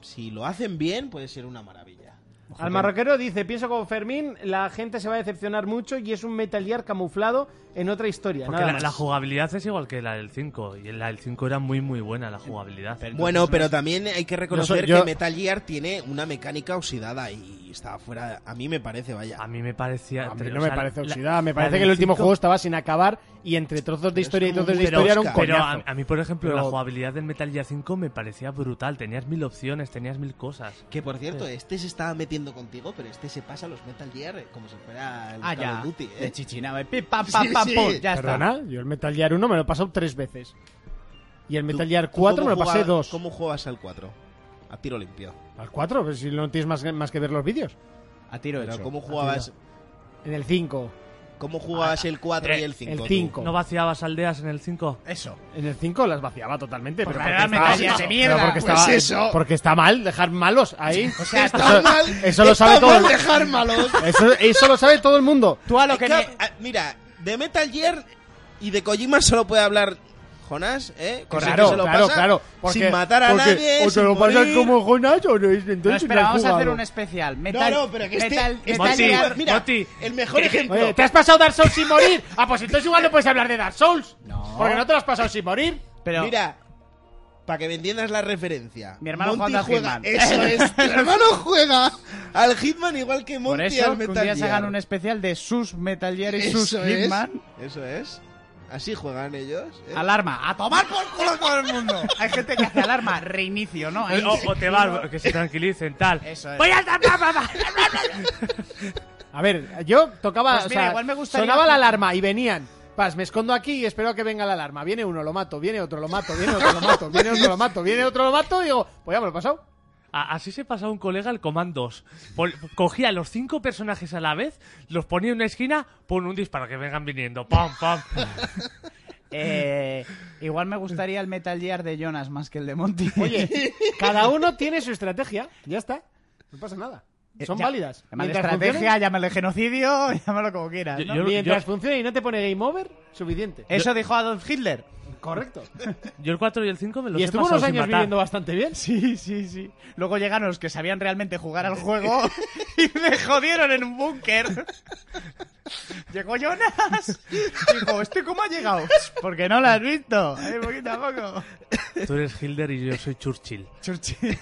Speaker 6: si lo hacen bien, puede ser una maravilla.
Speaker 4: Al marroquero dice, pienso como Fermín, la gente se va a decepcionar mucho y es un Metal Gear camuflado en otra historia.
Speaker 7: Porque
Speaker 4: nada
Speaker 7: la,
Speaker 4: más.
Speaker 7: la jugabilidad es igual que la del 5. Y la del 5 era muy, muy buena la jugabilidad.
Speaker 6: Bueno, pero también hay que reconocer
Speaker 4: soy- yo-
Speaker 6: que Metal Gear tiene una mecánica oxidada y está fuera. A mí me parece, vaya.
Speaker 4: Ah,
Speaker 7: A mí me parecía.
Speaker 4: A mí
Speaker 7: o
Speaker 4: no me
Speaker 7: sea,
Speaker 4: parece
Speaker 7: la-
Speaker 4: oxidada, me
Speaker 7: la
Speaker 4: parece
Speaker 7: del
Speaker 4: que el último
Speaker 7: 5
Speaker 4: juego estaba sin acabar y entre trozos de
Speaker 6: es
Speaker 4: historia y
Speaker 6: como
Speaker 4: trozos de
Speaker 6: muy
Speaker 4: historia era un
Speaker 6: osca.
Speaker 7: Pero
Speaker 4: coñazo.
Speaker 7: a, a mí, por ejemplo, la
Speaker 4: Pero-
Speaker 7: jugabilidad del Metal Gear 5 me parecía brutal. Tenías mil opciones, tenías mil cosas.
Speaker 6: Que por cierto, este se estaba metiendo contigo, pero este se pasa a los Metal Gear eh, como si fuera el
Speaker 5: Ah,
Speaker 6: Call of
Speaker 5: ya.
Speaker 6: Duty, ¿eh?
Speaker 5: De chichina, de pi, pa, pa,
Speaker 6: Sí,
Speaker 5: pa,
Speaker 6: sí.
Speaker 5: pum, ya está.
Speaker 4: Perdona, yo el Metal Gear 1 me lo he pasado tres veces. Y el
Speaker 6: ¿Tú-
Speaker 4: Metal Gear
Speaker 6: tú
Speaker 4: 4 me lo
Speaker 6: cómo
Speaker 4: pasé
Speaker 6: juega-
Speaker 4: dos.
Speaker 6: ¿Cómo juegas al 4? A tiro limpio.
Speaker 4: Al 4, pues si no tienes más, más que ver los vídeos.
Speaker 5: A tiro
Speaker 6: Pero
Speaker 5: hecho.
Speaker 6: ¿cómo jugabas,
Speaker 4: En el 5,
Speaker 6: cómo jugabas el 4 y el 5?
Speaker 4: Ah, eh, el
Speaker 6: tú?
Speaker 4: 5.
Speaker 7: ¿No vaciabas aldeas en el 5?
Speaker 5: Eso.
Speaker 4: En el 5 las vaciaba totalmente.
Speaker 5: Pues
Speaker 4: pero
Speaker 5: claro,
Speaker 4: porque
Speaker 5: Metal
Speaker 4: estaba-
Speaker 5: Gear de
Speaker 4: pero
Speaker 5: mierda.
Speaker 4: Porque,
Speaker 6: Pues
Speaker 4: estaba,
Speaker 6: eso.
Speaker 4: porque está mal dejar malos ahí.
Speaker 5: O sea, tú,
Speaker 6: Está mal,
Speaker 4: eso lo sabe
Speaker 6: está
Speaker 4: todo
Speaker 6: mal
Speaker 4: el-
Speaker 6: dejar malos.
Speaker 4: Eso, eso lo sabe todo el mundo.
Speaker 5: tú a lo que...
Speaker 6: Es que,
Speaker 5: nie-
Speaker 6: ah, Mira, de Metal Gear y de Kojima solo puede hablar Jonás, ¿eh? Que sé que
Speaker 4: Pues Claro,
Speaker 6: se lo
Speaker 4: claro,
Speaker 6: pasa
Speaker 4: claro. Porque-
Speaker 6: sin matar a
Speaker 4: porque
Speaker 6: nadie.
Speaker 4: O te
Speaker 6: sin
Speaker 4: lo pasan
Speaker 6: morir.
Speaker 4: como Jonas o no, entonces
Speaker 5: No, espera,
Speaker 4: no has
Speaker 5: vamos a hacer
Speaker 4: jugado.
Speaker 5: un especial. Metal,
Speaker 6: no, pero que este-
Speaker 5: Metal,
Speaker 6: este
Speaker 5: Metal
Speaker 7: Monty,
Speaker 5: Gear-
Speaker 6: Mira,
Speaker 7: Monty,
Speaker 6: el mejor ejemplo.
Speaker 4: eh, Oye, ¿te has pasado Dark Souls sin morir? Ah, pues entonces igual no puedes hablar de Dark Souls.
Speaker 5: No.
Speaker 4: Porque no te lo has pasado sin morir.
Speaker 5: Pero,
Speaker 6: Mira, para que me entiendas la referencia.
Speaker 5: Mi hermano
Speaker 6: Monty
Speaker 5: jugando al
Speaker 6: juega.
Speaker 5: Hitman.
Speaker 6: Eso es. Mi hermano juega al Hitman igual que
Speaker 5: por
Speaker 6: Monty
Speaker 5: eso,
Speaker 6: al
Speaker 5: que un
Speaker 6: Metal
Speaker 5: día se hagan
Speaker 6: Gear.
Speaker 5: un especial de sus Metal Gear y sus
Speaker 6: Eso es.
Speaker 5: Hitman.
Speaker 6: Eso es. Así juegan ellos. ¿eh?
Speaker 5: Alarma, a tomar por culo todo el mundo. Hay gente que hace alarma, reinicio, ¿no?
Speaker 4: Ah,
Speaker 5: Ahí-
Speaker 6: Oh.
Speaker 7: O, o te vas, que se tranquilicen, tal.
Speaker 5: Eso es.
Speaker 7: Voy a estar, bla, bla, bla.
Speaker 4: A ver, yo tocaba.
Speaker 5: Pues mira,
Speaker 4: o sea,
Speaker 5: igual me gustaría-
Speaker 4: Sonaba la alarma y venían. Paz, me escondo aquí y espero a que venga la alarma. Viene uno, lo mato, viene otro, lo mato, viene otro, lo mato, viene otro, lo mato, viene otro, lo mato. Y digo, pues ya me lo he pasado.
Speaker 7: A- Así se pasaba un colega al comandos. Pol- cogía los cinco personajes a la vez, los ponía en una esquina, pon un disparo que vengan viniendo. Pam, pam.
Speaker 5: Eh, igual me gustaría el Metal Gear de Jonas más que el de Monty.
Speaker 4: Oye, cada uno tiene su estrategia. Ya está. No pasa nada.
Speaker 5: Eh,
Speaker 4: Son
Speaker 5: ya,
Speaker 4: válidas.
Speaker 5: Llámale
Speaker 4: Mientras
Speaker 5: estrategia, llámale genocidio, llámalo como quieras.
Speaker 7: Yo-
Speaker 5: ¿no?
Speaker 7: yo- Eh,
Speaker 4: funcione- mientras funcione y no te pone game over, suficiente.
Speaker 5: Eso dijo Adolf Hitler.
Speaker 4: Correcto.
Speaker 7: Yo el 4 y el 5 me los
Speaker 4: Y
Speaker 7: he
Speaker 4: estuvo
Speaker 7: pasado
Speaker 4: unos
Speaker 7: sin
Speaker 4: años
Speaker 7: matar.
Speaker 4: viviendo bastante bien.
Speaker 5: Sí, sí, sí. Luego llegaron los que sabían realmente jugar al juego y me jodieron en un búnker. Llegó Jonas. Dijo, ¿este cómo ha llegado? Porque no lo has visto. Eh, poquito a poco.
Speaker 7: Tú eres Hilder y yo soy Churchill.
Speaker 5: Churchill.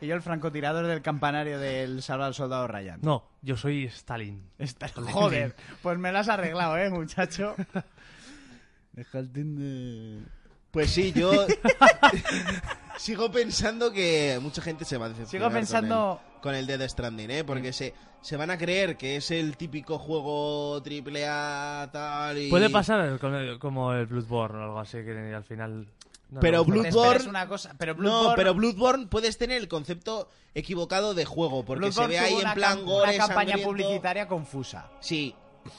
Speaker 5: Y yo el francotirador del campanario del Salva al Soldado Ryan.
Speaker 7: No, yo soy Stalin.
Speaker 5: Esta- joder, pues me la has arreglado, eh, muchacho. Deja el Tinder.
Speaker 6: Pues sí, yo sigo pensando que mucha gente se va a decepcionar.
Speaker 5: Sigo pensando-
Speaker 6: Con el, con el Dead Stranding, ¿eh? Porque se, se van a creer que es el típico juego triple A tal y...
Speaker 7: Puede pasar con el- como el Bloodborne o algo así, que al final... no
Speaker 6: Pero
Speaker 7: nos gusta.
Speaker 6: Bloodborne-
Speaker 5: Espera, es una cosa, pero Bloodborne,
Speaker 6: No, pero Bloodborne puedes tener el concepto equivocado de juego, porque
Speaker 5: Bloodborne
Speaker 6: se ve ahí
Speaker 5: tuvo
Speaker 6: en
Speaker 5: una
Speaker 6: plan
Speaker 5: cam-
Speaker 6: gore,
Speaker 5: una campaña
Speaker 6: sangriento.
Speaker 5: publicitaria confusa.
Speaker 6: Sí,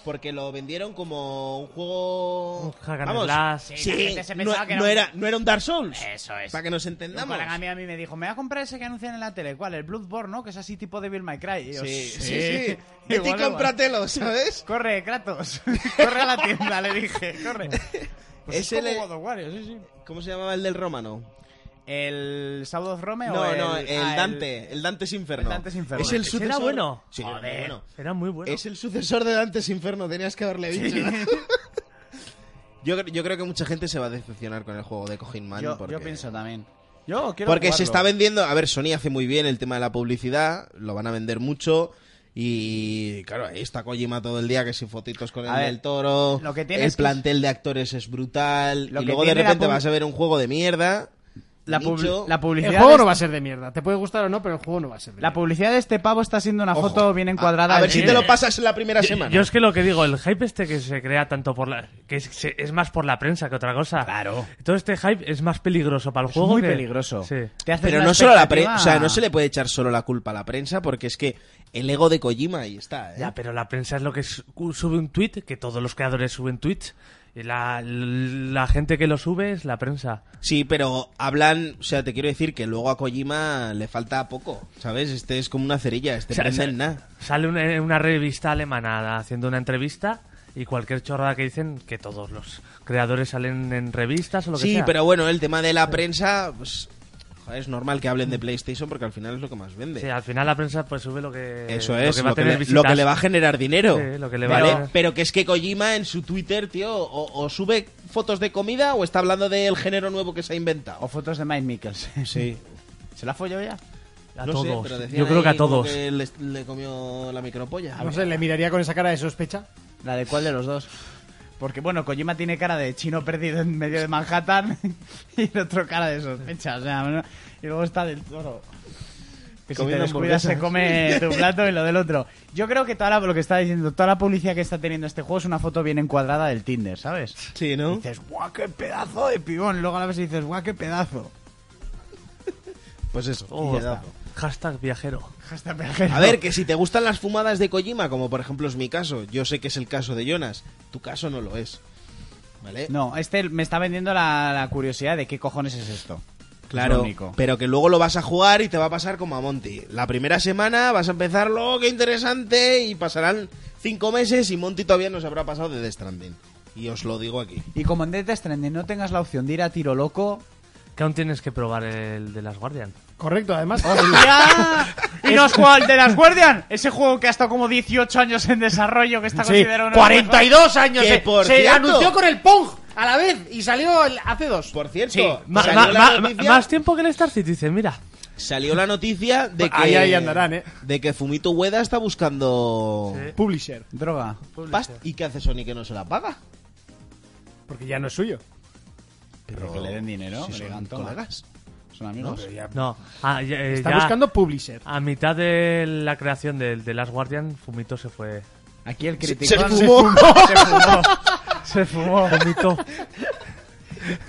Speaker 6: porque lo vendieron como un juego...
Speaker 7: Un hack and
Speaker 6: Vamos,
Speaker 7: slash.
Speaker 5: Sí, la gente se pensaba
Speaker 6: no,
Speaker 5: que era
Speaker 6: no
Speaker 5: un-
Speaker 6: era, no era un Eh, Dark Souls.
Speaker 5: Eso es.
Speaker 6: Para que nos
Speaker 5: Un
Speaker 6: entendamos.
Speaker 5: colega mío a mí me dijo, me voy a comprar ese que anuncian en la tele. ¿Cuál? El Bloodborne, ¿no? Que es así tipo Devil May Cry. Y yo,
Speaker 6: Sí, sí, sí.
Speaker 5: Igual,
Speaker 6: Vete y
Speaker 5: igual.
Speaker 6: cómpratelo, ¿sabes?
Speaker 5: Corre, Kratos. corre a la tienda, le dije. Corre. Pues
Speaker 6: Es
Speaker 5: es,
Speaker 6: el- eh,
Speaker 5: como God of War, sí, sí.
Speaker 6: ¿Cómo se llamaba el del romano?
Speaker 5: ¿El South of Rome o
Speaker 6: No,
Speaker 5: el...?
Speaker 6: no, Eh, el,
Speaker 5: ah,
Speaker 6: Dante, el, Dante's Inferno.
Speaker 5: el Dante's Inferno.
Speaker 6: Es el
Speaker 7: Ese
Speaker 6: sucesor.
Speaker 7: era bueno.
Speaker 6: Sí, era
Speaker 5: Joder.
Speaker 6: bueno.
Speaker 7: Era muy bueno.
Speaker 6: Es el sucesor de Dante's Inferno, tenías que haberle dicho. yo, cre- yo creo que mucha gente se va a decepcionar con el juego de Cojín Man.
Speaker 5: Yo,
Speaker 6: porque...
Speaker 5: yo pienso también. Yo quiero
Speaker 6: Porque se
Speaker 5: jugarlo.
Speaker 6: está vendiendo. A ver, Sony hace muy bien el tema de la publicidad, lo van a vender mucho. Y claro, ahí está Kojima todo el día, que si fotitos con el
Speaker 5: A ver,
Speaker 6: del toro,
Speaker 5: lo que tiene
Speaker 6: el
Speaker 5: es que-
Speaker 6: plantel de actores es brutal,
Speaker 5: Lo
Speaker 6: y
Speaker 5: que
Speaker 6: luego de
Speaker 5: tiene la
Speaker 6: repente
Speaker 5: pub-
Speaker 6: vas a ver un juego de mierda.
Speaker 5: La, pub-
Speaker 6: nicho.
Speaker 5: la publicidad...
Speaker 4: El juego
Speaker 5: de-
Speaker 4: no va a ser de mierda. Te puede gustar o no, pero el juego no va a ser de
Speaker 5: La
Speaker 4: mierda.
Speaker 5: publicidad de este pavo está siendo una
Speaker 6: Ojo.
Speaker 5: foto bien encuadrada.
Speaker 6: A, a ver
Speaker 5: en-
Speaker 6: si te lo pasas en la primera semana.
Speaker 7: Yo es que lo que digo, el hype este que se crea tanto por la... que es, se- es más por la prensa que otra cosa.
Speaker 5: Claro.
Speaker 7: Todo este hype es más peligroso para el
Speaker 5: Es
Speaker 7: juego.
Speaker 5: muy
Speaker 7: que-
Speaker 5: peligroso.
Speaker 7: Sí.
Speaker 5: Te haces
Speaker 6: Pero
Speaker 5: una
Speaker 6: no solo a la prensa,
Speaker 5: expectativa-
Speaker 6: o sea, no se le puede echar solo la culpa a la prensa porque es que el ego de Kojima ahí está, ¿eh?
Speaker 7: Ya, pero la prensa es lo que su- sube un tweet, que todos los creadores suben tweets. Y la, la gente que lo sube es la prensa.
Speaker 6: Sí, pero hablan, o sea, te quiero decir que luego a Kojima le falta poco, ¿sabes? Este es como una cerilla, este
Speaker 7: O sea,
Speaker 6: prende
Speaker 7: sa-
Speaker 6: en nada.
Speaker 7: Sale una, una revista alemana haciendo una entrevista y cualquier chorrada que dicen que todos los creadores salen en revistas o lo que
Speaker 6: Sí,
Speaker 7: sea.
Speaker 6: pero bueno, el tema de la prensa, pues joder, es normal que hablen de PlayStation porque al final es lo que más vende.
Speaker 7: Sí, al final la prensa pues sube lo que
Speaker 6: Eso
Speaker 7: lo
Speaker 6: es,
Speaker 7: que va a tener
Speaker 6: le,
Speaker 7: visitas.
Speaker 6: eh, lo que le va a generar dinero.
Speaker 7: Sí, lo que le
Speaker 6: ¿vale?
Speaker 7: va a-
Speaker 6: Pero que es que Kojima en su Twitter, tío, o, o sube fotos de comida o está hablando del género nuevo que se ha inventado.
Speaker 5: O fotos de Mike Mickels.
Speaker 6: Sí.
Speaker 5: ¿Se la folló ya?
Speaker 7: a
Speaker 6: No sé,
Speaker 7: todos.
Speaker 6: pero decían
Speaker 7: Yo creo que a
Speaker 6: ahí como
Speaker 7: todos.
Speaker 6: que le, le comió la micropolla.
Speaker 4: No sé, le miraría con esa cara de sospecha.
Speaker 5: ¿La de cuál de los dos? Porque bueno, Kojima tiene cara de chino perdido en medio de Manhattan y el otro cara de sospecha. O sea, no- y luego está del toro. Que si te
Speaker 6: Comiendo
Speaker 5: descuidas se come tu plato y lo del otro. Yo creo que toda la, lo que está diciendo, toda la publicidad que está teniendo este juego es una foto bien encuadrada del Tinder, ¿sabes?
Speaker 6: Sí,
Speaker 5: Y
Speaker 6: ¿no?
Speaker 5: dices, guau, qué pedazo de pibón. Luego a la vez dices, guau, qué pedazo.
Speaker 6: Pues eso.
Speaker 7: Oh, hashtag viajero.
Speaker 5: Hasta perjero.
Speaker 6: A ver, que si te gustan las fumadas de Kojima, como por ejemplo es mi caso, yo sé que es el caso de Jonas, tu caso no lo es. ¿Vale?
Speaker 5: No, este me está vendiendo la, la curiosidad de qué cojones es esto. Es lo
Speaker 6: Claro,
Speaker 5: único.
Speaker 6: pero que luego lo vas a jugar y te va a pasar como a Monty. La primera semana vas a empezar, oh, qué interesante, y pasarán cinco meses y Monty todavía no se habrá pasado de Death Stranding. Y os lo digo aquí.
Speaker 5: Y como en Death Stranding no tengas la opción de ir a tiro loco,
Speaker 7: Que aún tienes que probar el de las Guardian.
Speaker 4: Correcto, además.
Speaker 5: ¡Ya! Y no has jugado al de las Guardian, ese juego que ha estado como 18 años en desarrollo, que está
Speaker 4: Sí,
Speaker 5: considerado uno de los
Speaker 4: 42 años.
Speaker 6: Que
Speaker 4: eh.
Speaker 6: por
Speaker 4: se
Speaker 6: cierto-
Speaker 4: anunció con el Pong a la vez y salió el- hace dos.
Speaker 6: Por cierto,
Speaker 7: Ma-
Speaker 6: salió,
Speaker 7: ma-
Speaker 6: la
Speaker 7: ma- ma-
Speaker 6: noticia,
Speaker 7: más tiempo que el Star Citizen, mira.
Speaker 6: salió la noticia de que,
Speaker 8: Ahí, ahí andarán, ¿eh?
Speaker 6: de que Fumito Ueda está buscando
Speaker 8: Publisher,
Speaker 5: juegos- Droga.
Speaker 6: pasta. ¿Y qué hace Sony que no se la paga?
Speaker 8: porque ya no es suyo.
Speaker 5: Pero que le den dinero,
Speaker 6: si
Speaker 5: que le
Speaker 6: son
Speaker 5: digan, toma.
Speaker 6: colegas.
Speaker 5: Son amigos.
Speaker 7: No, ah, ya- eh,
Speaker 8: Está
Speaker 7: ya
Speaker 8: buscando publisher.
Speaker 7: A mitad de la creación del de Last Guardian, Fumito se fue.
Speaker 5: Aquí el
Speaker 6: Se,
Speaker 5: criticón
Speaker 6: se fumó.
Speaker 5: Se fumó.
Speaker 7: Se fumó. Fumito.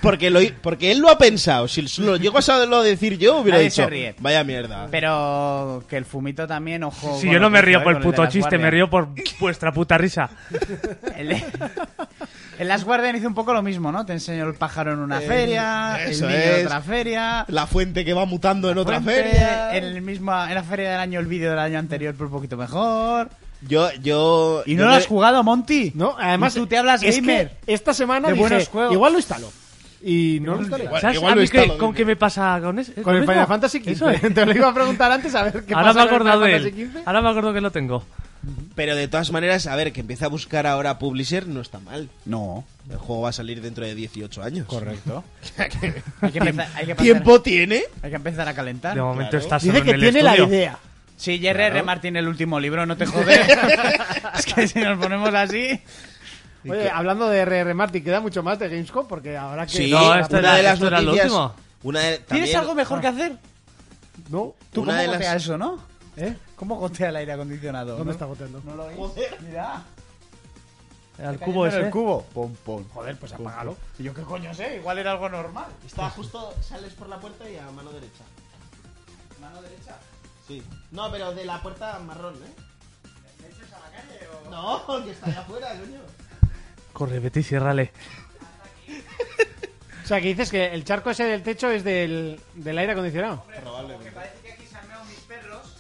Speaker 6: Porque, lo, porque él lo ha pensado. Si lo llego a saberlo decir yo, hubiera
Speaker 5: Nadie se
Speaker 6: dicho.
Speaker 5: ríe.
Speaker 6: Vaya mierda.
Speaker 5: Pero que el fumito también, ojo.
Speaker 7: Si
Speaker 5: con
Speaker 7: yo
Speaker 5: lo
Speaker 7: no me
Speaker 5: que
Speaker 7: río
Speaker 5: fue
Speaker 7: por el
Speaker 5: con de
Speaker 7: puto
Speaker 5: Last
Speaker 7: chiste, me
Speaker 5: Guardian.
Speaker 7: río por vuestra puta risa.
Speaker 5: El, de- el Last Guardian hizo un poco lo mismo, ¿no? Te enseñó el pájaro en una feria, el
Speaker 6: eso
Speaker 5: niño en
Speaker 6: es.
Speaker 5: otra feria.
Speaker 6: La fuente que va mutando en otra
Speaker 5: Fuente,
Speaker 6: feria.
Speaker 5: En, el mismo, en la feria del año, el vídeo del año anterior fue un poquito mejor.
Speaker 6: Yo, yo.
Speaker 5: ¿Y
Speaker 6: yo
Speaker 5: no lo
Speaker 6: me-
Speaker 5: has jugado, Monty?
Speaker 8: No, además.
Speaker 5: Y tú te hablas
Speaker 8: es
Speaker 5: gamer.
Speaker 8: que esta semana
Speaker 5: De
Speaker 8: dije,
Speaker 5: buenos juegos.
Speaker 8: igual lo instaló. Y no lo instalé.
Speaker 7: ¿Sabes
Speaker 6: igual
Speaker 7: a
Speaker 6: lo
Speaker 7: mí
Speaker 6: instalo,
Speaker 7: qué- con
Speaker 6: dime.
Speaker 7: qué me pasa con eso?
Speaker 8: Con el Final Fantasy XV.
Speaker 7: Eso es.
Speaker 8: Te lo iba a preguntar antes a ver qué
Speaker 7: Ahora me
Speaker 8: pasa con el
Speaker 7: he acordado de
Speaker 8: Final
Speaker 7: él.
Speaker 8: Fantasy XV.
Speaker 7: Ahora me acuerdo que lo tengo.
Speaker 6: Pero de todas maneras, a ver, que empiece a buscar ahora publisher no está mal.
Speaker 5: No.
Speaker 6: El juego va a salir dentro de 18 años.
Speaker 5: Correcto. hay, que empezar, hay que empezar-
Speaker 6: ¿Tiempo tiene?
Speaker 5: hay que empezar a calentar.
Speaker 7: De momento
Speaker 6: Claro.
Speaker 7: está solo
Speaker 8: Dice que
Speaker 7: en el
Speaker 8: tiene la
Speaker 7: estudio.
Speaker 8: idea.
Speaker 5: Sí, Jerry R. Martin, el último libro, no te jodes. es que si nos ponemos así.
Speaker 8: Oye, hablando de RR Martin, queda mucho más de Gamescom porque ahora que.
Speaker 6: Sí,
Speaker 7: No, esto
Speaker 6: una
Speaker 7: era-
Speaker 6: de las
Speaker 7: esto era lo
Speaker 6: noticias.
Speaker 7: último.
Speaker 6: Una de,
Speaker 5: ¿Tienes
Speaker 6: también-
Speaker 5: algo mejor que hacer?
Speaker 8: No,
Speaker 5: ¿Tú cómo
Speaker 6: Una de las-
Speaker 5: gotea eso, no?
Speaker 8: ¿eh?
Speaker 5: ¿Cómo gotea el aire acondicionado?
Speaker 8: ¿Dónde
Speaker 5: ¿No?
Speaker 8: está goteando?
Speaker 5: ¿No lo oís? Mira.
Speaker 7: Al cubo
Speaker 5: en
Speaker 7: ese.
Speaker 5: el cubo. Pum, pum.
Speaker 8: Joder, pues apágalo.
Speaker 5: ¿Y yo qué coño sé? Igual era algo normal.
Speaker 6: Está justo, sales por la puerta y a mano derecha.
Speaker 5: ¿Mano derecha?
Speaker 6: Sí. No, pero de la puerta marrón, ¿eh? No, que está allá afuera, coño.
Speaker 7: Corre, Betty, ciérrale.
Speaker 8: O sea, que dices que el charco ese del techo es del, del aire acondicionado.
Speaker 5: Porque parece que aquí se han meado mis perros.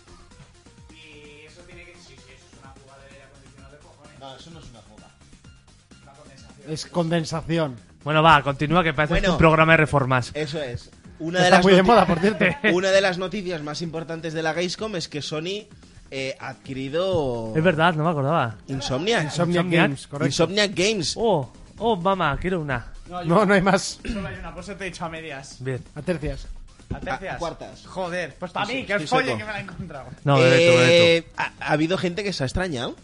Speaker 5: Y eso tiene que. Sí, sí, eso es una fuga de aire acondicionado de cojones.
Speaker 6: No, eso no es una fuga.
Speaker 5: Una condensación.
Speaker 8: Es condensación.
Speaker 7: Bueno, va, continúa, que parece
Speaker 6: Bueno.
Speaker 7: un programa de reformas.
Speaker 6: Eso es. Una de
Speaker 8: Está
Speaker 6: las
Speaker 8: muy de
Speaker 6: noti-
Speaker 8: moda, por cierto.
Speaker 6: Una de las noticias más importantes de la Gamescom es que Sony eh, ha adquirido
Speaker 7: Es verdad, no me acordaba.
Speaker 8: Insomniac
Speaker 6: Insomniac.
Speaker 7: Insomniac.
Speaker 8: Games, correcto.
Speaker 6: Insomniac Games.
Speaker 7: Oh, oh, mamá, quiero una.
Speaker 8: No, no hay más.
Speaker 5: Solo hay una, por eso te he dicho a medias.
Speaker 7: Bien.
Speaker 8: A tercias.
Speaker 5: A tercias.
Speaker 6: cuartas.
Speaker 5: Joder, pues para
Speaker 6: Estoy
Speaker 5: mí,
Speaker 6: se-
Speaker 5: que os
Speaker 6: estoy
Speaker 5: folle
Speaker 6: seco.
Speaker 5: que me la he encontrado.
Speaker 7: No, Bebeto,
Speaker 6: Eh,
Speaker 7: Bebeto.
Speaker 6: ha, ha habido gente que se ha extrañado.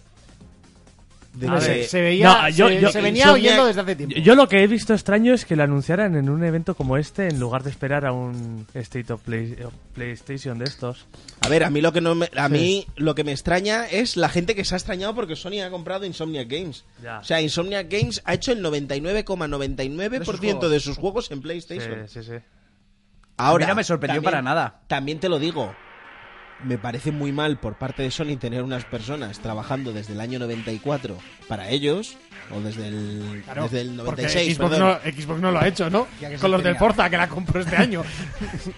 Speaker 6: De
Speaker 7: A
Speaker 6: no
Speaker 7: ver.
Speaker 6: sé.
Speaker 8: Se veía,
Speaker 7: No, yo-
Speaker 8: se,
Speaker 7: yo-
Speaker 8: se venía
Speaker 6: Insomniac-
Speaker 8: oyendo desde hace tiempo.
Speaker 7: Yo- Yo lo que he visto extraño es que lo anunciaran en un evento como este en lugar de esperar a un State of Play- of PlayStation de estos.
Speaker 6: A ver, a mí lo que no me, a mí lo que me extraña es la gente que se ha extrañado porque Sony ha comprado Insomniac Games.
Speaker 7: Ya.
Speaker 6: O sea, Insomniac Games ha hecho el 99,99% de, sus juegos en
Speaker 7: Sí,
Speaker 6: PlayStation.
Speaker 7: sí, sí.
Speaker 6: Ahora
Speaker 5: A mí no me sorprendió para nada.
Speaker 6: También te lo digo. Me parece muy mal por parte de Sony tener unas personas trabajando desde el año 94 para ellos o desde el
Speaker 8: Claro,
Speaker 6: desde el
Speaker 8: porque
Speaker 6: 96,
Speaker 8: Xbox
Speaker 6: perdón.
Speaker 8: no, Xbox no lo ha hecho, ¿no?
Speaker 5: Ya que se
Speaker 8: Con los del
Speaker 5: tenía.
Speaker 8: Forza, que la compró este año.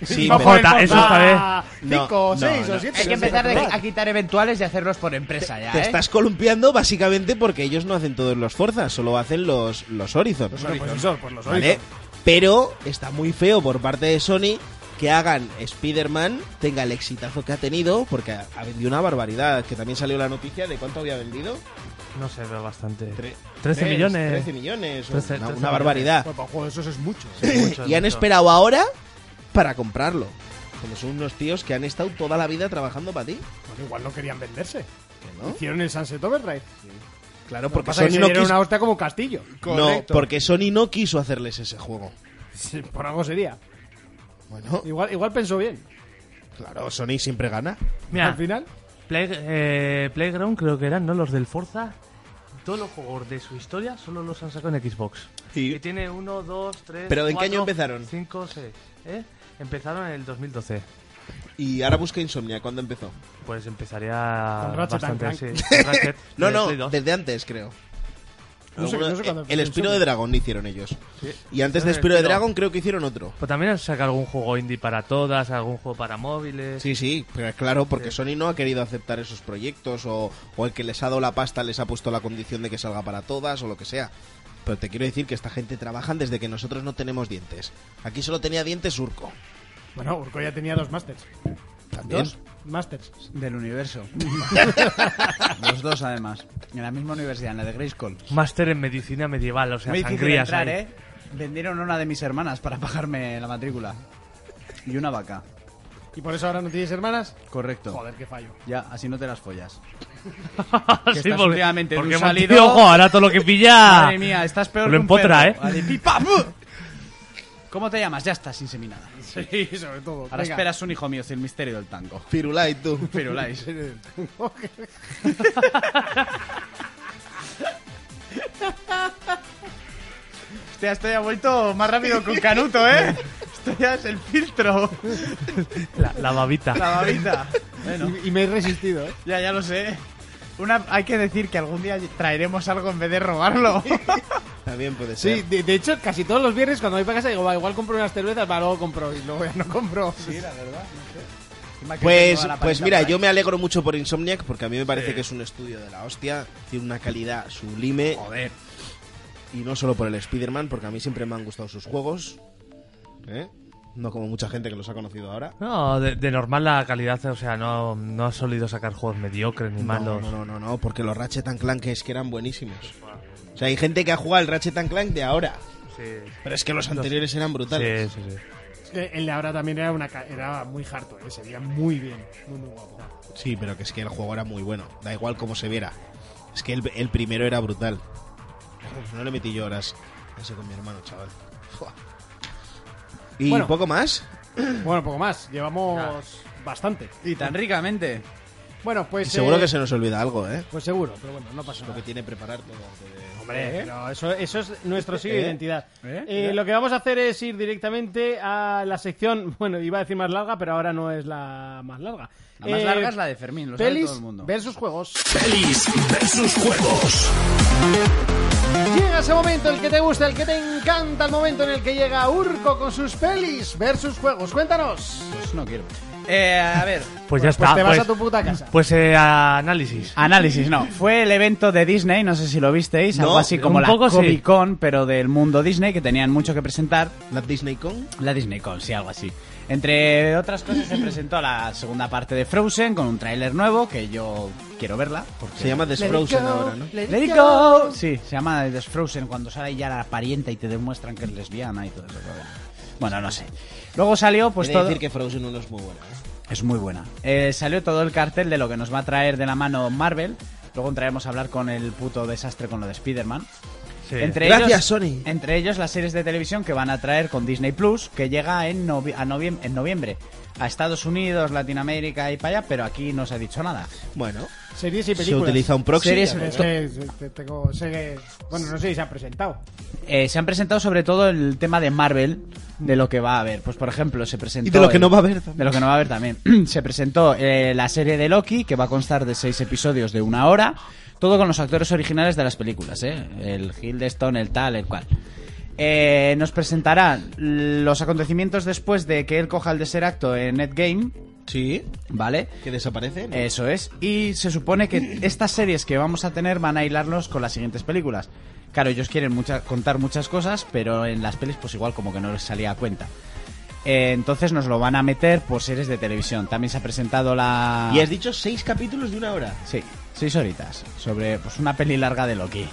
Speaker 6: Sí,
Speaker 8: No,
Speaker 6: pero-
Speaker 8: joder,
Speaker 7: Forza, eso
Speaker 8: Forza
Speaker 6: bien.
Speaker 8: Ah, cinco,
Speaker 6: No,
Speaker 8: seis
Speaker 6: no,
Speaker 8: o
Speaker 6: no.
Speaker 8: siete,
Speaker 5: Hay que
Speaker 8: no sé
Speaker 5: empezar
Speaker 8: cuánto
Speaker 5: a
Speaker 8: va.
Speaker 5: quitar eventuales y hacerlos por empresa ya,
Speaker 6: Te
Speaker 5: ¿eh?
Speaker 6: estás columpiando básicamente porque ellos no hacen todos los Forzas, solo hacen los los Horizon.
Speaker 8: Bueno, pues eso, pues los
Speaker 6: ¿Vale?
Speaker 8: oigo.
Speaker 6: Pero está muy feo por parte de Sony que hagan Spider-Man, tenga el exitazo que ha tenido, porque ha ha vendido una barbaridad, que también salió la noticia de cuánto había vendido.
Speaker 7: No sé, pero bastante.
Speaker 6: Tre-
Speaker 7: 13
Speaker 6: tres,
Speaker 7: millones.
Speaker 6: 13 millones, o
Speaker 7: Trece-
Speaker 6: una,
Speaker 7: trece
Speaker 6: una
Speaker 7: millones.
Speaker 6: barbaridad.
Speaker 8: Bueno, para un juego de esos es mucho.
Speaker 7: mucho,
Speaker 6: y han
Speaker 7: mucho.
Speaker 6: esperado ahora para comprarlo. Como son unos tíos que han estado toda la vida trabajando para ti.
Speaker 8: Bueno, igual no querían venderse.
Speaker 6: que no.
Speaker 8: Hicieron el Sunset Overdrive.
Speaker 6: Claro,
Speaker 8: Porque
Speaker 6: porque
Speaker 8: pasa es que
Speaker 6: Sony
Speaker 8: se
Speaker 6: no
Speaker 8: dieron
Speaker 6: quiso...
Speaker 8: una hostia como un castillo.
Speaker 6: No, porque Sony no quiso hacerles ese juego.
Speaker 8: Sí, Por algo sería.
Speaker 6: Bueno,
Speaker 8: Igual, igual pensó bien.
Speaker 6: claro, Sony siempre gana.
Speaker 7: Mira,
Speaker 8: Al final.
Speaker 7: Play- eh, Playground creo que eran, ¿no? Los del Forza. Todos los juegos de su historia solo los han sacado en Xbox.
Speaker 6: Sí.
Speaker 7: Que tiene 1, 2, 3,
Speaker 6: ¿Pero en qué año empezaron?
Speaker 7: 5, 6. ¿eh? Empezaron en el 2012.
Speaker 6: Y ahora busca Insomnia, ¿cuándo empezó?
Speaker 7: Pues empezaría
Speaker 8: Con Ratchet and
Speaker 7: bastante,
Speaker 8: Clank.
Speaker 7: sí. Con Ratchet,
Speaker 6: No,
Speaker 7: de
Speaker 6: no,
Speaker 7: Play dos.
Speaker 6: desde antes, creo.
Speaker 8: No sé-
Speaker 6: Alguna-
Speaker 8: no sé cuándo
Speaker 6: eh, el
Speaker 8: fue,
Speaker 6: Espiro de
Speaker 8: Insomnia.
Speaker 6: Dragón hicieron ellos.
Speaker 7: Sí.
Speaker 6: Y antes de
Speaker 7: Entonces,
Speaker 6: Espiro de
Speaker 7: pero-
Speaker 6: Dragón creo que hicieron otro.
Speaker 7: Pues también han sacado algún juego indie para todas, algún juego para móviles.
Speaker 6: Sí, sí, pero claro, porque Sony no ha querido aceptar esos proyectos o, o el que les ha dado la pasta les ha puesto la condición de que salga para todas o lo que sea. Pero te quiero decir que esta gente trabajan desde que nosotros no tenemos dientes. Aquí solo tenía dientes Urco.
Speaker 8: Bueno, Urco ya tenía dos Masters.
Speaker 6: También.
Speaker 8: Masters.
Speaker 5: Del universo. Los dos, además. En la misma universidad, en la de Grayskull.
Speaker 7: Máster en medicina medieval, o sea,
Speaker 5: Muy difícil
Speaker 7: sangrías.
Speaker 5: entrar,
Speaker 7: ahí.
Speaker 5: ¿eh? Vendieron una de mis hermanas para pagarme la matrícula. Y una vaca.
Speaker 8: ¿Y por eso ahora no tienes hermanas?
Speaker 5: Correcto.
Speaker 8: Joder, qué fallo.
Speaker 5: Ya, así no te las follas. Que
Speaker 7: Sí,
Speaker 5: estás
Speaker 7: porque-
Speaker 5: últimamente en
Speaker 7: porque
Speaker 5: un
Speaker 7: hemos
Speaker 5: salido-
Speaker 7: dicho, ojo, ahora todo lo que pilla.
Speaker 5: Madre mía, estás peor
Speaker 7: Lo
Speaker 5: que un
Speaker 7: empotra,
Speaker 5: perro.
Speaker 7: ¿eh?
Speaker 5: Vale, pi, pam, uh. ¿Cómo te llamas? Ya estás inseminada.
Speaker 8: Sí, sobre todo.
Speaker 5: Ahora
Speaker 8: Venga.
Speaker 5: esperas un hijo mío, es el misterio del tango.
Speaker 6: Firulai, tú.
Speaker 5: Pero Lais, Hostia, esto ya ha vuelto más rápido que un canuto, ¿eh? Esto ya es el filtro,
Speaker 7: La, la babita.
Speaker 5: la babita. Bueno,
Speaker 8: Y, y me he resistido, ¿eh?
Speaker 5: ya, ya lo sé. Una, hay que decir que algún día traeremos algo en vez de robarlo.
Speaker 6: También puede ser.
Speaker 8: Sí, de, de hecho, casi todos los viernes cuando voy para casa digo, va, igual compro unas cervezas, va, luego compro y luego ya no compro.
Speaker 6: Pues, pues mira, yo me alegro mucho por Insomniac porque a mí me parece que es un estudio de la hostia, tiene una calidad sublime. Joder. Y no solo por el Spider-Man, porque a mí siempre me han gustado sus juegos. ¿eh? No como mucha gente que los ha conocido ahora.
Speaker 7: No, de, de normal la calidad, o sea, no, no has solido sacar juegos mediocres ni malos.
Speaker 6: No, no, no, no, porque los Ratchet and Clank es que eran buenísimos. O sea, hay gente que ha jugado el Ratchet and Clank de ahora.
Speaker 7: Sí,
Speaker 6: Pero es que los anteriores eran brutales.
Speaker 7: sí, sí, sí.
Speaker 8: Es que el de ahora también era, una, ca- era muy harto, ¿eh? se veía muy bien, muy, muy guapo.
Speaker 6: Sí, pero que es que el juego era muy bueno. Da igual cómo se viera. Es que el, el primero era brutal. No le metí yo horas. Ese con mi hermano, chaval. Fua. ¿Y
Speaker 8: Bueno.
Speaker 6: poco más?
Speaker 8: Bueno, poco más, llevamos bastante.
Speaker 5: Y tan ricamente.
Speaker 8: Bueno, pues.
Speaker 6: Y seguro
Speaker 8: eh,
Speaker 6: que se nos olvida algo, ¿eh?
Speaker 8: Pues seguro, pero bueno, no pasa
Speaker 6: Lo que
Speaker 8: nada.
Speaker 6: tiene preparar todo. antes de-
Speaker 8: Hombre, pero eso, eso es nuestro sello de
Speaker 6: ¿Eh?
Speaker 8: identidad.
Speaker 5: ¿Eh?
Speaker 8: Eh, lo que vamos a hacer es ir directamente a la sección, bueno, iba a decir más larga, pero ahora no es la más larga.
Speaker 5: La más
Speaker 8: Eh,
Speaker 5: larga es la de Fermín, lo sabe
Speaker 8: Pelis
Speaker 5: todo el mundo.
Speaker 8: versus juegos.
Speaker 3: Pelis versus juegos.
Speaker 4: Llega ese momento, el que te gusta, el que te encanta, el momento en el que llega Urco con sus pelis versus juegos. Cuéntanos.
Speaker 5: Pues no quiero. Eh, a ver,
Speaker 7: Pues ya
Speaker 4: Pues
Speaker 7: está.
Speaker 4: te
Speaker 7: Pues,
Speaker 4: vas a tu puta casa.
Speaker 7: pues, eh, análisis.
Speaker 5: Análisis, no. Fue el evento de Disney, no sé si lo visteis,
Speaker 6: No,
Speaker 5: algo así como
Speaker 7: un
Speaker 5: la
Speaker 7: poco sí.
Speaker 5: Comic Con, pero del mundo Disney, que tenían mucho que presentar.
Speaker 6: ¿La Disney Con?
Speaker 5: La Disney Con, sí, algo así. Entre otras cosas, se presentó la segunda parte de Frozen con un tráiler nuevo que yo quiero verla. Porque...
Speaker 6: Se llama The Frozen ahora, ¿no?
Speaker 5: Let it go. Sí, se llama The Frozen cuando sale ya la parienta y te demuestran que es lesbiana y todo eso. pero bueno. Bueno, no sé. Luego salió, pues
Speaker 6: He de
Speaker 5: todo.
Speaker 6: decir que Frozen 1 es muy buena. ¿eh?
Speaker 5: Es muy buena. Eh, salió todo el cartel de lo que nos va a traer de la mano Marvel. Luego entraremos a hablar con el puto desastre con lo de Spider-Man.
Speaker 7: Sí.
Speaker 5: Entre
Speaker 6: Gracias,
Speaker 5: ellos,
Speaker 6: Sony.
Speaker 5: Entre ellos las series de televisión que van a traer con Disney Plus, que llega en, novie- a noviem- en noviembre a Estados Unidos, Latinoamérica y para allá, pero aquí no se ha dicho nada.
Speaker 6: Bueno,
Speaker 8: Series y
Speaker 6: se
Speaker 8: películas.
Speaker 6: utiliza un proxy.
Speaker 5: Series-
Speaker 6: ya
Speaker 8: Es
Speaker 6: ves.
Speaker 8: que, es que eh, tengo- sé que- bueno, no sé si se ha presentado.
Speaker 5: Eh, se han presentado sobre todo el tema de Marvel, de lo que va a haber. Pues por ejemplo, se presentó.
Speaker 6: Y de lo que
Speaker 5: el-
Speaker 6: no va a haber también.
Speaker 5: De lo que no va a haber también. se presentó eh, la serie de Loki, que va a constar de seis episodios de una hora. Todo con los actores originales de las películas, ¿eh? El Hildeston, el tal, el cual. Eh, nos presentará los acontecimientos después de que él coja el tercer acto en Endgame,
Speaker 6: Sí,
Speaker 5: ¿vale?
Speaker 6: que desaparece. ¿no?
Speaker 5: Eso es. Y se supone que estas series que vamos a tener van a hilarlos con las siguientes películas. Claro, ellos quieren mucha- contar muchas cosas, pero en las pelis pues igual como que no les salía a cuenta. Eh, entonces nos lo van a meter por series de televisión. También se ha presentado la...
Speaker 6: Y has dicho seis capítulos de una hora.
Speaker 5: Sí, seis horitas. Sobre pues una peli larga de Loki.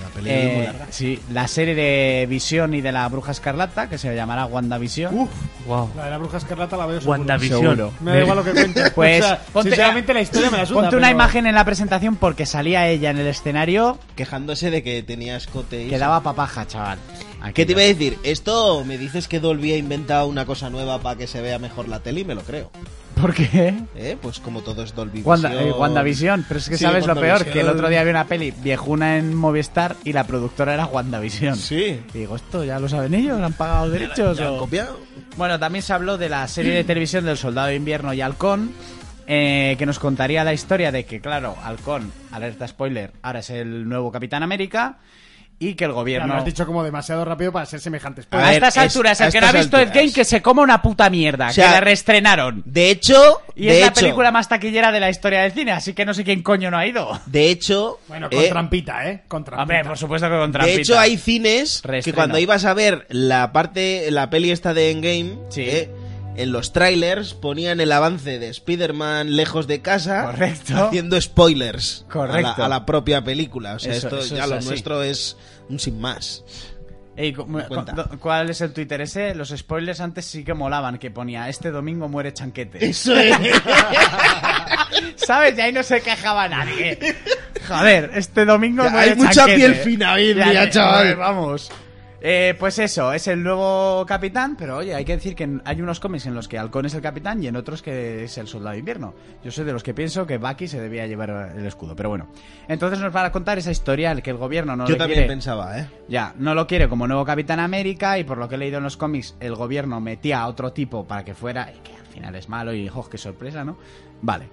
Speaker 6: La
Speaker 5: Eh, sí, la serie de Visión y de la Bruja Escarlata, que se llamará WandaVisión.
Speaker 6: Uh,
Speaker 7: Wow.
Speaker 8: La de la Bruja Escarlata la veo seguro.
Speaker 7: WandaVision.
Speaker 8: Me da igual lo que cuente.
Speaker 5: Pues,
Speaker 8: o sea,
Speaker 5: ponte-
Speaker 8: sinceramente la historia me la suda,
Speaker 5: Ponte una
Speaker 8: pero-
Speaker 5: imagen en la presentación porque salía ella en el escenario
Speaker 6: Quejándose de que tenía escote y...
Speaker 5: que daba papaja, chaval.
Speaker 6: ¿Qué
Speaker 5: Aquello.
Speaker 6: te iba a decir? Esto me dices que Dolby ha inventado una cosa nueva para que se vea mejor la tele y me lo creo.
Speaker 5: ¿Por qué?
Speaker 6: ¿Eh? Pues como todo es Dolby
Speaker 5: Wanda,
Speaker 6: Vision.
Speaker 5: eh, WandaVision, pero es que
Speaker 6: Sí,
Speaker 5: sabes lo peor,
Speaker 6: WandaVision.
Speaker 5: que el otro día vi una peli viejuna en Movistar y la productora era WandaVision.
Speaker 6: Sí.
Speaker 5: Y digo, esto ya lo saben ellos, han pagado derechos.
Speaker 6: ¿La han
Speaker 5: o-
Speaker 6: copiado?
Speaker 5: Bueno, también se habló de la serie de televisión del Soldado de Invierno y Halcón, eh, que nos contaría la historia de que, claro, Halcón, alerta spoiler, ahora es el nuevo Capitán América y que el
Speaker 8: Ya,
Speaker 5: gobierno...
Speaker 8: Lo has dicho como demasiado rápido para ser semejantes.
Speaker 5: A,
Speaker 6: A ver,
Speaker 5: estas
Speaker 6: es-
Speaker 5: alturas,
Speaker 6: a
Speaker 5: el que no ha
Speaker 6: estas
Speaker 5: visto el
Speaker 6: alturas.
Speaker 5: game que se coma una puta mierda,
Speaker 6: O sea,
Speaker 5: que la reestrenaron.
Speaker 6: De hecho,
Speaker 5: Y
Speaker 6: de
Speaker 5: es la
Speaker 6: hecho,
Speaker 5: película más taquillera de la historia del cine, así que no sé quién coño no ha ido.
Speaker 6: De hecho,
Speaker 8: Bueno, con
Speaker 6: eh,
Speaker 8: trampita, ¿eh? Con trampita.
Speaker 5: Hombre, por supuesto que con
Speaker 6: de
Speaker 5: trampita.
Speaker 6: hecho hay cines que
Speaker 5: Reestreno.
Speaker 6: cuando ibas a ver la parte, la peli esta de Endgame,
Speaker 5: Sí.
Speaker 6: eh, en los trailers ponían el avance de Spider-Man lejos de casa,
Speaker 5: Correcto.
Speaker 6: haciendo spoilers a la- A,
Speaker 5: Correcto.
Speaker 6: la, propia película. O sea,
Speaker 5: Eso-
Speaker 6: esto
Speaker 5: eso
Speaker 6: ya
Speaker 5: es
Speaker 6: lo
Speaker 5: así.
Speaker 6: nuestro es un sin más.
Speaker 5: Ey, cu- cu-
Speaker 6: Cuenta.
Speaker 5: ¿Cuál es el Twitter ese? Los spoilers antes sí que molaban, que ponía, este domingo muere chanquete.
Speaker 6: Eso es.
Speaker 5: ¿Sabes? Y ahí no se quejaba nadie. Joder, este domingo
Speaker 6: Ya,
Speaker 5: muere
Speaker 6: hay mucha
Speaker 5: Chanquete.
Speaker 6: piel fina hoy en
Speaker 5: Ya,
Speaker 6: día,
Speaker 5: eh,
Speaker 6: chaval.
Speaker 5: joder, vamos. Eh, pues eso, es el nuevo capitán, pero oye, hay que decir que en- hay unos cómics en los que Halcón es el capitán y en otros que es el soldado de invierno. Yo soy de los que pienso que Bucky se debía llevar el escudo, pero bueno. Entonces nos van a contar esa historia, el que el gobierno no
Speaker 6: Yo
Speaker 5: le
Speaker 6: también
Speaker 5: quiere-
Speaker 6: pensaba, ¿eh?
Speaker 5: ya, no lo quiere como nuevo Capitán América y por lo que he leído en los cómics, el gobierno metía a otro tipo para que fuera, y que al final es malo y jo, qué sorpresa, ¿no? Vale.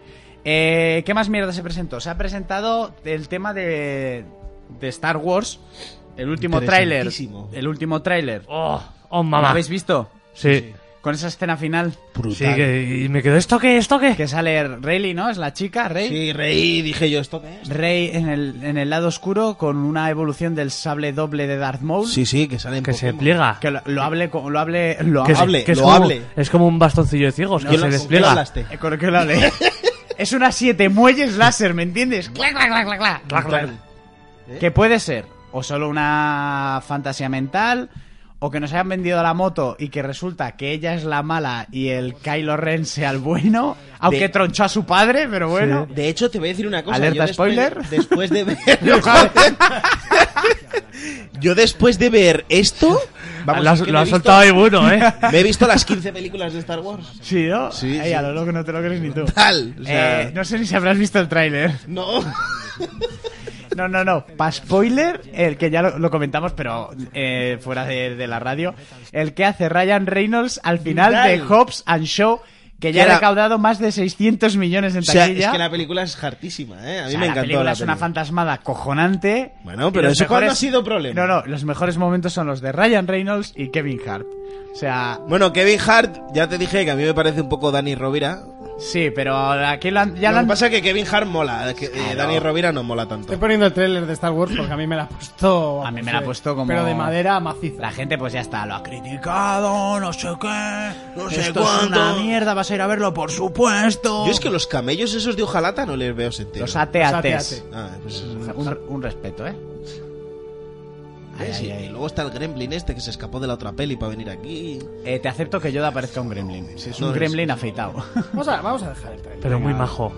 Speaker 5: Eh, ¿Qué más mierda se presentó? Se ha presentado el tema de, de Star Wars, el último tráiler.
Speaker 6: Interesantísimo.
Speaker 5: El último tráiler.
Speaker 7: Oh, oh
Speaker 5: ¿Lo
Speaker 7: mamá.
Speaker 5: habéis visto?
Speaker 7: Sí.
Speaker 5: con esa escena final
Speaker 7: Sí, que- y me quedo, ¿esto qué? ¿Esto qué?
Speaker 5: que sale Rayleigh, ¿no? Es la chica, Rey.
Speaker 6: Sí, reí, dije yo, ¿esto qué es?
Speaker 5: Rey en el, en el lado oscuro con una evolución del sable doble de Darth Maul.
Speaker 6: Sí, sí, que salen
Speaker 7: Que se pliega.
Speaker 5: Que lo, lo hable, co- lo hable, lo
Speaker 7: Que se-
Speaker 6: hable,
Speaker 7: que es
Speaker 6: lo
Speaker 7: como,
Speaker 6: hable.
Speaker 7: Es como un bastoncillo de ciegos que se despliega.
Speaker 6: hablaste?
Speaker 5: Eh, con- que lo hable. es una siete muelles láser, ¿me entiendes? Clac, clac, clac, clac, clac.
Speaker 6: ¿Eh?
Speaker 5: Que puede ser o solo una fantasía mental, o que nos hayan vendido la moto y que resulta que ella es la mala y el Kylo Ren sea el bueno, aunque
Speaker 6: De-
Speaker 5: tronchó a su padre, pero bueno.
Speaker 6: De hecho, te voy a decir una cosa.
Speaker 5: Alerta
Speaker 6: yo después-
Speaker 5: spoiler.
Speaker 6: Después de ver. No, joder. yo después de ver esto. Vamos,
Speaker 7: Lo
Speaker 6: es
Speaker 7: has-
Speaker 6: que
Speaker 7: lo
Speaker 6: me he
Speaker 7: has
Speaker 6: visto-
Speaker 7: soltado ahí bueno, ¿eh?
Speaker 6: Me he visto las 15 películas de Star Wars.
Speaker 5: Sí, ¿no?
Speaker 6: Sí,
Speaker 5: Ey,
Speaker 6: sí.
Speaker 5: a lo loco no te lo crees ni tú.
Speaker 6: Tal. O sea,
Speaker 5: Eh, no sé ni si habrás visto el tráiler.
Speaker 6: no.
Speaker 5: No, no, no. Pa' spoiler, el que ya lo, lo comentamos, pero eh, fuera de, de la radio. El que hace Ryan Reynolds al final de Hobbs and Show, que ya
Speaker 6: Que
Speaker 5: ha
Speaker 6: era-
Speaker 5: recaudado más de 600 millones en
Speaker 6: O sea,
Speaker 5: taquilla.
Speaker 6: es que la película es hartísima, ¿eh? A mí
Speaker 5: O sea,
Speaker 6: me
Speaker 5: la
Speaker 6: encantó.
Speaker 5: película
Speaker 6: la
Speaker 5: es una
Speaker 6: película.
Speaker 5: fantasmada cojonante.
Speaker 6: Bueno,
Speaker 5: Y
Speaker 6: pero
Speaker 5: los
Speaker 6: ¿eso cuándo ha sido problema?
Speaker 5: No, no, los mejores momentos son los de Ryan Reynolds y Kevin Hart. O sea,
Speaker 6: Bueno, Kevin Hart, ya te dije que a mí me parece un poco Dani Rovira.
Speaker 5: sí, pero aquí lo han- ya lo
Speaker 6: Lo que
Speaker 5: han-
Speaker 6: pasa es que Kevin Hart mola, que, eh, Dani Rovira no mola tanto.
Speaker 8: Estoy poniendo el tráiler de Star Wars porque a mí me la ha puesto.
Speaker 5: A mí me la ha
Speaker 8: eh,
Speaker 5: puesto como-
Speaker 8: Pero de madera maciza.
Speaker 5: La gente pues ya está, lo ha criticado, no sé qué, no
Speaker 6: sé
Speaker 5: esto es
Speaker 6: cuánto.
Speaker 5: una mierda, vas a ir a verlo, por supuesto.
Speaker 6: Yo es que los camellos esos de hojalata no les veo sentido.
Speaker 8: Los
Speaker 5: Los ATATs.
Speaker 8: AT-AT.
Speaker 6: Ah, pues,
Speaker 5: Un, un respeto, ¿eh? Ay,
Speaker 6: ¿ves?
Speaker 5: ay,
Speaker 6: Y-
Speaker 5: ay.
Speaker 6: Y luego está el gremlin este que se escapó de la otra peli para venir aquí.
Speaker 5: Eh, Te acepto que Yoda parezca un gremlin. Si es un
Speaker 6: No,
Speaker 5: gremlin afeitado.
Speaker 8: Vamos a, vamos a dejar el tráiler.
Speaker 7: Pero muy majo.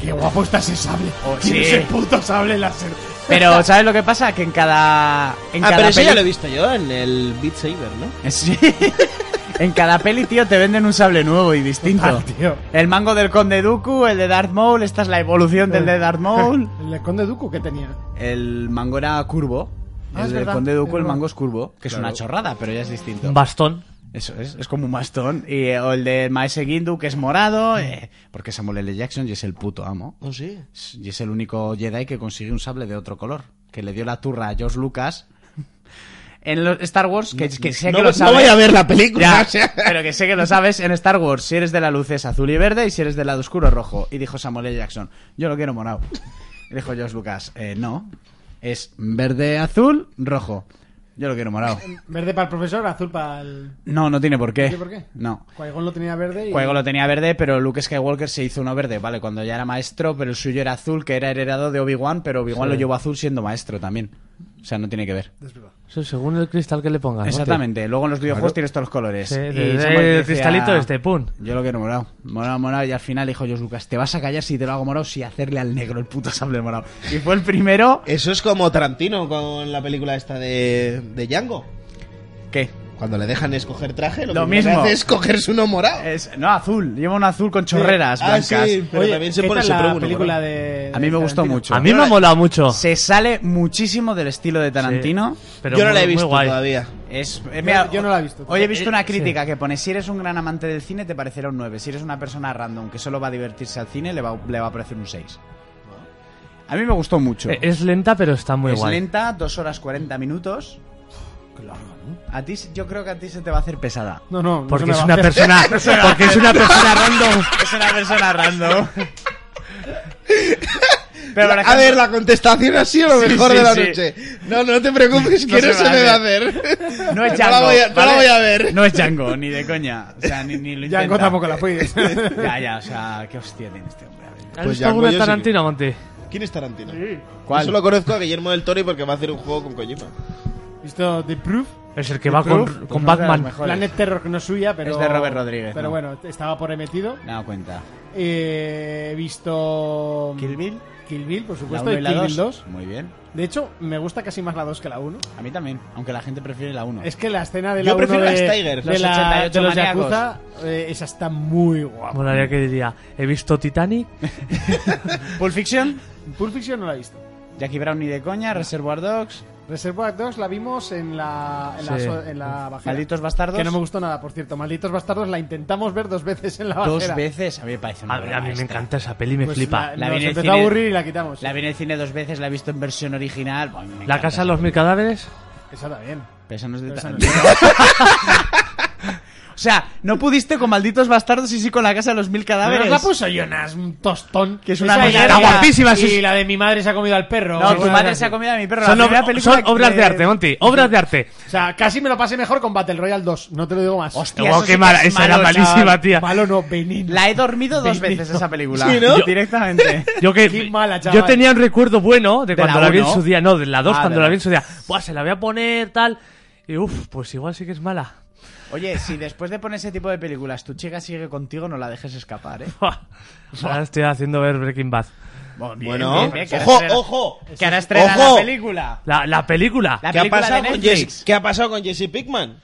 Speaker 8: Qué guapo está ese sable.
Speaker 5: Oh,
Speaker 8: Tiene
Speaker 5: sí.
Speaker 8: ese puto sable láser.
Speaker 5: Pero ¿sabes lo que pasa? Que en cada... En
Speaker 6: Ah,
Speaker 5: cada
Speaker 6: pero eso ya
Speaker 5: peli-
Speaker 6: lo he visto yo en el Beat Saber, ¿no?
Speaker 5: Sí. en cada peli, tío, te venden un sable nuevo y distinto.
Speaker 8: Total, Ah, tío.
Speaker 5: El mango del Conde Dooku, el de Darth Maul, esta es la evolución del de Darth Maul.
Speaker 8: El de Conde Dooku que tenía.
Speaker 5: El mango era curvo.
Speaker 8: Ah, es
Speaker 5: el del
Speaker 8: verdad,
Speaker 5: Conde Dooku,
Speaker 8: es
Speaker 5: el
Speaker 8: verdad.
Speaker 5: mango es curvo, que es una chorrada, pero ya es distinto.
Speaker 7: Un bastón.
Speaker 5: Eso es, es como un bastón. Y, eh, o el de Maese Gindu, que es morado, eh, porque Samuel L. Jackson y es el puto amo.
Speaker 6: No Oh, sí.
Speaker 5: Y es el único Jedi que consigue un sable de otro color, que le dio la turra a George Lucas. En los Star Wars, que, que sé que
Speaker 6: No,
Speaker 5: lo
Speaker 6: no
Speaker 5: sabes.
Speaker 6: voy a ver la película.
Speaker 5: Ya,
Speaker 6: o sea.
Speaker 5: pero que sé que lo sabes, en Star Wars, si eres de la luz es azul y verde y si eres del lado oscuro rojo. Y dijo Samuel L. Jackson, yo lo quiero morado. Y dijo George Lucas, "Eh, no, es verde, azul, rojo. Yo lo quiero morado.
Speaker 8: Verde para el profesor, azul para el.
Speaker 5: No, no tiene por qué.
Speaker 8: ¿Tiene por qué?
Speaker 5: No.
Speaker 8: Qui-Gon lo tenía verde y.
Speaker 5: Juego lo tenía verde, pero Luke Skywalker se hizo uno verde, vale, cuando ya era maestro, pero el suyo era azul, que era heredado de Obi-Wan, pero Obi-Wan lo llevó azul siendo maestro también. O sea, no tiene que ver.
Speaker 7: Eso según el cristal que le pongas. Ah, ¿no, tío?
Speaker 5: Exactamente. Luego en los videojuegos tienes todos los colores.
Speaker 7: Sí,
Speaker 5: Y
Speaker 7: desde
Speaker 5: Samuel
Speaker 7: el
Speaker 5: decía,
Speaker 7: cristalito este, pum.
Speaker 5: Yo lo quiero morado. Morado, morado. Y al final dijo George Lucas, te vas a callar si te lo hago morado, si hacerle al negro el puto sable morado. Y fue el primero...
Speaker 6: Eso es como Tarantino con la película esta de, de Django.
Speaker 5: ¿Qué?
Speaker 6: Cuando le dejan escoger traje, lo, Eh,
Speaker 5: Lo
Speaker 6: primero
Speaker 5: mismo.
Speaker 6: que hace es cogerse uno morado.
Speaker 5: Es, no, azul. Lleva un azul con chorreras
Speaker 6: Ah,
Speaker 5: blancas.
Speaker 6: sí, pero también se
Speaker 8: ¿qué
Speaker 6: pone
Speaker 8: tal
Speaker 6: se prueba
Speaker 8: la
Speaker 6: uno,
Speaker 8: película de.
Speaker 6: ¿verdad?
Speaker 5: A mí me gustó mucho.
Speaker 7: A mí me ha molado mucho.
Speaker 5: Se sale muchísimo del estilo de Tarantino.
Speaker 7: Pero
Speaker 6: Yo no
Speaker 7: muy-
Speaker 6: la he
Speaker 7: muy
Speaker 6: visto
Speaker 7: guay.
Speaker 6: todavía.
Speaker 5: Es, eh, mira,
Speaker 8: yo no la he visto.
Speaker 5: Hoy he visto
Speaker 7: Eh,
Speaker 5: una crítica que pone: si eres un gran amante del cine, te parecerá un 9. Si eres una persona random que solo va a divertirse al cine, le va, le va a parecer un 6. A mí me gustó mucho.
Speaker 7: Eh, Es lenta, pero está muy
Speaker 5: Es
Speaker 7: guay.
Speaker 5: lenta, 2 horas 40 minutos. A ti, se- yo creo que a ti se te va a hacer pesada.
Speaker 8: No, no, no se
Speaker 7: Porque
Speaker 8: me
Speaker 7: es
Speaker 8: va a
Speaker 7: una
Speaker 8: hacer.
Speaker 7: persona. Porque es una persona random.
Speaker 5: Es una persona random. Pero, por
Speaker 6: A
Speaker 5: ejemplo,
Speaker 6: ver, la contestación ha sido lo
Speaker 5: Sí,
Speaker 6: mejor
Speaker 5: sí,
Speaker 6: de la
Speaker 5: sí.
Speaker 6: noche. No, no te preocupes, que no, se, me va a hacer.
Speaker 5: No es
Speaker 6: la
Speaker 5: Django.
Speaker 6: voy a- no la
Speaker 5: ¿vale?
Speaker 6: voy a ver.
Speaker 5: No es Django, ni de coña. O sea, ni, ni lo intenta.
Speaker 8: Django tampoco la puedes.
Speaker 5: Ya, ya, o sea, qué hostia tiene este hombre. a ver.
Speaker 7: ¿Has
Speaker 6: Pues
Speaker 7: visto
Speaker 6: ya,
Speaker 7: alguna
Speaker 6: yo sí que-
Speaker 7: Tarantino, Monty?
Speaker 6: ¿Quién es Tarantino?
Speaker 5: ¿Cuál?
Speaker 6: Yo solo conozco a Guillermo del Toro y porque va a hacer un juego con Kojima.
Speaker 8: visto The Proof?
Speaker 7: Es el que va con, con Batman.
Speaker 8: Planet Terror, que no es suya, pero.
Speaker 5: Es de Robert Rodríguez,
Speaker 8: Pero
Speaker 5: ¿no?
Speaker 8: bueno, estaba por ahí metido.
Speaker 5: Me he dado cuenta.
Speaker 8: Eh, He visto.
Speaker 5: Kill Bill.
Speaker 8: Kill Bill, por
Speaker 5: La
Speaker 8: supuesto,
Speaker 5: uno
Speaker 8: y,
Speaker 5: y la
Speaker 8: Kill Bill
Speaker 5: 2.
Speaker 8: 2.
Speaker 5: Muy bien.
Speaker 8: De hecho, me gusta casi más la 2 que la 1.
Speaker 5: A mí también, aunque la gente prefiere la 1.
Speaker 8: Es que la escena de la
Speaker 6: Yo
Speaker 8: 1
Speaker 6: prefiero
Speaker 8: de,
Speaker 6: las Tiger.
Speaker 8: de,
Speaker 5: Los
Speaker 8: la-
Speaker 5: 88
Speaker 8: de los
Speaker 5: maníacos.
Speaker 8: Yakuza, eh, esa está muy guapa.
Speaker 7: Molaría que diría, he visto Titanic,
Speaker 5: Pulp Fiction, Ah.
Speaker 8: Pulp Fiction no la he visto.
Speaker 5: Jackie Brown ni de coña, Reservoir Dogs,
Speaker 8: Reservoir 2 la vimos en la, en la,
Speaker 7: Sí.
Speaker 8: so- en la bajera.
Speaker 5: Malditos Bastardos.
Speaker 8: Que no me gustó nada, por cierto. Malditos Bastardos la intentamos ver dos veces en la bajera.
Speaker 5: Dos veces, a mí me parece una
Speaker 7: A, ver,
Speaker 5: obra
Speaker 7: a mí me
Speaker 5: maestra.
Speaker 7: encanta esa peli, me
Speaker 8: Pues
Speaker 7: flipa.
Speaker 8: La,
Speaker 5: la vi
Speaker 8: nos
Speaker 5: en el
Speaker 8: empezó a
Speaker 5: cine.
Speaker 8: aburrir y la quitamos.
Speaker 5: La vi en el cine dos veces, la he visto en versión original. Buah, me
Speaker 7: La
Speaker 5: encanta
Speaker 7: casa de
Speaker 5: esa
Speaker 7: los mil cadáveres,
Speaker 8: Esa también.
Speaker 5: peli. Pero esa no es de
Speaker 8: Pero esa no
Speaker 5: Tarantino. sea, no pudiste con malditos bastardos y sí con la casa de los mil cadáveres.
Speaker 10: la puso Jonas, un tostón.
Speaker 5: Que es una
Speaker 10: Esa y la
Speaker 5: mierda.
Speaker 10: de-
Speaker 7: Guapísima,
Speaker 10: Y
Speaker 7: sí.
Speaker 10: la de mi madre se ha comido al perro.
Speaker 5: No,
Speaker 10: Alguna
Speaker 5: tu
Speaker 10: de
Speaker 5: madre
Speaker 10: esas.
Speaker 5: se ha comido a mi perro.
Speaker 7: Son,
Speaker 5: la
Speaker 7: ob-
Speaker 5: primera película
Speaker 7: son obras
Speaker 5: que-
Speaker 7: de arte, Monty. Obras de arte.
Speaker 10: O sea, casi me lo pasé mejor con Battle Royale 2. No te lo digo más.
Speaker 5: Hostia, eso
Speaker 7: Guau, qué
Speaker 5: sí que
Speaker 7: mala-
Speaker 5: es
Speaker 7: esa era
Speaker 5: malo,
Speaker 7: malísima,
Speaker 5: chaval.
Speaker 7: tía.
Speaker 10: Malo no, veneno.
Speaker 5: La he dormido dos veces esa película.
Speaker 6: Sí, ¿no?
Speaker 5: Yo- Directamente.
Speaker 7: Yo que
Speaker 10: Qué mala,
Speaker 7: yo
Speaker 10: chaval.
Speaker 7: tenía un recuerdo bueno de
Speaker 5: ¿De
Speaker 7: cuando
Speaker 5: la
Speaker 7: la, vi en
Speaker 5: uno?
Speaker 7: su día, no, de la 2
Speaker 5: Ah,
Speaker 7: cuando
Speaker 5: de
Speaker 7: la
Speaker 5: la-
Speaker 7: vi en su día. Buah, se la voy a poner tal y uff, pues igual sí que es mala.
Speaker 5: Oye, si después de poner ese tipo de películas tu chica sigue contigo, no la dejes escapar, ¿eh?
Speaker 7: Ahora estoy haciendo ver Breaking Bad.
Speaker 6: Bueno,
Speaker 5: bien, que ahora
Speaker 6: ojo,
Speaker 5: estrena-
Speaker 6: ojo.
Speaker 5: Que ahora estrena
Speaker 6: ¡Ojo!
Speaker 5: la película.
Speaker 7: La, la película.
Speaker 5: La
Speaker 6: ¿Qué ha,
Speaker 5: película
Speaker 6: pasado
Speaker 5: de
Speaker 6: con
Speaker 5: Netflix.
Speaker 6: Jesse, ¿Qué ha pasado con Jesse Pickman?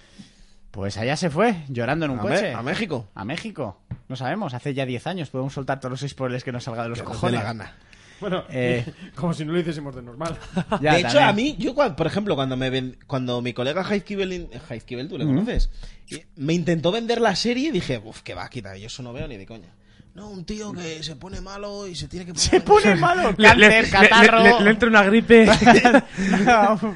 Speaker 5: Pues allá se fue, llorando en un
Speaker 6: A,
Speaker 5: coche.
Speaker 6: Me- a México.
Speaker 5: A México. No sabemos, hace ya 10 años. Podemos soltar todos los spoilers que nos salga de los
Speaker 6: De
Speaker 5: cojones.
Speaker 6: la gana.
Speaker 8: Bueno,
Speaker 5: Eh,
Speaker 8: como si no lo hiciésemos de normal.
Speaker 5: ya,
Speaker 6: de hecho,
Speaker 5: también.
Speaker 6: a mí, yo, cuan- por ejemplo, cuando me ven- cuando mi colega Jaiz Kibel, Jaiz Kibel, tú le conoces, y me intentó vender la serie, dije, uff, que va, quita, yo eso no veo ni de coña. No, un tío que se pone malo y se tiene que poner...
Speaker 5: Se pone malo.
Speaker 7: Le- le-
Speaker 5: Cáncer,
Speaker 7: le-
Speaker 5: catarro.
Speaker 7: le- le- le entra una gripe.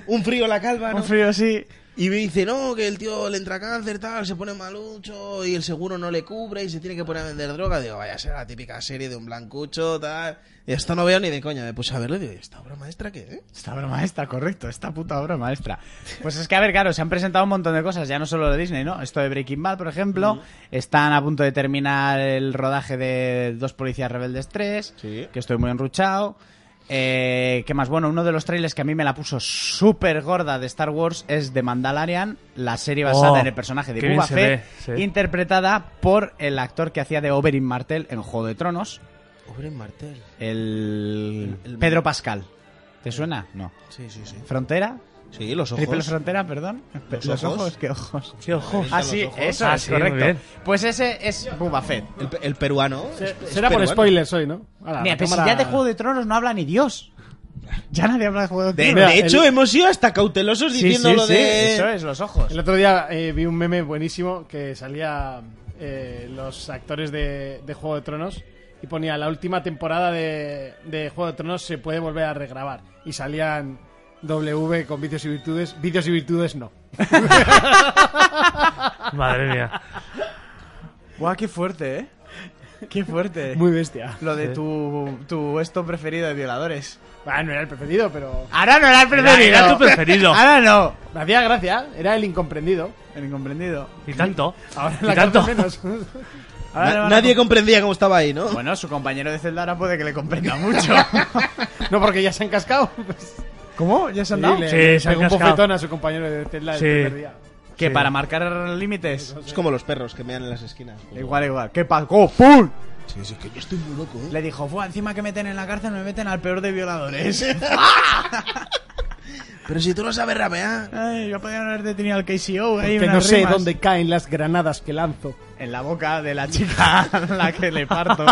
Speaker 6: Un frío en la calva, ¿no?
Speaker 5: un frío así.
Speaker 6: Y me dice, no, que el tío le entra cáncer, tal, se pone malucho y el seguro no le cubre y se tiene que poner a vender droga. Digo, vaya a ser la típica serie de un blancucho, tal. Y esto no veo ni de coña. Me puse a verlo y digo, ¿esta obra maestra qué es? eh?
Speaker 5: Esta obra maestra, correcto, esta puta obra maestra. Pues es que, a ver, claro, se han presentado un montón de cosas, ya no solo de Disney, ¿no? Esto de Breaking Bad, por ejemplo, están a punto de terminar el rodaje de Dos Policías Rebeldes 3, que estoy muy enruchado. Eh, ¿Qué más? Bueno, uno de los trailers que a mí me la puso súper gorda de Star Wars es The Mandalorian, la serie basada
Speaker 7: Oh,
Speaker 5: en el personaje de
Speaker 7: qué bien
Speaker 5: Boba
Speaker 7: se
Speaker 5: Fett,
Speaker 7: ve, sí.
Speaker 5: interpretada por el actor que hacía de Oberyn Martell en Juego de Tronos,
Speaker 6: Obre Martel.
Speaker 5: el...
Speaker 6: El- el-
Speaker 5: Pedro Pascal. ¿Te suena? No.
Speaker 6: Sí, sí, sí.
Speaker 5: ¿Frontera?
Speaker 6: Sí, los ojos.
Speaker 5: Triple frontera, perdón.
Speaker 6: Los
Speaker 5: Los
Speaker 6: ojos.
Speaker 5: ojos, qué ojos.
Speaker 7: Qué ojo.
Speaker 5: Ah, sí,
Speaker 6: ojos.
Speaker 5: eso
Speaker 7: Ah,
Speaker 5: es
Speaker 7: sí, muy bien.
Speaker 5: correcto. Pues ese es Boba Fett.
Speaker 6: El, pe- el peruano. es- es
Speaker 8: Será por
Speaker 6: peruano.
Speaker 8: spoilers hoy, ¿no? Ahora,
Speaker 5: Mira,
Speaker 8: la
Speaker 5: pero si
Speaker 8: cámara-
Speaker 5: ya de Juego de Tronos no habla ni Dios. Ya nadie habla de Juego de
Speaker 6: De,
Speaker 5: Tronos.
Speaker 6: de
Speaker 8: Mira, el-
Speaker 6: hecho, hemos sido hasta cautelosos
Speaker 5: Sí,
Speaker 6: diciendo
Speaker 5: sí,
Speaker 6: lo
Speaker 5: sí,
Speaker 6: de...
Speaker 5: Eso es, los ojos.
Speaker 8: El otro día eh, vi un meme buenísimo que salía eh, los actores de, de Juego de Tronos y ponía la última temporada de, de Juego de Tronos se puede volver a regrabar. Y salían W con vicios y virtudes. Vicios y virtudes no.
Speaker 7: Madre mía.
Speaker 5: Guau, qué fuerte, eh. Qué fuerte.
Speaker 8: Muy bestia.
Speaker 5: Lo de
Speaker 7: Sí.
Speaker 5: tu, tu esto preferido de violadores.
Speaker 8: Ah, no era el preferido, pero...
Speaker 5: Ahora no era el
Speaker 7: Era,
Speaker 5: preferido.
Speaker 7: era tu preferido.
Speaker 5: Ahora no.
Speaker 8: Me hacía gracia, era el incomprendido.
Speaker 5: El incomprendido.
Speaker 7: Y tanto.
Speaker 8: Ahora
Speaker 7: y
Speaker 8: la
Speaker 7: tanto.
Speaker 8: cosa menos.
Speaker 5: Ahora le
Speaker 6: Na-
Speaker 5: van a
Speaker 6: nadie
Speaker 5: comp-
Speaker 6: comprendía cómo estaba ahí, ¿no?
Speaker 5: Bueno, su compañero de celda ahora puede que le comprenda mucho.
Speaker 8: No, porque ya se han cascado.
Speaker 5: ¿Cómo? ¿Ya se han dado?
Speaker 8: le,
Speaker 7: Sí,
Speaker 8: le
Speaker 7: se han
Speaker 8: pegó un
Speaker 7: cascado.
Speaker 8: bofetón a su compañero de Tesla
Speaker 7: Sí.
Speaker 8: el primer día.
Speaker 5: Que
Speaker 7: Sí.
Speaker 5: para marcar límites.
Speaker 6: Es como los perros que mean en las esquinas.
Speaker 5: Igual, igual. ¿Qué pasó? ¡Pum!
Speaker 6: Sí, sí, que yo estoy muy loco, ¿eh?
Speaker 5: Le dijo, fue encima que meten en la cárcel, me meten al peor de violadores.
Speaker 6: Pero si tú no sabes rapear.
Speaker 5: Ay, yo podía haber detenido al KCO. ahí
Speaker 8: Que
Speaker 5: eh, unas
Speaker 8: no sé
Speaker 5: rimas.
Speaker 8: dónde caen las granadas que lanzo.
Speaker 5: En la boca de la chica a la que le parto.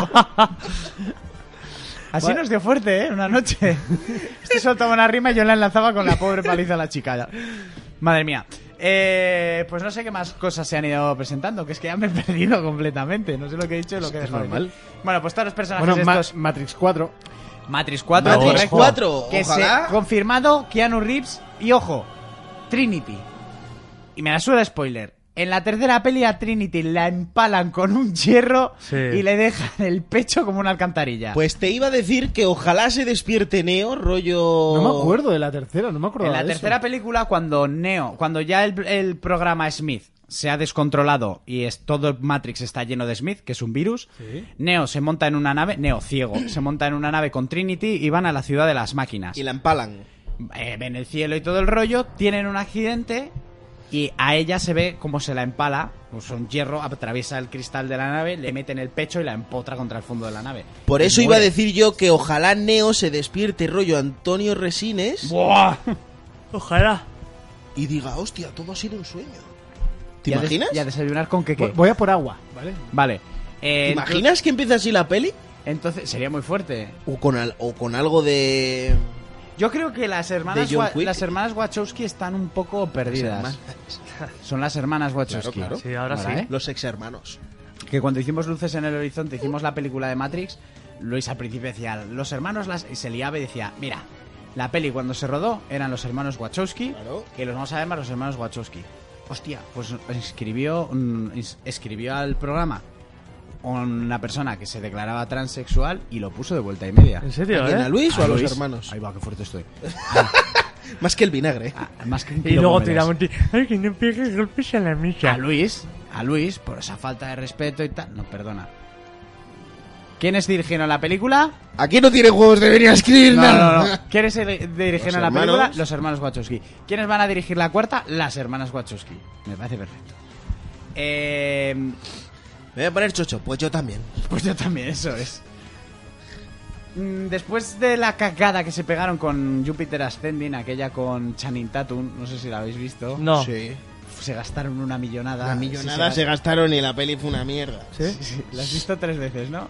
Speaker 5: Así nos dio fuerte, ¿eh? Una noche. Este soltaba una rima y yo la enlazaba con la pobre paliza a la chica. Madre mía. Eh, pues no sé qué más cosas se han ido presentando, que es que ya me he perdido completamente. No sé lo que he dicho y lo que he dejado de decir. Bueno, pues todos los personajes
Speaker 8: Bueno, Ma-
Speaker 5: estos...
Speaker 8: Matrix 4.
Speaker 5: Matrix 4,
Speaker 6: Matrix
Speaker 5: correcto.
Speaker 6: 4,
Speaker 5: que
Speaker 6: ojalá.
Speaker 5: se confirmado Keanu Reeves y ojo, Trinity. Y me la suda spoiler. En la tercera peli a Trinity la empalan con un hierro
Speaker 7: Sí.
Speaker 5: y le dejan el pecho como una alcantarilla.
Speaker 6: Pues te iba a decir que ojalá se despierte Neo, rollo.
Speaker 8: No me acuerdo de la tercera, no me acuerdo
Speaker 5: en la
Speaker 8: de eso.
Speaker 5: tercera película cuando Neo, cuando ya el, el programa Smith se ha descontrolado y es, todo Matrix está lleno de Smith, que es un virus, Neo se monta en una nave, Neo ciego, se monta en una nave con Trinity y van a la ciudad de las máquinas.
Speaker 6: Y la empalan.
Speaker 5: eh, ven el cielo y todo el rollo, tienen un accidente y a ella se ve como se la empala, pues un hierro atraviesa el cristal de la nave, le mete en el pecho y la empotra contra el fondo de la nave.
Speaker 6: Por
Speaker 5: Y
Speaker 6: eso iba a
Speaker 5: muere.
Speaker 6: decir yo que ojalá Neo se despierte, rollo Antonio Resines,
Speaker 5: ¡Buah!
Speaker 7: Ojalá.
Speaker 6: y diga, hostia, todo ha sido un sueño. ¿Te
Speaker 5: Y a des-
Speaker 6: imaginas?
Speaker 5: Y a desayunar con que qué.
Speaker 8: Voy- Voy a por agua, ¿vale?
Speaker 5: Vale. Eh,
Speaker 6: ¿Te imaginas que empieza así la peli?
Speaker 5: entonces- Entonces sería muy fuerte.
Speaker 6: O con, al- o con algo de.
Speaker 5: Yo creo que las hermanas,
Speaker 6: De John
Speaker 5: Wa-
Speaker 6: Wick.
Speaker 5: las hermanas Wachowski están un poco perdidas.
Speaker 6: hermanas.
Speaker 5: Son las hermanas Wachowski.
Speaker 6: Claro, claro.
Speaker 7: Sí, ahora sí.
Speaker 5: ¿eh?
Speaker 6: Los ex hermanos.
Speaker 5: que cuando hicimos Luces en el Horizonte, hicimos la película de Matrix, Luis al principio decía, los hermanos las... Y se liaba y decía, mira, la peli cuando se rodó eran los hermanos Wachowski,
Speaker 6: Claro.
Speaker 5: que los vamos a llamar los hermanos Wachowski. hostia, pues inscribió, mm, ins- escribió al programa una persona que se declaraba transexual y lo puso de vuelta y media.
Speaker 7: ¿En serio,
Speaker 6: ¿A quién,
Speaker 7: eh?
Speaker 6: a Luis o a, los
Speaker 5: Luis.
Speaker 6: hermanos?
Speaker 5: Ahí va, qué fuerte estoy.
Speaker 6: Más que el vinagre.
Speaker 5: Ah, más que un
Speaker 7: Y luego
Speaker 5: kilómetro.
Speaker 7: tiramos. Ay, que no pegues golpes a la misa.
Speaker 5: a Luis, a Luis, por esa falta de respeto y tal. No, perdona. ¿Quiénes dirigieron la película?
Speaker 6: Aquí no tiene juegos de venir a escribir
Speaker 5: No,
Speaker 6: nada.
Speaker 5: no, no. ¿Quiénes eh, dirigieron
Speaker 6: Los
Speaker 5: la película?
Speaker 6: hermanos.
Speaker 5: Los hermanos Wachowski. ¿Quiénes van a dirigir la cuarta? Las hermanas Wachowski. Me parece perfecto. Eh,
Speaker 6: Me voy a poner chocho, pues yo también.
Speaker 5: pues yo también, eso es. Mm, Después de la cagada que se pegaron con Jupiter Ascending, aquella con Channing Tatum, no sé si la habéis visto,
Speaker 7: No.
Speaker 6: Sí.
Speaker 5: se gastaron una millonada.
Speaker 6: La millonada se gastaron y la peli fue una mierda.
Speaker 5: Sí, sí, La has visto tres veces, ¿no?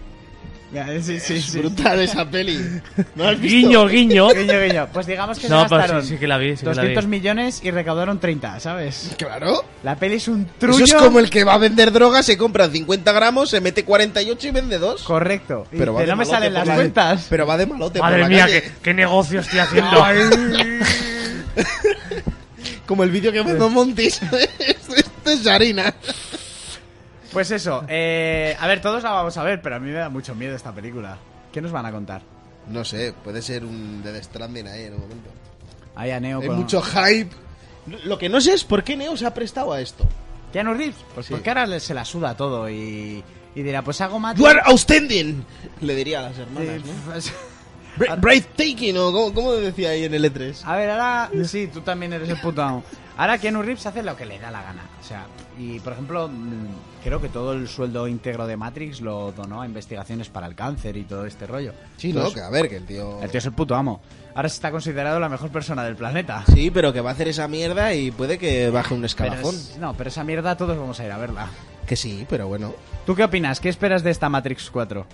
Speaker 5: Ya, eh, Sí, sí, sí.
Speaker 6: Brutal esa peli. ¿No la has visto?
Speaker 7: Guiño, guiño.
Speaker 5: Guiño, guiño. Pues digamos que
Speaker 7: No,
Speaker 5: se
Speaker 7: pero
Speaker 5: gastaron
Speaker 7: sí, sí que la vi, sí que la vi.
Speaker 5: 200 millones y recaudaron 30, ¿sabes?
Speaker 6: Claro.
Speaker 5: La peli es un
Speaker 6: Eso
Speaker 5: trullo.
Speaker 6: es como el que va a vender droga, se compra 50 gramos, se mete 48 y vende 2.
Speaker 5: Correcto. Y
Speaker 6: Pero va
Speaker 5: dice,
Speaker 6: de
Speaker 5: no me
Speaker 6: malote
Speaker 5: salen
Speaker 6: por
Speaker 5: las
Speaker 6: la-
Speaker 5: cuentas.
Speaker 6: Pero va de malote por
Speaker 7: Madre
Speaker 6: la
Speaker 7: mía,
Speaker 6: calle.
Speaker 7: qué, qué negocio estoy haciendo.
Speaker 6: Como el vídeo que mandó Montis. Esto es harina.
Speaker 5: Pues eso. eh, a ver, todos la vamos a ver, pero a mí me da mucho miedo esta película. ¿Qué nos van a contar?
Speaker 6: No sé, puede ser un Dead Stranding ahí en un momento.
Speaker 5: Ahí a Neo
Speaker 6: Hay
Speaker 5: con...
Speaker 6: mucho hype. Lo que no sé es por qué Neo se ha prestado a esto.
Speaker 5: Keanu Reeves. Pues
Speaker 6: Sí.
Speaker 5: porque ahora le- se la suda todo y... Y dirá, pues hago más... pues,
Speaker 6: You are outstanding, le diría a las hermanas, ¿no? Bra- Breathtaking, o cómo, cómo decía ahí en el E E3.
Speaker 5: A ver, ahora sí, tú también eres el puto amo. Ahora Keanu Reeves hace lo que le da la gana. O sea, y por ejemplo, mm, creo que todo el sueldo íntegro de Matrix lo donó a investigaciones para el cáncer y todo este rollo.
Speaker 6: Sí, no, que
Speaker 5: Entonces,
Speaker 6: a ver, que el tío...
Speaker 5: El tío es el puto amo. Ahora se está considerado la mejor persona del planeta.
Speaker 6: Sí, pero que va a hacer esa mierda y puede que baje un
Speaker 5: Pero
Speaker 6: escalafón.
Speaker 5: es- no, pero esa mierda todos vamos a ir a verla.
Speaker 6: Que sí, pero bueno.
Speaker 5: ¿Tú qué opinas? ¿Qué esperas de esta Matrix 4?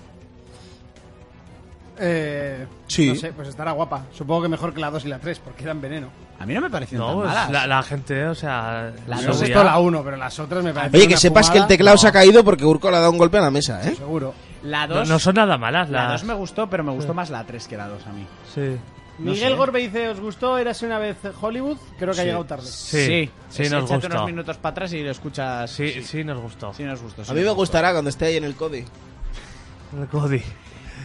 Speaker 10: Eh,
Speaker 6: Sí.
Speaker 10: No sé, pues estará guapa. Supongo que mejor que la 2 y la 3, porque eran veneno.
Speaker 5: A mí no me parecen tan
Speaker 7: No, pues,
Speaker 5: malas.
Speaker 7: la, la gente, o sea.
Speaker 5: La
Speaker 7: eso
Speaker 10: No
Speaker 5: dos
Speaker 10: sé
Speaker 7: ya.
Speaker 10: esto la 1, pero las otras me parecen.
Speaker 6: Oye, que
Speaker 10: una
Speaker 6: sepas que el
Speaker 10: fumada.
Speaker 6: teclado se ha caído porque Urco le ha dado un golpe a la mesa, ¿eh?
Speaker 10: Seguro.
Speaker 5: La 2
Speaker 7: No, no son nada malas.
Speaker 5: la
Speaker 7: Las...
Speaker 5: dos me gustó, pero me gustó más la 3 que la 2 a mí.
Speaker 7: Sí.
Speaker 10: Miguel Gorbe dice: ¿Os gustó? Érase una vez Hollywood. Creo que ha llegado tarde.
Speaker 7: Sí, sí
Speaker 5: Es-
Speaker 7: nos
Speaker 5: échate
Speaker 7: gustó.
Speaker 5: unos minutos para atrás y lo escuchas.
Speaker 7: Sí, sí, nos gustó.
Speaker 5: Sí nos gustó. sí
Speaker 6: A mí me
Speaker 5: nos gustó.
Speaker 6: gustará cuando esté ahí en el CODI.
Speaker 7: El Cody.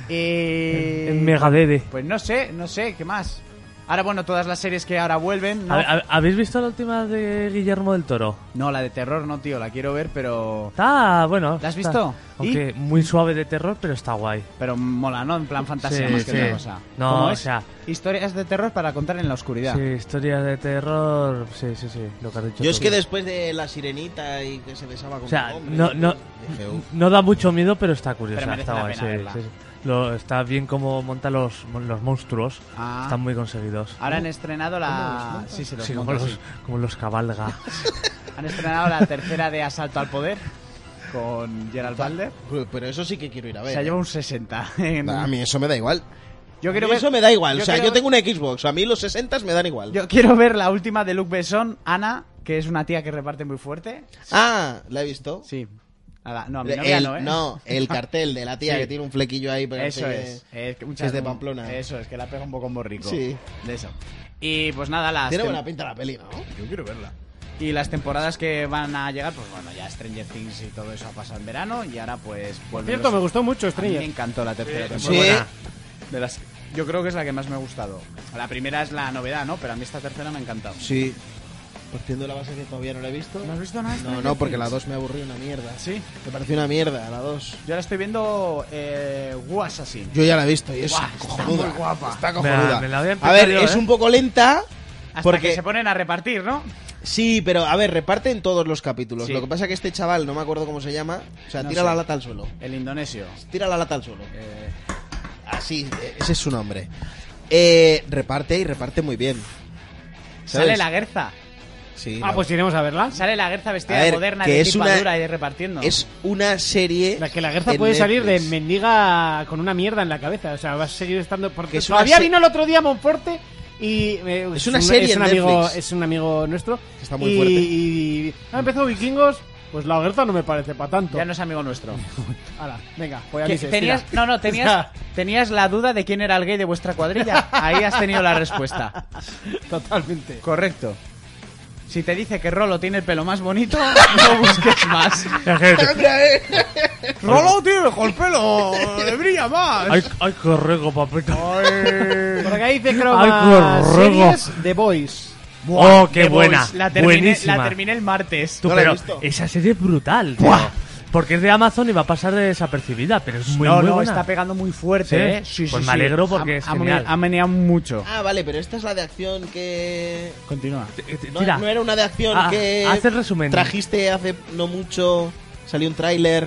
Speaker 5: Eh,
Speaker 7: En Megadede.
Speaker 5: Pues no sé, no sé, ¿qué más? Ahora, bueno, todas las series que ahora vuelven. No,
Speaker 7: A- a- ¿Habéis visto la última de Guillermo del Toro?
Speaker 5: No, la de terror no, tío, la quiero ver, pero.
Speaker 7: Está Ah, bueno.
Speaker 5: ¿La has
Speaker 7: está-
Speaker 5: visto?
Speaker 7: Aunque muy suave de terror, pero está guay.
Speaker 5: Pero mola, ¿no? En plan fantasía
Speaker 7: Sí,
Speaker 5: más que
Speaker 7: sí.
Speaker 5: otra cosa.
Speaker 7: No,
Speaker 5: Como
Speaker 7: o
Speaker 5: es
Speaker 7: sea-
Speaker 5: Historias de terror para contar en la oscuridad.
Speaker 7: Sí, historias de terror. Sí, sí, sí. Lo que has dicho.
Speaker 6: Yo es
Speaker 7: tú.
Speaker 6: que después de la sirenita y que se besaba con
Speaker 7: O sea,
Speaker 6: un hombre,
Speaker 7: no, no,
Speaker 6: dije, "Uf".
Speaker 7: no da mucho miedo, pero está curiosa.
Speaker 5: Pero merece
Speaker 7: está
Speaker 5: la
Speaker 7: guay,
Speaker 5: pena
Speaker 7: sí,
Speaker 5: verla.
Speaker 7: sí, sí. Lo- está bien como monta los, los monstruos.
Speaker 5: Ah.
Speaker 7: Están muy conseguidos.
Speaker 5: Ahora han estrenado la. Sí, se los
Speaker 7: Sí, como
Speaker 5: monta,
Speaker 7: los,
Speaker 5: sí.
Speaker 7: como los cabalga.
Speaker 5: Han estrenado la tercera de Asalto al Poder con Gerald Balder.
Speaker 6: Pero- Pero eso sí que quiero ir a ver.
Speaker 5: Se ha
Speaker 6: ¿eh?
Speaker 5: llevado un 60. en-
Speaker 6: Nah, A mí eso me da igual.
Speaker 5: Yo
Speaker 6: A
Speaker 5: quiero
Speaker 6: mí
Speaker 5: ver.
Speaker 6: eso me da igual. o sea,
Speaker 5: quiero
Speaker 6: yo
Speaker 5: ver-
Speaker 6: tengo una Xbox. A mí los 60 me dan igual.
Speaker 5: Yo quiero ver la última de Luc Besson, Ana, que es una tía que reparte muy fuerte.
Speaker 6: Ah, ¿la he visto?
Speaker 5: Sí. A la- no, a mi novia
Speaker 6: El,
Speaker 5: no, ¿eh?
Speaker 6: no, el cartel de la tía que tiene un flequillo ahí. pero
Speaker 5: Eso
Speaker 6: sí que-
Speaker 5: es. Es, que
Speaker 6: es de Pamplona.
Speaker 5: Eso es, que la pega un poco morrico.
Speaker 6: Sí.
Speaker 5: De eso. Y pues nada, las,
Speaker 6: Tiene
Speaker 5: tem-
Speaker 6: buena pinta la peli, ¿no?
Speaker 5: y las temporadas que van a llegar, pues bueno, ya Stranger Things y todo eso ha pasado en verano y ahora pues... Por
Speaker 10: Cierto, me gustó mucho
Speaker 5: Me
Speaker 10: Stranger.
Speaker 5: encantó la tercera
Speaker 6: Sí.
Speaker 5: temporada. De las- yo creo que es la que más me ha gustado. La primera es la novedad, ¿no? Pero a mí esta tercera me ha encantado.
Speaker 6: Sí. Partiendo de la base que todavía no la he visto.
Speaker 5: ¿No has visto nada de
Speaker 6: No,
Speaker 5: Stranger
Speaker 6: no, porque la
Speaker 5: Things?
Speaker 6: 2 me aburrió una mierda.
Speaker 5: Sí.
Speaker 6: Me pareció una mierda, la 2.
Speaker 5: Yo ahora estoy viendo eh, Wu Assassin.
Speaker 6: Yo ya la he visto y es
Speaker 5: Guau, está
Speaker 6: cojonuda.
Speaker 5: muy guapa.
Speaker 6: Está
Speaker 7: Me la-
Speaker 6: cojonuda.
Speaker 7: me la voy a
Speaker 6: a
Speaker 7: empezar
Speaker 6: ver,
Speaker 7: yo,
Speaker 6: es
Speaker 7: ¿eh?
Speaker 6: un poco lenta.
Speaker 5: Hasta
Speaker 6: porque
Speaker 5: que se ponen a repartir, ¿no?
Speaker 6: Sí, pero a ver, reparten todos los capítulos.
Speaker 5: Sí.
Speaker 6: Lo que pasa es que este chaval, no me acuerdo cómo se llama, o sea,
Speaker 5: No
Speaker 6: tira
Speaker 5: sé.
Speaker 6: la lata al suelo.
Speaker 5: El indonesio.
Speaker 6: Tira la lata al suelo.
Speaker 5: Eh,
Speaker 6: Así, eh, ese es su nombre. Eh, reparte y reparte muy bien. ¿Sabes?
Speaker 5: sale la Gerza.
Speaker 6: Sí,
Speaker 10: Ah,
Speaker 6: la-
Speaker 10: pues iremos a verla.
Speaker 5: Sale la Gerza vestida
Speaker 6: A ver,
Speaker 5: de moderna,
Speaker 6: que
Speaker 5: de
Speaker 6: es
Speaker 5: tipa
Speaker 6: una-
Speaker 5: dura y de repartiendo.
Speaker 6: es una serie.
Speaker 10: La que la guerza
Speaker 6: en
Speaker 10: puede salir de
Speaker 6: Netflix.
Speaker 10: mendiga con una mierda en la cabeza. O sea, vas a seguir estando. Porque
Speaker 6: Que es una
Speaker 10: todavía
Speaker 6: se-
Speaker 10: vino el otro día a Monforte y. eh,
Speaker 6: Es una serie
Speaker 10: Es un,
Speaker 6: en
Speaker 10: amigo,
Speaker 6: Netflix.
Speaker 10: es un amigo nuestro.
Speaker 6: Está muy
Speaker 10: y,
Speaker 6: fuerte.
Speaker 10: Y. Ah, empezó Vikingos. Pues la guerza no me parece para tanto.
Speaker 5: Ya no es amigo nuestro.
Speaker 10: Hala, venga, voy a
Speaker 5: Que
Speaker 10: misa,
Speaker 5: tenías,
Speaker 10: estira.
Speaker 5: no, no, tenías, tenías la duda de quién era el gay de vuestra cuadrilla. Ahí has tenido la respuesta.
Speaker 10: Totalmente.
Speaker 5: Correcto. Si te dice que Rolo tiene el pelo más bonito, no busques más. Rolo tiene el pelo, le brilla más.
Speaker 7: Ay, ay, qué rico, papito.
Speaker 4: Por acá dice
Speaker 7: Ay,
Speaker 4: Croma
Speaker 7: qué horror.
Speaker 4: Series The Boys.
Speaker 5: Buah,
Speaker 7: Oh, qué
Speaker 5: The
Speaker 7: buena,
Speaker 5: Boys. La terminé,
Speaker 7: buenísima.
Speaker 5: la terminé el martes.
Speaker 7: Tú,
Speaker 6: No la he
Speaker 7: pero
Speaker 6: visto.
Speaker 7: esa serie es brutal, tío. Porque es de Amazon y va a pasar desapercibida, pero es muy,
Speaker 5: no,
Speaker 7: muy
Speaker 5: no,
Speaker 7: buena.
Speaker 5: está pegando muy fuerte,
Speaker 7: ¿Sí?
Speaker 5: ¿eh? Sí, sí,
Speaker 7: Pues me
Speaker 5: sí.
Speaker 7: alegro porque
Speaker 5: Ha-
Speaker 7: es
Speaker 5: ha mene-
Speaker 7: genial.
Speaker 5: Ha meneado mucho.
Speaker 6: Ah, vale, pero esta es la de acción que.
Speaker 5: Continúa.
Speaker 7: Eh, eh,
Speaker 6: No,
Speaker 7: Tira,
Speaker 6: no era una de acción
Speaker 7: Ah,
Speaker 6: que.
Speaker 7: haz el resumen.
Speaker 6: Trajiste hace no mucho. Salió un tráiler.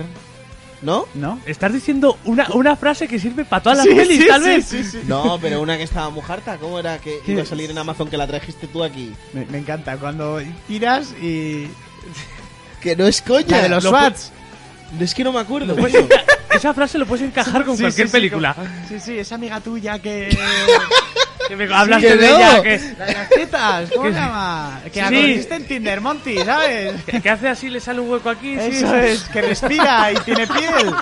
Speaker 6: ¿No?
Speaker 5: ¿No?
Speaker 7: estás diciendo una, una frase que sirve para todas las
Speaker 5: Sí,
Speaker 7: pelis,
Speaker 5: sí,
Speaker 7: tal
Speaker 5: sí,
Speaker 7: vez.
Speaker 5: sí, sí.
Speaker 6: No, pero una que estaba mujarta. ¿Cómo era que iba a salir en Amazon que la trajiste tú aquí?
Speaker 5: Me, me encanta cuando tiras y.
Speaker 6: Que no es coña.
Speaker 5: La de los
Speaker 6: Lo-
Speaker 5: SWATs.
Speaker 6: Es que no me acuerdo.
Speaker 7: Puedes
Speaker 6: tío.
Speaker 7: enca- esa frase lo puedes encajar con
Speaker 5: Sí,
Speaker 7: cualquier
Speaker 5: sí, sí,
Speaker 7: película.
Speaker 5: como- Sí, sí, esa amiga tuya que.
Speaker 7: Que me hablas
Speaker 6: que
Speaker 7: de
Speaker 6: no.
Speaker 7: ella, que,
Speaker 5: La de las tetas, ¿cómo
Speaker 7: Que-
Speaker 5: se llama? Que la
Speaker 7: Sí.
Speaker 5: conociste en Tinder, Monty, ¿sabes?
Speaker 7: que- que hace así, le sale un hueco aquí. sí,
Speaker 5: Eso es, que respira y tiene piel.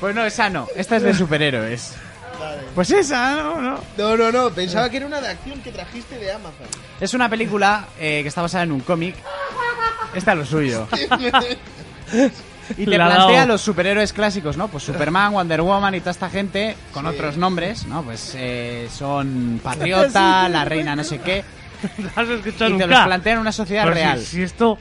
Speaker 5: Pues no, esa no, esta es de superhéroes. Pues esa, no, no.
Speaker 6: No, no, no. Pensaba que era una de acción que trajiste de Amazon.
Speaker 5: Es una película eh, que está basada en un cómic. Está lo suyo. Y te
Speaker 7: Le ha dado.
Speaker 5: plantea los superhéroes clásicos, ¿no? Pues Superman, Wonder Woman y toda esta gente con otros nombres, ¿no? Pues eh, son Patriota, la reina no sé qué.
Speaker 7: ¿No has escuchado
Speaker 5: Y te los
Speaker 7: nunca?
Speaker 5: plantea en una sociedad
Speaker 7: Pero si-
Speaker 5: real.
Speaker 7: Si, esto...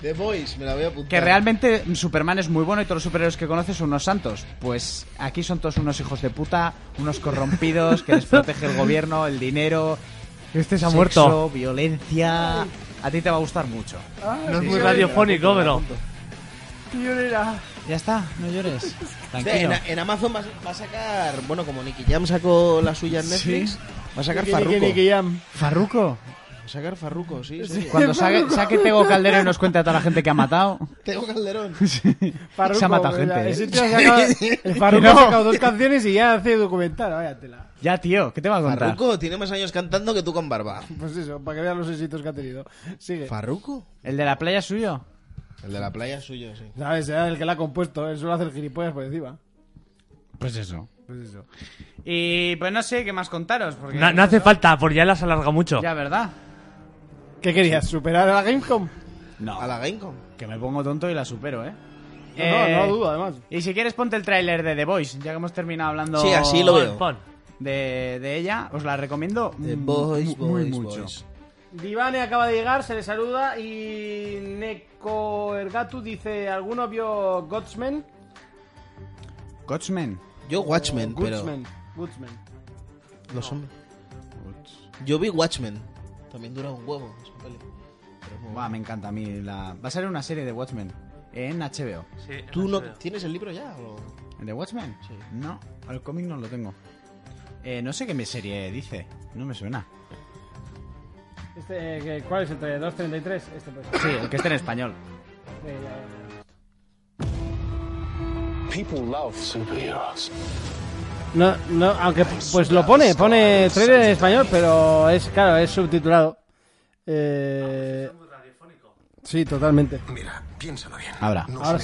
Speaker 6: The Voice, me la voy a apuntar.
Speaker 5: Que realmente Superman es muy bueno y todos los superhéroes que conoces son unos santos. Pues aquí son todos unos hijos de puta, unos corrompidos que les protege el gobierno, el dinero,
Speaker 7: Este se ha
Speaker 5: sexo,
Speaker 7: muerto.
Speaker 5: violencia. A ti te va a gustar mucho.
Speaker 7: No es muy radiofónico, pero...
Speaker 5: Ya está, no llores.
Speaker 6: Sí,
Speaker 5: Tranquilo.
Speaker 6: en, en Amazon va, va a sacar. Bueno, como Nicky Jam sacó la suya en Netflix, va a sacar
Speaker 4: Nicky,
Speaker 6: Farruko.
Speaker 4: Nicky, Nicky Jam.
Speaker 5: Farruco.
Speaker 6: Va a sacar Farruko, sí, sí.
Speaker 5: Cuando saque, saque Tego Caldero y nos cuente a toda la gente que ha matado.
Speaker 6: Tengo Calderón.
Speaker 4: Farruko,
Speaker 5: Se ha matado
Speaker 4: ¿verdad?
Speaker 5: gente, ¿eh?
Speaker 4: Ese tío ha sacado- el Farruko ha sacado dos canciones y ya hace documental. Váyatela.
Speaker 5: Ya, tío, ¿qué te va a contar?
Speaker 6: Farruko tiene más años cantando que tú con barba.
Speaker 4: Pues eso, para que vean los éxitos que ha tenido. Sigue.
Speaker 6: ¿Farruko?
Speaker 5: ¿El de la playa es suyo?
Speaker 6: El de la playa es suyo, sí.
Speaker 4: ¿Sabes? Será el que la ha compuesto. Él suele hacer gilipollas por encima.
Speaker 5: Pues eso. Y pues no sé qué más contaros. Porque
Speaker 7: No, no hace falta, porque ya las alarga mucho.
Speaker 5: Ya, ¿verdad?
Speaker 4: ¿Qué querías? ¿Superar a la Gamecom?
Speaker 5: No.
Speaker 6: A la Gamecom.
Speaker 5: Que me pongo tonto y la supero, ¿eh?
Speaker 4: No,
Speaker 5: Eh,
Speaker 4: no, no dudo, además.
Speaker 5: Y si quieres ponte el tráiler de The Voice, ya que hemos terminado hablando
Speaker 6: Sí, así lo
Speaker 7: Pon,
Speaker 6: veo.
Speaker 7: pon.
Speaker 5: de, de ella, os la recomiendo
Speaker 6: The
Speaker 5: mu-
Speaker 6: Voice,
Speaker 5: mu- muy
Speaker 6: Voice,
Speaker 5: mucho.
Speaker 6: Voice.
Speaker 4: Divane acaba de llegar, se le saluda y Neko Ergatu dice, ¿alguno vio Godsman?
Speaker 5: Coachman.
Speaker 6: Yo Oh, Watchmen, pero.
Speaker 4: Goodsman. Goodsman.
Speaker 6: Los hombres. Yo vi Watchmen. También dura un huevo. esa peli. Pero es muy
Speaker 5: Buah,
Speaker 6: buena.
Speaker 5: me encanta a mí la... Va a salir una serie de Watchmen en HBO.
Speaker 6: ¿Tú no tienes el libro ya? o-
Speaker 5: ¿El de Watchmen? Sí. No, el cómic no lo tengo. Eh, no sé qué me serie dice, no me suena.
Speaker 4: Este, eh, que- ¿Cuál es el trailer? 233. Este pues.
Speaker 5: Sí, el que esté en español.
Speaker 4: Eh, ya. No, no, aunque pues lo pone, pone trailer en español, pero es claro, es subtitulado. Eh, sí, totalmente.
Speaker 5: Ahora.
Speaker 4: Ahora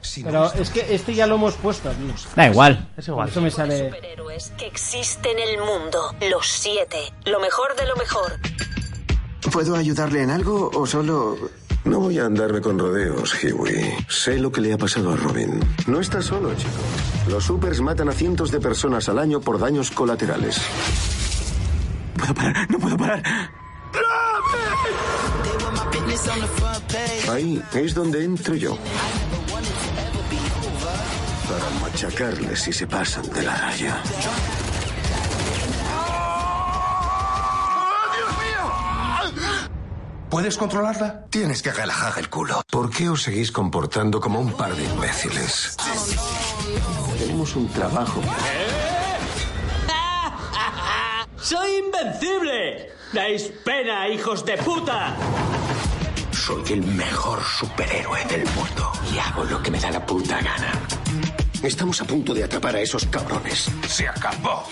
Speaker 4: sí. Pero es que este ya lo hemos puesto. tío.
Speaker 5: Da igual.
Speaker 7: Es igual.
Speaker 4: Esto me sale.
Speaker 12: Superhéroes que existen en el mundo. Los siete. Lo mejor de lo mejor.
Speaker 13: ¿Puedo ayudarle en algo o solo...?
Speaker 3: No voy a andarme con rodeos, Hiwi. Sé lo que le ha pasado a Robin. No está solo, chico. Los supers matan a cientos de personas al año por daños colaterales.
Speaker 13: Puedo parar, no puedo parar.
Speaker 3: Ahí es donde entro yo. Para machacarles si se pasan de la raya.
Speaker 13: ¿Puedes controlarla? Tienes que relajar el culo.
Speaker 3: ¿Por qué os seguís comportando como un par de imbéciles? Tenemos un trabajo.
Speaker 14: ¡Soy invencible! ¡Dais pena, hijos de puta! Soy el mejor superhéroe del mundo y hago lo que me da la puta gana.
Speaker 3: Estamos a punto de atrapar a esos cabrones. Se acabó.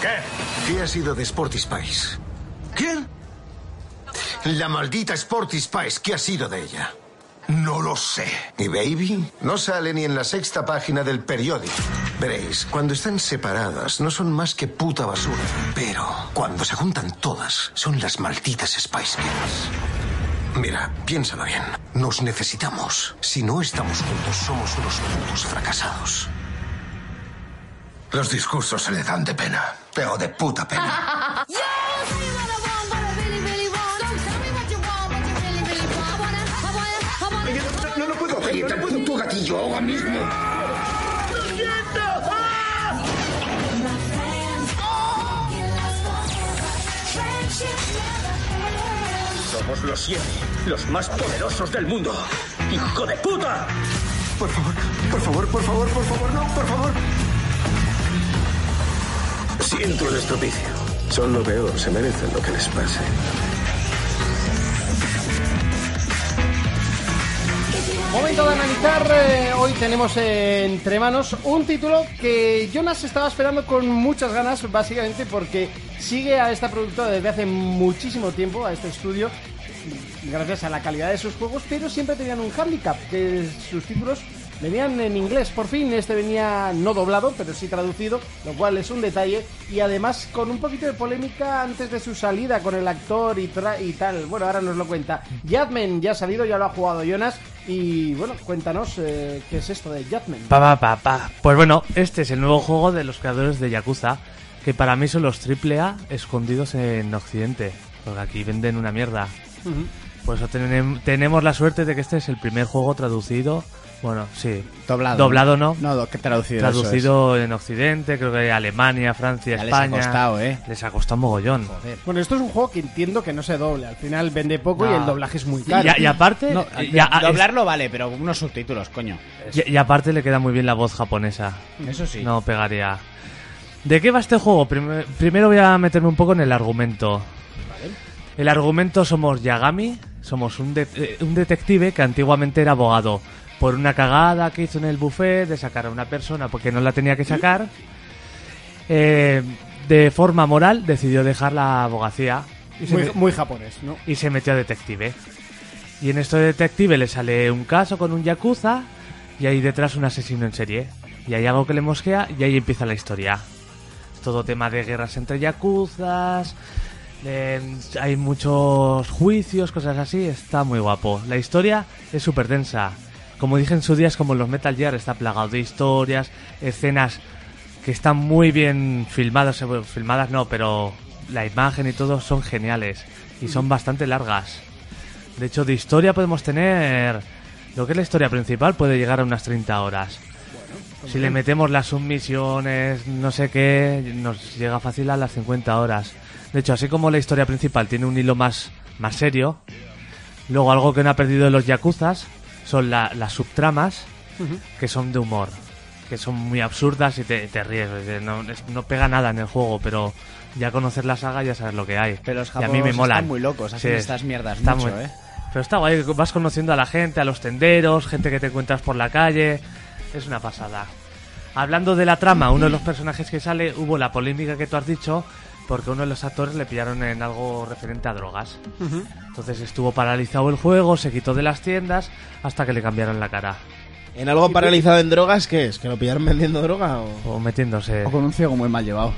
Speaker 3: ¿Qué? ¿Qué ha sido de Sporty Spice? ¿Quién? La maldita Sporty Spice, ¿qué ha sido de ella? No lo sé. ¿Y Baby? No sale ni en la sexta página del periódico.
Speaker 15: Veréis, cuando están separadas no son más que puta basura. Pero cuando se juntan todas, son las malditas Spice Girls. Mira, piénsalo bien. Nos necesitamos. Si no estamos juntos, somos unos putos fracasados. Los discursos se le dan de pena, pero de puta pena.
Speaker 16: No lo puedo hacer, no puedo tu gatillo ahora mismo.
Speaker 9: Somos los siete, los más poderosos del mundo. ¡Hijo de puta!
Speaker 15: Por favor, por favor, por favor, por favor, no, por favor.
Speaker 16: Siento el estropicio.
Speaker 15: Son lo peor, se merecen lo que les pase.
Speaker 4: Momento de analizar. eh, hoy tenemos eh, entre manos un título que Jonas estaba esperando con muchas ganas, básicamente porque sigue a esta productora desde hace muchísimo tiempo, a este estudio, gracias a la calidad de sus juegos, pero siempre tenían un hándicap, que sus títulos venían en inglés. Por fin, este venía no doblado, pero sí traducido, lo cual es un detalle. Y además con un poquito de polémica antes de su salida con el actor y, tra- y tal. Bueno, ahora nos lo cuenta. Jadman ya ha salido, ya lo ha jugado Jonas. Y bueno, cuéntanos eh, qué es esto de Jadman.
Speaker 7: Pa, pa, pa, pa. Pues bueno, este es el nuevo juego de los creadores de Yakuza, que para mí son los AAA escondidos en Occidente, porque aquí venden una mierda.
Speaker 10: Ujú.
Speaker 7: Pues tenem- tenemos la suerte de que este es el primer juego traducido, bueno, sí.
Speaker 17: Doblado.
Speaker 7: Doblado no.
Speaker 17: No, do- que traducido,
Speaker 7: Traducido en Occidente, creo que Alemania, Francia,
Speaker 17: Ya les ha
Speaker 7: España.
Speaker 17: costado, ¿eh?
Speaker 7: Les ha costado mogollón.
Speaker 4: Bueno, esto es un juego que entiendo que no se doble. Al final vende poco y
Speaker 17: No.
Speaker 4: el doblaje es muy
Speaker 17: Sí,
Speaker 4: caro.
Speaker 7: y a- y aparte-
Speaker 17: No,
Speaker 7: Y- ya, ah,
Speaker 17: doblarlo vale, pero unos subtítulos, coño.
Speaker 7: Y, y aparte le queda muy bien la voz japonesa.
Speaker 5: Mm.
Speaker 17: Eso sí.
Speaker 7: No pegaría. ¿De qué va este juego? Prime- primero voy a meterme un poco en el argumento. El argumento somos Yagami, somos un, de- eh, un detective que antiguamente era abogado. Por una cagada que hizo en el buffet de sacar a una persona porque no la tenía que sacar, eh, de forma moral decidió dejar la abogacía. Y se
Speaker 4: Muy,
Speaker 7: me-
Speaker 4: muy japonés, ¿no?
Speaker 7: y se metió a detective. Y en esto de detective le sale un caso con un yakuza y ahí detrás un asesino en serie. Y hay algo que le mosquea y ahí empieza la historia. Todo tema de guerras entre yakuzas, eh, hay muchos juicios, cosas así, está muy guapo. La historia es súper densa. Como dije en su día, es como los Metal Gear, está plagado de historias, escenas que están muy bien filmadas, eh, bueno, filmadas no, pero la imagen y todo son geniales y son bastante largas. De hecho, de historia podemos tener lo que es la historia principal puede llegar a unas 30 horas. Si le metemos las submisiones, no sé qué, nos llega fácil a las 50 horas. De hecho, así como la historia principal tiene un hilo más, más serio, luego algo que no ha perdido los yakuzas son la- las subtramas
Speaker 10: Ujú.
Speaker 7: que son de humor, que son muy absurdas y te, te ríes. es decir, No, es- no pega nada en el juego, pero ya conocer la saga ya sabes lo que hay. Pero
Speaker 17: los
Speaker 7: y a mí me
Speaker 17: japoneses
Speaker 7: molan.
Speaker 17: están muy locos, hacen estas mierdas
Speaker 7: está
Speaker 17: mucho,
Speaker 7: muy-
Speaker 17: ¿eh?
Speaker 7: Pero está guay, vas conociendo a la gente, a los tenderos, gente que te encuentras por la calle. Es una pasada. Hablando de la trama, uno de los personajes que sale, hubo la polémica que tú has dicho, porque uno de los actores le pillaron en algo referente a drogas.
Speaker 10: Ujú.
Speaker 7: Entonces estuvo paralizado el juego, se quitó de las tiendas, hasta que le cambiaron la cara.
Speaker 6: ¿En algo paralizado en drogas qué es? ¿Que lo pillaron vendiendo droga o...?
Speaker 7: O metiéndose.
Speaker 6: O
Speaker 7: con un ciego muy mal llevado.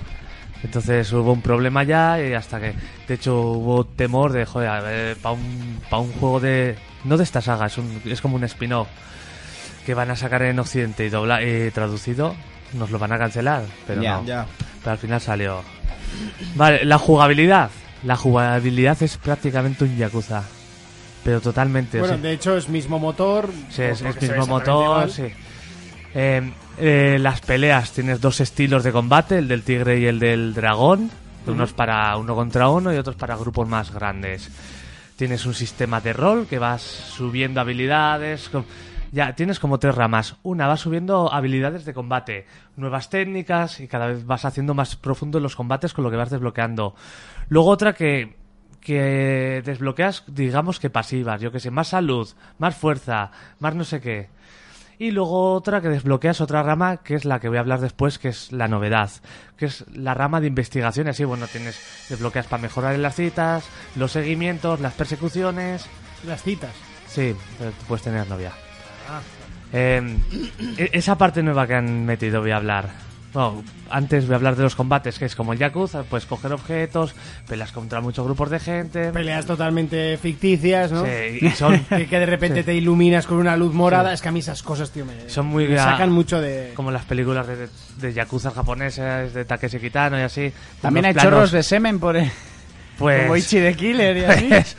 Speaker 7: Entonces hubo un problema ya y hasta que... De hecho hubo temor de, joder, a ver, para un, pa un juego de... No de esta saga, es, un- es como un spin-off que van a sacar en Occidente y, dobla, y traducido, nos lo van a cancelar. Pero
Speaker 6: Ya,
Speaker 7: no.
Speaker 6: ya.
Speaker 7: Pero al final salió. Vale, la jugabilidad. La jugabilidad es prácticamente un Yakuza. Pero totalmente. o
Speaker 4: Bueno,
Speaker 7: sea-
Speaker 4: de hecho es mismo motor.
Speaker 7: Sí, es
Speaker 4: por lo
Speaker 7: el
Speaker 4: que se ve
Speaker 7: mismo
Speaker 4: exactamente
Speaker 7: motor,
Speaker 4: igual.
Speaker 7: sí. Eh, eh, las peleas, tienes dos estilos de combate, el del tigre y el del dragón. Unos
Speaker 10: Ujú.
Speaker 7: para uno contra uno y otros para grupos más grandes. Tienes un sistema de rol que vas subiendo habilidades. com- Ya, tienes como tres ramas. Una, vas subiendo habilidades de combate, nuevas técnicas y cada vez vas haciendo más profundo los combates con lo que vas desbloqueando. Luego otra que que desbloqueas, digamos que pasivas, yo que sé, más salud, más fuerza, más no sé qué. Y luego otra que desbloqueas otra rama, que es la que voy a hablar después, que es la novedad, que es la rama de investigación. y Así, bueno, tienes desbloqueas para mejorar en las citas, los seguimientos, las persecuciones.
Speaker 4: Las citas.
Speaker 8: Ah.
Speaker 7: Sí, pero tú puedes tener novia. Eh, e- esa parte nueva que han metido voy a hablar. Bueno, antes voy a hablar de los combates, que es como el Yakuza, pues coger objetos, peleas contra muchos grupos de gente.
Speaker 8: Peleas totalmente ficticias, ¿no?
Speaker 7: Sí, y son-
Speaker 8: que, que de repente
Speaker 7: Sí.
Speaker 8: te iluminas con una luz morada.
Speaker 7: Sí.
Speaker 8: Es que a mí esas cosas, tío, me,
Speaker 7: Son muy
Speaker 8: me
Speaker 7: gra-
Speaker 8: sacan mucho de...
Speaker 7: Como las películas de, de Yakuza japonesas, de Takeshi Kitano y así.
Speaker 5: También
Speaker 7: Unos
Speaker 5: hay
Speaker 7: planos,
Speaker 5: chorros de semen por el...
Speaker 7: Pues-
Speaker 5: Como Ichi de Killer y así.
Speaker 7: pues,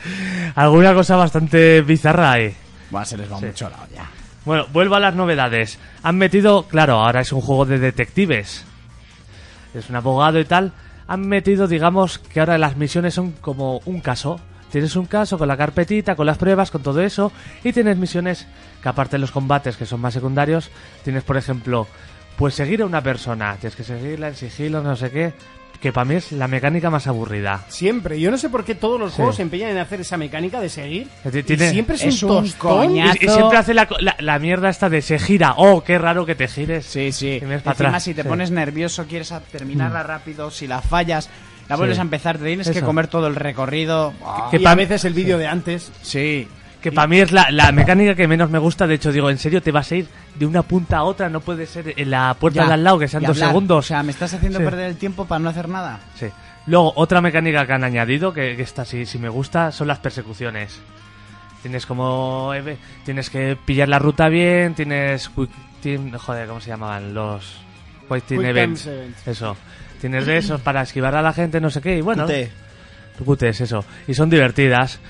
Speaker 7: alguna cosa bastante bizarra ahí.
Speaker 5: se les va mucho la olla.
Speaker 7: Bueno, vuelvo a las novedades. Han metido, claro, ahora es un juego de detectives. Es un abogado y tal. Han metido, digamos, que ahora las misiones son como un caso. Tienes un caso con la carpetita, con las pruebas, con todo eso. Y tienes misiones que aparte de los combates, que son más secundarios, tienes, por ejemplo, pues seguir a una persona. Tienes que seguirla en sigilo, no sé qué. Que para mí es la mecánica más aburrida.
Speaker 8: Siempre. Yo no sé por qué todos los
Speaker 7: Sí.
Speaker 8: juegos se empeñan en hacer esa mecánica de seguir.
Speaker 7: Ti-
Speaker 8: Y
Speaker 7: tiene-
Speaker 8: siempre es, un, tostón.
Speaker 7: Y, y siempre hace la, co- la- la mierda esta de se gira. Oh, qué raro que te gires. Sí, sí. Mm.
Speaker 5: Encima, si te pones nervioso, quieres a- terminarla rápido, si la fallas, la
Speaker 7: Sí.
Speaker 5: vuelves a empezar, te tienes que
Speaker 7: Eso.
Speaker 5: comer todo el recorrido.
Speaker 7: Que pa- sí.
Speaker 5: antes. Sí.
Speaker 7: Que para mí es la, la mecánica que menos me gusta. De hecho, digo, en serio, te vas a ir de una punta a otra. No puede ser en la puerta
Speaker 5: Ya,
Speaker 7: de al lado, que sean
Speaker 5: y
Speaker 7: dos
Speaker 5: hablar.
Speaker 7: segundos.
Speaker 5: O sea, Ah, me estás haciendo
Speaker 7: Sí.
Speaker 5: perder el tiempo para no hacer nada.
Speaker 7: Sí. Luego, otra mecánica que han añadido, que, que esta sí, sí me gusta, son las persecuciones. Tienes como... eh, Tienes que pillar la ruta bien, tienes... quick team- joder, ¿cómo se llamaban? Los... Quick Team
Speaker 8: Quick
Speaker 7: Events.
Speaker 8: Times Events.
Speaker 7: Eso. Tienes de esos para esquivar a la gente, no sé qué, y bueno...
Speaker 6: QT.
Speaker 7: QTs, eso. Y son divertidas.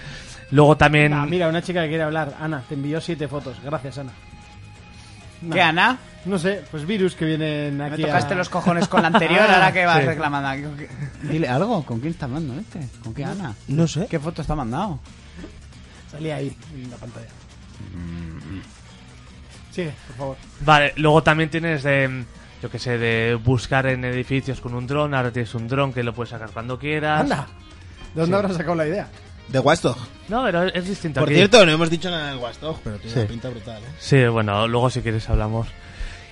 Speaker 7: Luego también...
Speaker 8: Ah, mira, una chica que quiere hablar. Ana, te envió siete fotos. Gracias, Ana.
Speaker 5: ¿Qué, Ana?
Speaker 8: No sé, pues virus que vienen
Speaker 5: Me
Speaker 8: aquí.
Speaker 5: tocaste
Speaker 8: a-
Speaker 5: los cojones con la anterior, ahora que vas
Speaker 8: Sí.
Speaker 5: reclamando. aquí. ¿Con qué- Dile algo, ¿con quién está mandando este? ¿Con qué Ana?
Speaker 6: No sé.
Speaker 5: ¿Qué foto está mandado?
Speaker 8: Salía ahí, en la pantalla.
Speaker 7: Mm.
Speaker 8: Sigue, por favor.
Speaker 7: Vale, luego también tienes de, yo que sé, de buscar en edificios con un dron. Ahora tienes un dron que lo puedes sacar cuando quieras.
Speaker 8: Anda. ¿De dónde habrás sacado la idea?
Speaker 6: De Watchdog.
Speaker 7: No, pero es es distinto.
Speaker 6: Por
Speaker 7: aquí.
Speaker 6: cierto, no hemos dicho nada del Watchdog, pero tiene
Speaker 7: Sí.
Speaker 6: una pinta brutal, ¿eh?
Speaker 7: Sí, bueno, luego si quieres hablamos.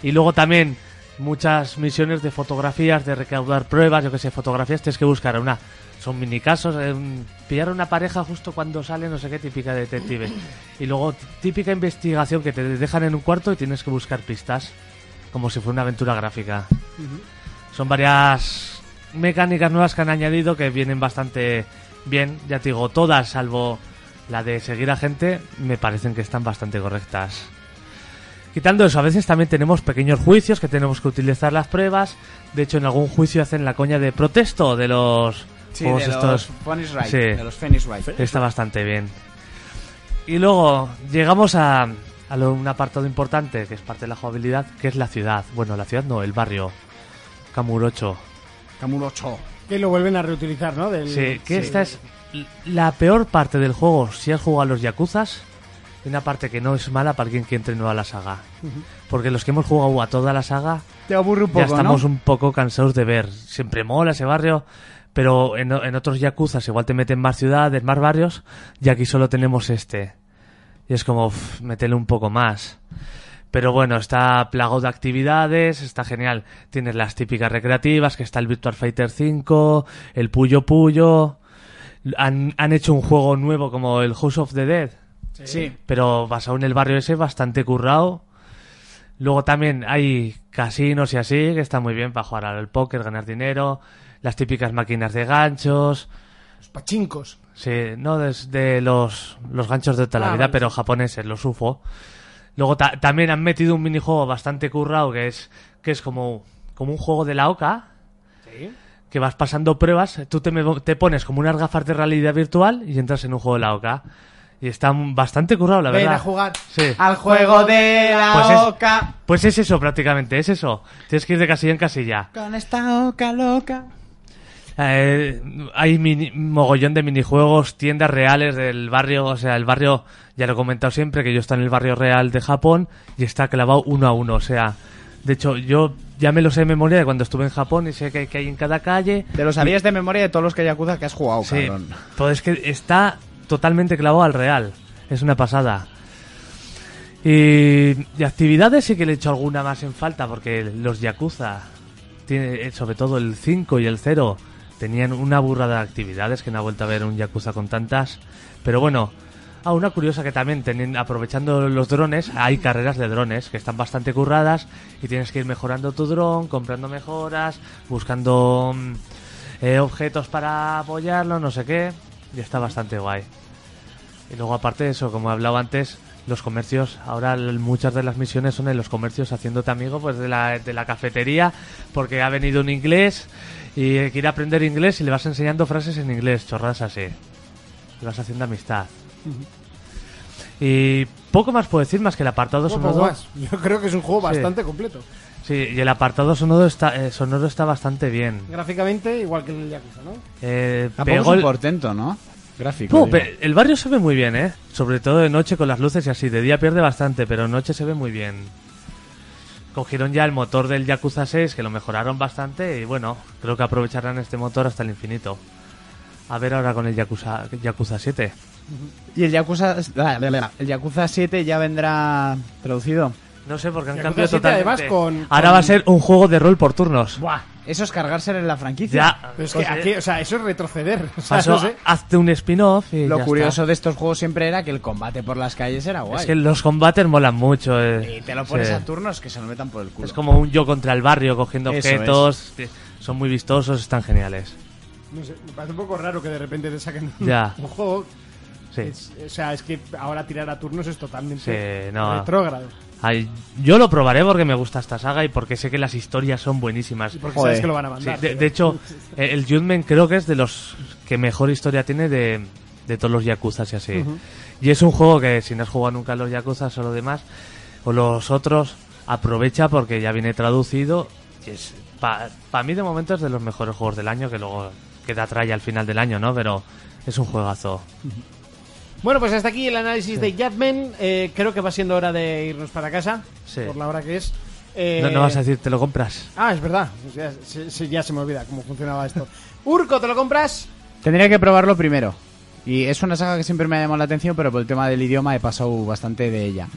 Speaker 7: Y luego también muchas misiones de fotografías, de recaudar pruebas, yo que sé, fotografías, tienes que buscar una. Son mini casos, eh, pillar a una pareja justo cuando sale, no sé qué, típica detective. Y luego típica investigación que te dejan en un cuarto y tienes que buscar pistas, como si fuera una aventura gráfica. Son varias mecánicas nuevas que han añadido que vienen bastante bien. Ya te digo, todas, salvo la de seguir a gente, me parecen que están bastante correctas. Quitando eso, a veces también tenemos pequeños juicios que tenemos que utilizar las pruebas. De hecho, en algún juicio hacen la coña de protesto de los
Speaker 5: Sí,
Speaker 7: juegos
Speaker 5: de los
Speaker 7: estos.
Speaker 5: Phoenix Wright, de los Phoenix Wright.
Speaker 7: Está bastante bien. Y luego llegamos a, a lo- un apartado importante que es parte de la jugabilidad, que es la ciudad. Bueno, la ciudad no, el barrio. Camurocho.
Speaker 5: Camurocho.
Speaker 8: Que lo vuelven a reutilizar, ¿no? Del-
Speaker 7: Sí, que esta es l- la peor parte del juego. Si has jugado a los Yakuzas, hay una parte que no es mala para alguien que entre nuevo a la saga.
Speaker 8: Ujú.
Speaker 7: Porque los que hemos jugado a toda la saga,
Speaker 5: Te aburre un
Speaker 7: ya
Speaker 5: poco,
Speaker 7: estamos
Speaker 5: ¿no?
Speaker 7: un poco cansados de ver. Siempre mola ese barrio, pero en, o- en otros Yakuzas igual te meten más ciudades, más barrios, y aquí solo tenemos este. Y es como, uf, métele un poco más. Pero bueno, está plagado de actividades, está genial. Tienes las típicas recreativas, que está el Virtual Fighter 5, el Puyo Puyo. Han, han hecho un juego nuevo como el House of the Dead.
Speaker 5: Sí. Sí.
Speaker 7: Pero basado en el barrio ese, bastante currado. Luego también hay casinos y así, que está muy bien para jugar al póker, ganar dinero. Las típicas máquinas de ganchos.
Speaker 8: Los pachincos.
Speaker 7: Sí, no des- de los, los ganchos de toda la
Speaker 8: Ah,
Speaker 7: vida,
Speaker 8: vale,
Speaker 7: pero japoneses, los UFO. Luego ta- también han metido un minijuego bastante currado que es, que es como, como un juego de la OCA,
Speaker 8: Sí.
Speaker 7: que vas pasando pruebas, tú te, me- te pones como unas gafas de realidad virtual y entras en un juego de la OCA. Y está bastante currado, la
Speaker 5: Ven
Speaker 7: verdad.
Speaker 5: a jugar
Speaker 7: Sí.
Speaker 5: al juego de la
Speaker 7: Pues es-
Speaker 5: oca.
Speaker 7: Pues es eso prácticamente, es eso. Tienes que ir de casilla en casilla.
Speaker 5: Con esta oca loca.
Speaker 7: Eh, hay mini- mogollón de minijuegos, tiendas reales del barrio, o sea, el barrio, ya lo he comentado siempre, que yo estoy en el barrio real de Japón y está clavado uno a uno, o sea, de hecho yo ya me lo sé de memoria de cuando estuve en Japón y sé que, que hay en cada calle.
Speaker 5: Te lo sabías de memoria de todos los que Yakuza que has jugado,
Speaker 7: Sí,
Speaker 5: cabrón.
Speaker 7: todo es que está totalmente clavado al real, es una pasada. Y, y actividades sí que le he hecho alguna más en falta, porque los Yakuza, tiene, eh, sobre todo el 5 y el 0, tenían una burrada de actividades que no ha vuelto a ver un Yakuza con tantas. Pero bueno, Ah, una curiosa que también, teniendo- aprovechando los drones, hay carreras de drones que están bastante curradas y tienes que ir mejorando tu dron, comprando mejoras, buscando mm, eh, objetos para apoyarlo, no sé qué. Y está bastante guay. Y luego, aparte de eso, como he hablado antes, los comercios, ahora l- muchas de las misiones son en los comercios haciéndote amigo pues de la, de la cafetería, porque ha venido un inglés y eh, quiere aprender inglés y le vas enseñando frases en inglés, chorradas así. Y vas haciendo amistad. Y poco más puedo decir más que el apartado
Speaker 8: Poco
Speaker 7: sonoro.
Speaker 8: más. Yo creo que es un juego
Speaker 7: Sí.
Speaker 8: bastante completo.
Speaker 7: Sí, y el apartado sonoro está, eh, sonoro está bastante bien.
Speaker 8: Gráficamente, igual que el Yakuza, ¿no?
Speaker 7: Eh,
Speaker 5: Tampoco es
Speaker 7: pegó
Speaker 5: un
Speaker 7: el-
Speaker 5: portento, ¿no? Gráfico.
Speaker 7: No,
Speaker 5: digo.
Speaker 7: pe- el barrio se ve muy bien, ¿eh? Sobre todo de noche con las luces y así. De día pierde bastante, pero de noche se ve muy bien. Cogieron ya el motor del Yakuza 6, que lo mejoraron bastante, y bueno, creo que aprovecharán este motor hasta el infinito. A ver ahora con el Yakuza, Yakuza 7.
Speaker 5: Y el Yakuza, la, la, la, el Yakuza 7 ya vendrá traducido.
Speaker 7: No sé, porque han
Speaker 5: Yakuza
Speaker 7: cambiado
Speaker 5: 7
Speaker 7: totalmente.
Speaker 5: además con-
Speaker 7: Ahora
Speaker 5: con-
Speaker 7: va a ser un juego de rol por turnos.
Speaker 5: Eso es cargarse en la franquicia.
Speaker 7: Ya.
Speaker 8: Pero es que aquí, o sea, eso es retroceder. O sea,
Speaker 7: Pasó,
Speaker 8: no sé.
Speaker 7: hazte un spin-off y
Speaker 5: Lo
Speaker 7: ya
Speaker 5: curioso
Speaker 7: está.
Speaker 5: de estos juegos siempre era que el combate por las calles era guay.
Speaker 7: Es que los combates molan mucho. eh.
Speaker 5: Y te lo pones
Speaker 7: Sí.
Speaker 5: a turnos que se lo metan por el culo.
Speaker 7: Es como un yo contra el barrio, cogiendo
Speaker 5: Eso
Speaker 7: objetos. que Son muy vistosos, están geniales.
Speaker 8: No sé, me parece un poco raro que de repente te saquen un,
Speaker 7: Ya.
Speaker 8: un juego.
Speaker 7: Sí.
Speaker 8: Es- o sea, es que ahora tirar a turnos es totalmente
Speaker 7: Sí, no.
Speaker 8: retrógrado.
Speaker 7: Ay, yo lo probaré porque me gusta esta saga y porque sé que las historias son buenísimas.
Speaker 8: porque sabes Joder. que lo van a mandar,
Speaker 7: de,
Speaker 8: tío.
Speaker 7: de hecho, eh, el Judgment creo que es de los que mejor historia tiene de, de todos los Yakuza y así.
Speaker 18: Ujú.
Speaker 7: Y es un juego que si no has jugado nunca a los Yakuza o lo demás, o los otros, aprovecha porque ya viene traducido. Para mí de momento es de los mejores juegos del año, que luego queda traya al final del año, ¿no? Pero es un juegazo.
Speaker 4: Bueno, pues hasta aquí el análisis de Jadman. Eh, creo que va siendo hora de irnos para casa.
Speaker 7: Sí.
Speaker 4: Por la hora que es. Eh,
Speaker 7: No, no vas a decir, te lo compras.
Speaker 4: Ah, es verdad. Ya se, se- ya se me olvida cómo funcionaba esto. Urco, ¿te lo compras?
Speaker 5: Tendría que probarlo primero. Y es una saga que siempre me ha llamado la atención, pero por el tema del idioma he pasado bastante de ella.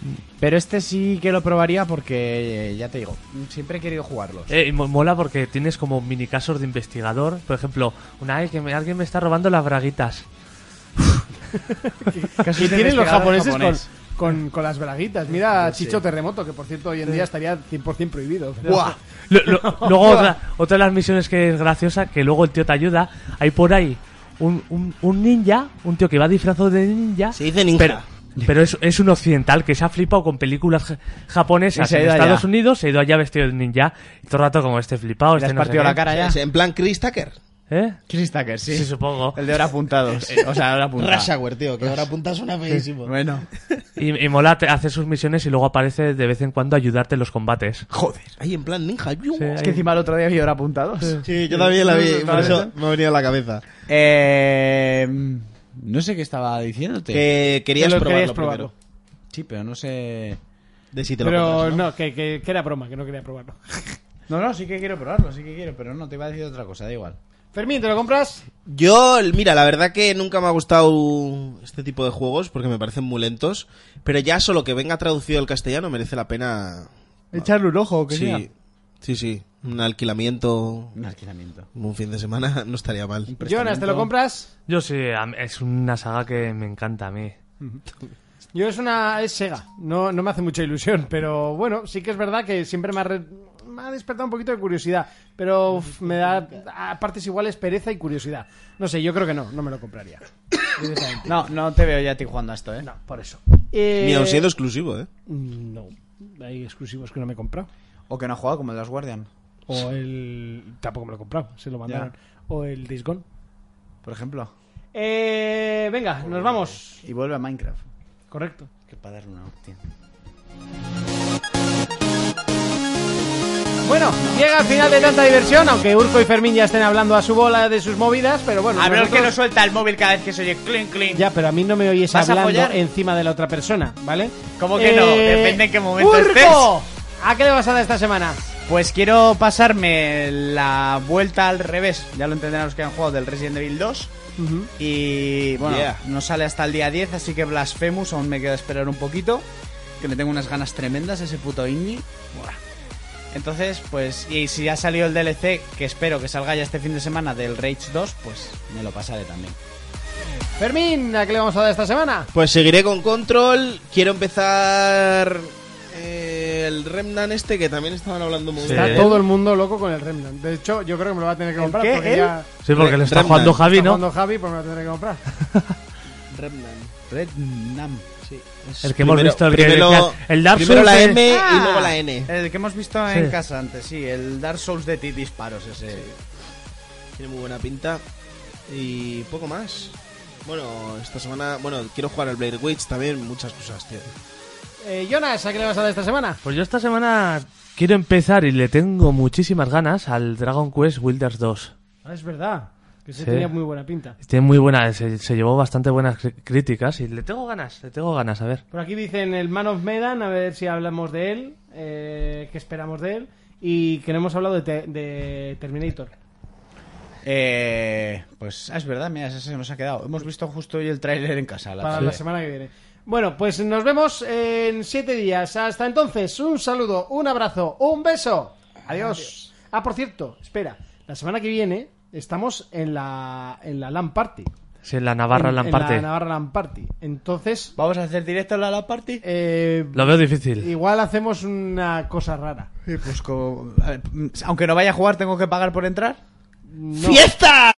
Speaker 5: Pero este sí que lo probaría porque, eh, ya te digo, siempre he querido jugarlo.
Speaker 7: Eh, y mo- mola porque tienes como mini casos de investigador. Por ejemplo, una vez que me- alguien me está robando las braguitas.
Speaker 5: Casi
Speaker 8: Y
Speaker 5: te
Speaker 8: tienen los
Speaker 5: investigador
Speaker 8: japoneses con,
Speaker 5: japonés.
Speaker 8: con- con las braguitas. Mira
Speaker 5: Yo sé.
Speaker 8: Chicho Terremoto, que por cierto hoy en día estaría 100% prohibido.
Speaker 6: Ah.
Speaker 7: Lo- lo- luego otra, otra de las misiones que es graciosa, que luego el tío te ayuda. Hay por ahí un, un- un ninja, un tío que va disfrazado de ninja. Se
Speaker 6: dice ninja.
Speaker 7: Pero, pero es, es un occidental que se ha flipado con películas ja-
Speaker 6: Y
Speaker 7: japonesas
Speaker 6: se ha
Speaker 7: en
Speaker 6: ido allá.
Speaker 7: Estados Unidos, se ha ido allá vestido de ninja. Y todo el rato como este flipado, este no sé qué.
Speaker 6: Sí, En plan Chris Tucker.
Speaker 7: ¿Eh?
Speaker 5: Chris Tucker, sí.
Speaker 7: Sí, supongo.
Speaker 5: El de hora apuntados. o sea, hora apuntada.
Speaker 6: Rushhour, tío, que ahora apuntas una feísimo.
Speaker 5: Bueno.
Speaker 7: Y, y mola, te- hace sus misiones y luego aparece de vez en cuando a ayudarte en los combates.
Speaker 6: Joder. Ahí en plan ninja.
Speaker 5: Es que encima el otro día vi hora apuntados.
Speaker 6: Sí, yo también la vi, por eso me ha venido a la cabeza.
Speaker 5: Eh, no sé qué estaba diciéndote.
Speaker 6: Que querías Que lo probarlo querías
Speaker 8: probarlo.
Speaker 5: Sí, pero no sé...
Speaker 6: De si
Speaker 8: Pero no, que, que- que era broma, que no quería probarlo.
Speaker 5: No, no, sí que quiero probarlo, sí que quiero, pero no, te iba a decir otra cosa, da igual.
Speaker 8: Fermín, ¿te lo compras?
Speaker 6: Yo, el- mira, la verdad que nunca me ha gustado este tipo de juegos porque me parecen muy lentos, pero ya solo que venga traducido al castellano merece la pena.
Speaker 5: Echarle un ojo, que
Speaker 6: Sí,
Speaker 5: sea.
Speaker 6: sí, sí, un alquilamiento,
Speaker 5: Un alquilamiento.
Speaker 6: un fin de semana no estaría mal.
Speaker 8: Jonas, ¿te lo compras?
Speaker 7: Yo sí, a mí- es una saga que me encanta a mí.
Speaker 8: Yo es una. es Sega. No, no me hace mucha ilusión, pero bueno, sí que es verdad que siempre me ha, re- me ha despertado un poquito de curiosidad. Pero uf, me da a partes iguales pereza y curiosidad. No sé, yo creo que no, no me lo compraría. Directamente.
Speaker 5: No, no te veo ya a ti jugando a esto, ¿eh? No,
Speaker 8: por eso. Eh,
Speaker 6: Ni aun siendo exclusivo, ¿eh?
Speaker 8: No, hay exclusivos que no me he comprado.
Speaker 5: O que no ha jugado como el Last Guardian,
Speaker 8: O el. Tampoco me lo he comprado, se lo mandaron. O el Days Gone.
Speaker 5: por ejemplo.
Speaker 8: Eh, venga, nos vamos.
Speaker 5: Y vuelve a Minecraft.
Speaker 8: Correcto.
Speaker 5: Que para darle una hostia.
Speaker 4: Bueno, llega al final de tanta diversión, aunque Urco y Fermín ya estén hablando a su bola de sus movidas, pero bueno.
Speaker 5: A ver
Speaker 4: nosotros-
Speaker 5: que no suelta el móvil cada vez que se oye clink, clink.
Speaker 4: Ya, pero a mí no me oyes
Speaker 5: ¿Vas a
Speaker 4: hablando
Speaker 5: follar?
Speaker 4: encima de la otra persona, ¿vale? Eh,
Speaker 5: ¿Cómo que no? Depende en qué momento
Speaker 4: ¡Urco!
Speaker 5: estés.
Speaker 4: ¿A qué le vas a dar esta semana?
Speaker 5: Pues quiero pasarme la vuelta al revés. Ya lo entenderán los que han jugado del Resident Evil 2. Y bueno,
Speaker 6: Yeah.
Speaker 5: no sale hasta el día 10, así que Blasphemous aún me queda esperar un poquito. Que le tengo unas ganas tremendas a ese puto indie. Buah. Entonces, pues, y si ya salió el DLC, que espero que salga ya este fin de semana del Rage 2, pues me lo pasaré también.
Speaker 19: Fermín, ¿a qué le vamos a dar esta semana?
Speaker 6: Pues seguiré con Control. Quiero empezar eh, el Remnant este que también estaban hablando muy
Speaker 20: Está
Speaker 19: Eh,
Speaker 20: todo el mundo loco con el Remnant. De hecho, yo creo que me lo va a tener que comprar.
Speaker 6: qué?
Speaker 20: Porque
Speaker 6: ¿El?
Speaker 20: ya...
Speaker 7: Sí, porque le está
Speaker 6: Remnant.
Speaker 7: jugando
Speaker 19: Ah,
Speaker 7: Javi,
Speaker 20: Está
Speaker 7: ¿no?
Speaker 20: jugando Javi, pues me lo tendré que comprar.
Speaker 6: Remnant.
Speaker 5: Rednam.
Speaker 6: Sí. es-
Speaker 7: El que hemos
Speaker 6: Primero-
Speaker 7: visto, el que
Speaker 6: primero-
Speaker 7: decía- el Dark
Speaker 6: primero
Speaker 7: Souls
Speaker 6: la
Speaker 7: es-
Speaker 6: M y
Speaker 5: Ah,
Speaker 6: luego la N.
Speaker 5: El que hemos visto en
Speaker 6: Sí.
Speaker 5: casa antes, sí. El Dark Souls de ti disparos ese.
Speaker 6: Tiene muy buena pinta. Y poco más. Bueno, esta semana, bueno, quiero jugar al Blair Witch también, muchas cosas, tío.
Speaker 19: Eh, Jonas, ¿a qué le vas a dar esta semana?
Speaker 7: Pues yo esta semana quiero empezar y le tengo muchísimas ganas al Dragon Quest Wilders 2.
Speaker 4: Ah, es verdad. Que se
Speaker 7: Sí.
Speaker 4: tenía muy buena pinta.
Speaker 7: Tiene muy buena, se, se llevó bastante buenas cri- críticas y le tengo ganas, le tengo ganas, a ver.
Speaker 4: Por aquí dicen el Man of Medan, a ver si hablamos de él, eh, qué esperamos de él, y que no hemos hablado de, te- de Terminator.
Speaker 5: Eh, pues ah, es verdad, mira, ese se nos ha quedado. Hemos visto justo hoy el tráiler en casa.
Speaker 4: Para
Speaker 5: sí.
Speaker 4: la semana que viene.
Speaker 19: Bueno, pues nos vemos en siete días. Hasta entonces, un saludo, un abrazo, un beso. Adiós. Ah, por cierto, espera.
Speaker 4: La semana que viene estamos en la, en la LAN Party.
Speaker 7: Si en la Navarra
Speaker 4: En-
Speaker 7: la
Speaker 4: en
Speaker 7: parte.
Speaker 4: la Navarra LAN Party. Entonces... eh,
Speaker 5: ¿Vamos a hacer directo en la LAN Party?
Speaker 7: Lo veo difícil.
Speaker 4: Igual hacemos una cosa rara.
Speaker 5: pues como- a ver, Aunque no vaya a jugar, tengo que pagar por entrar.
Speaker 4: ¡Fiesta!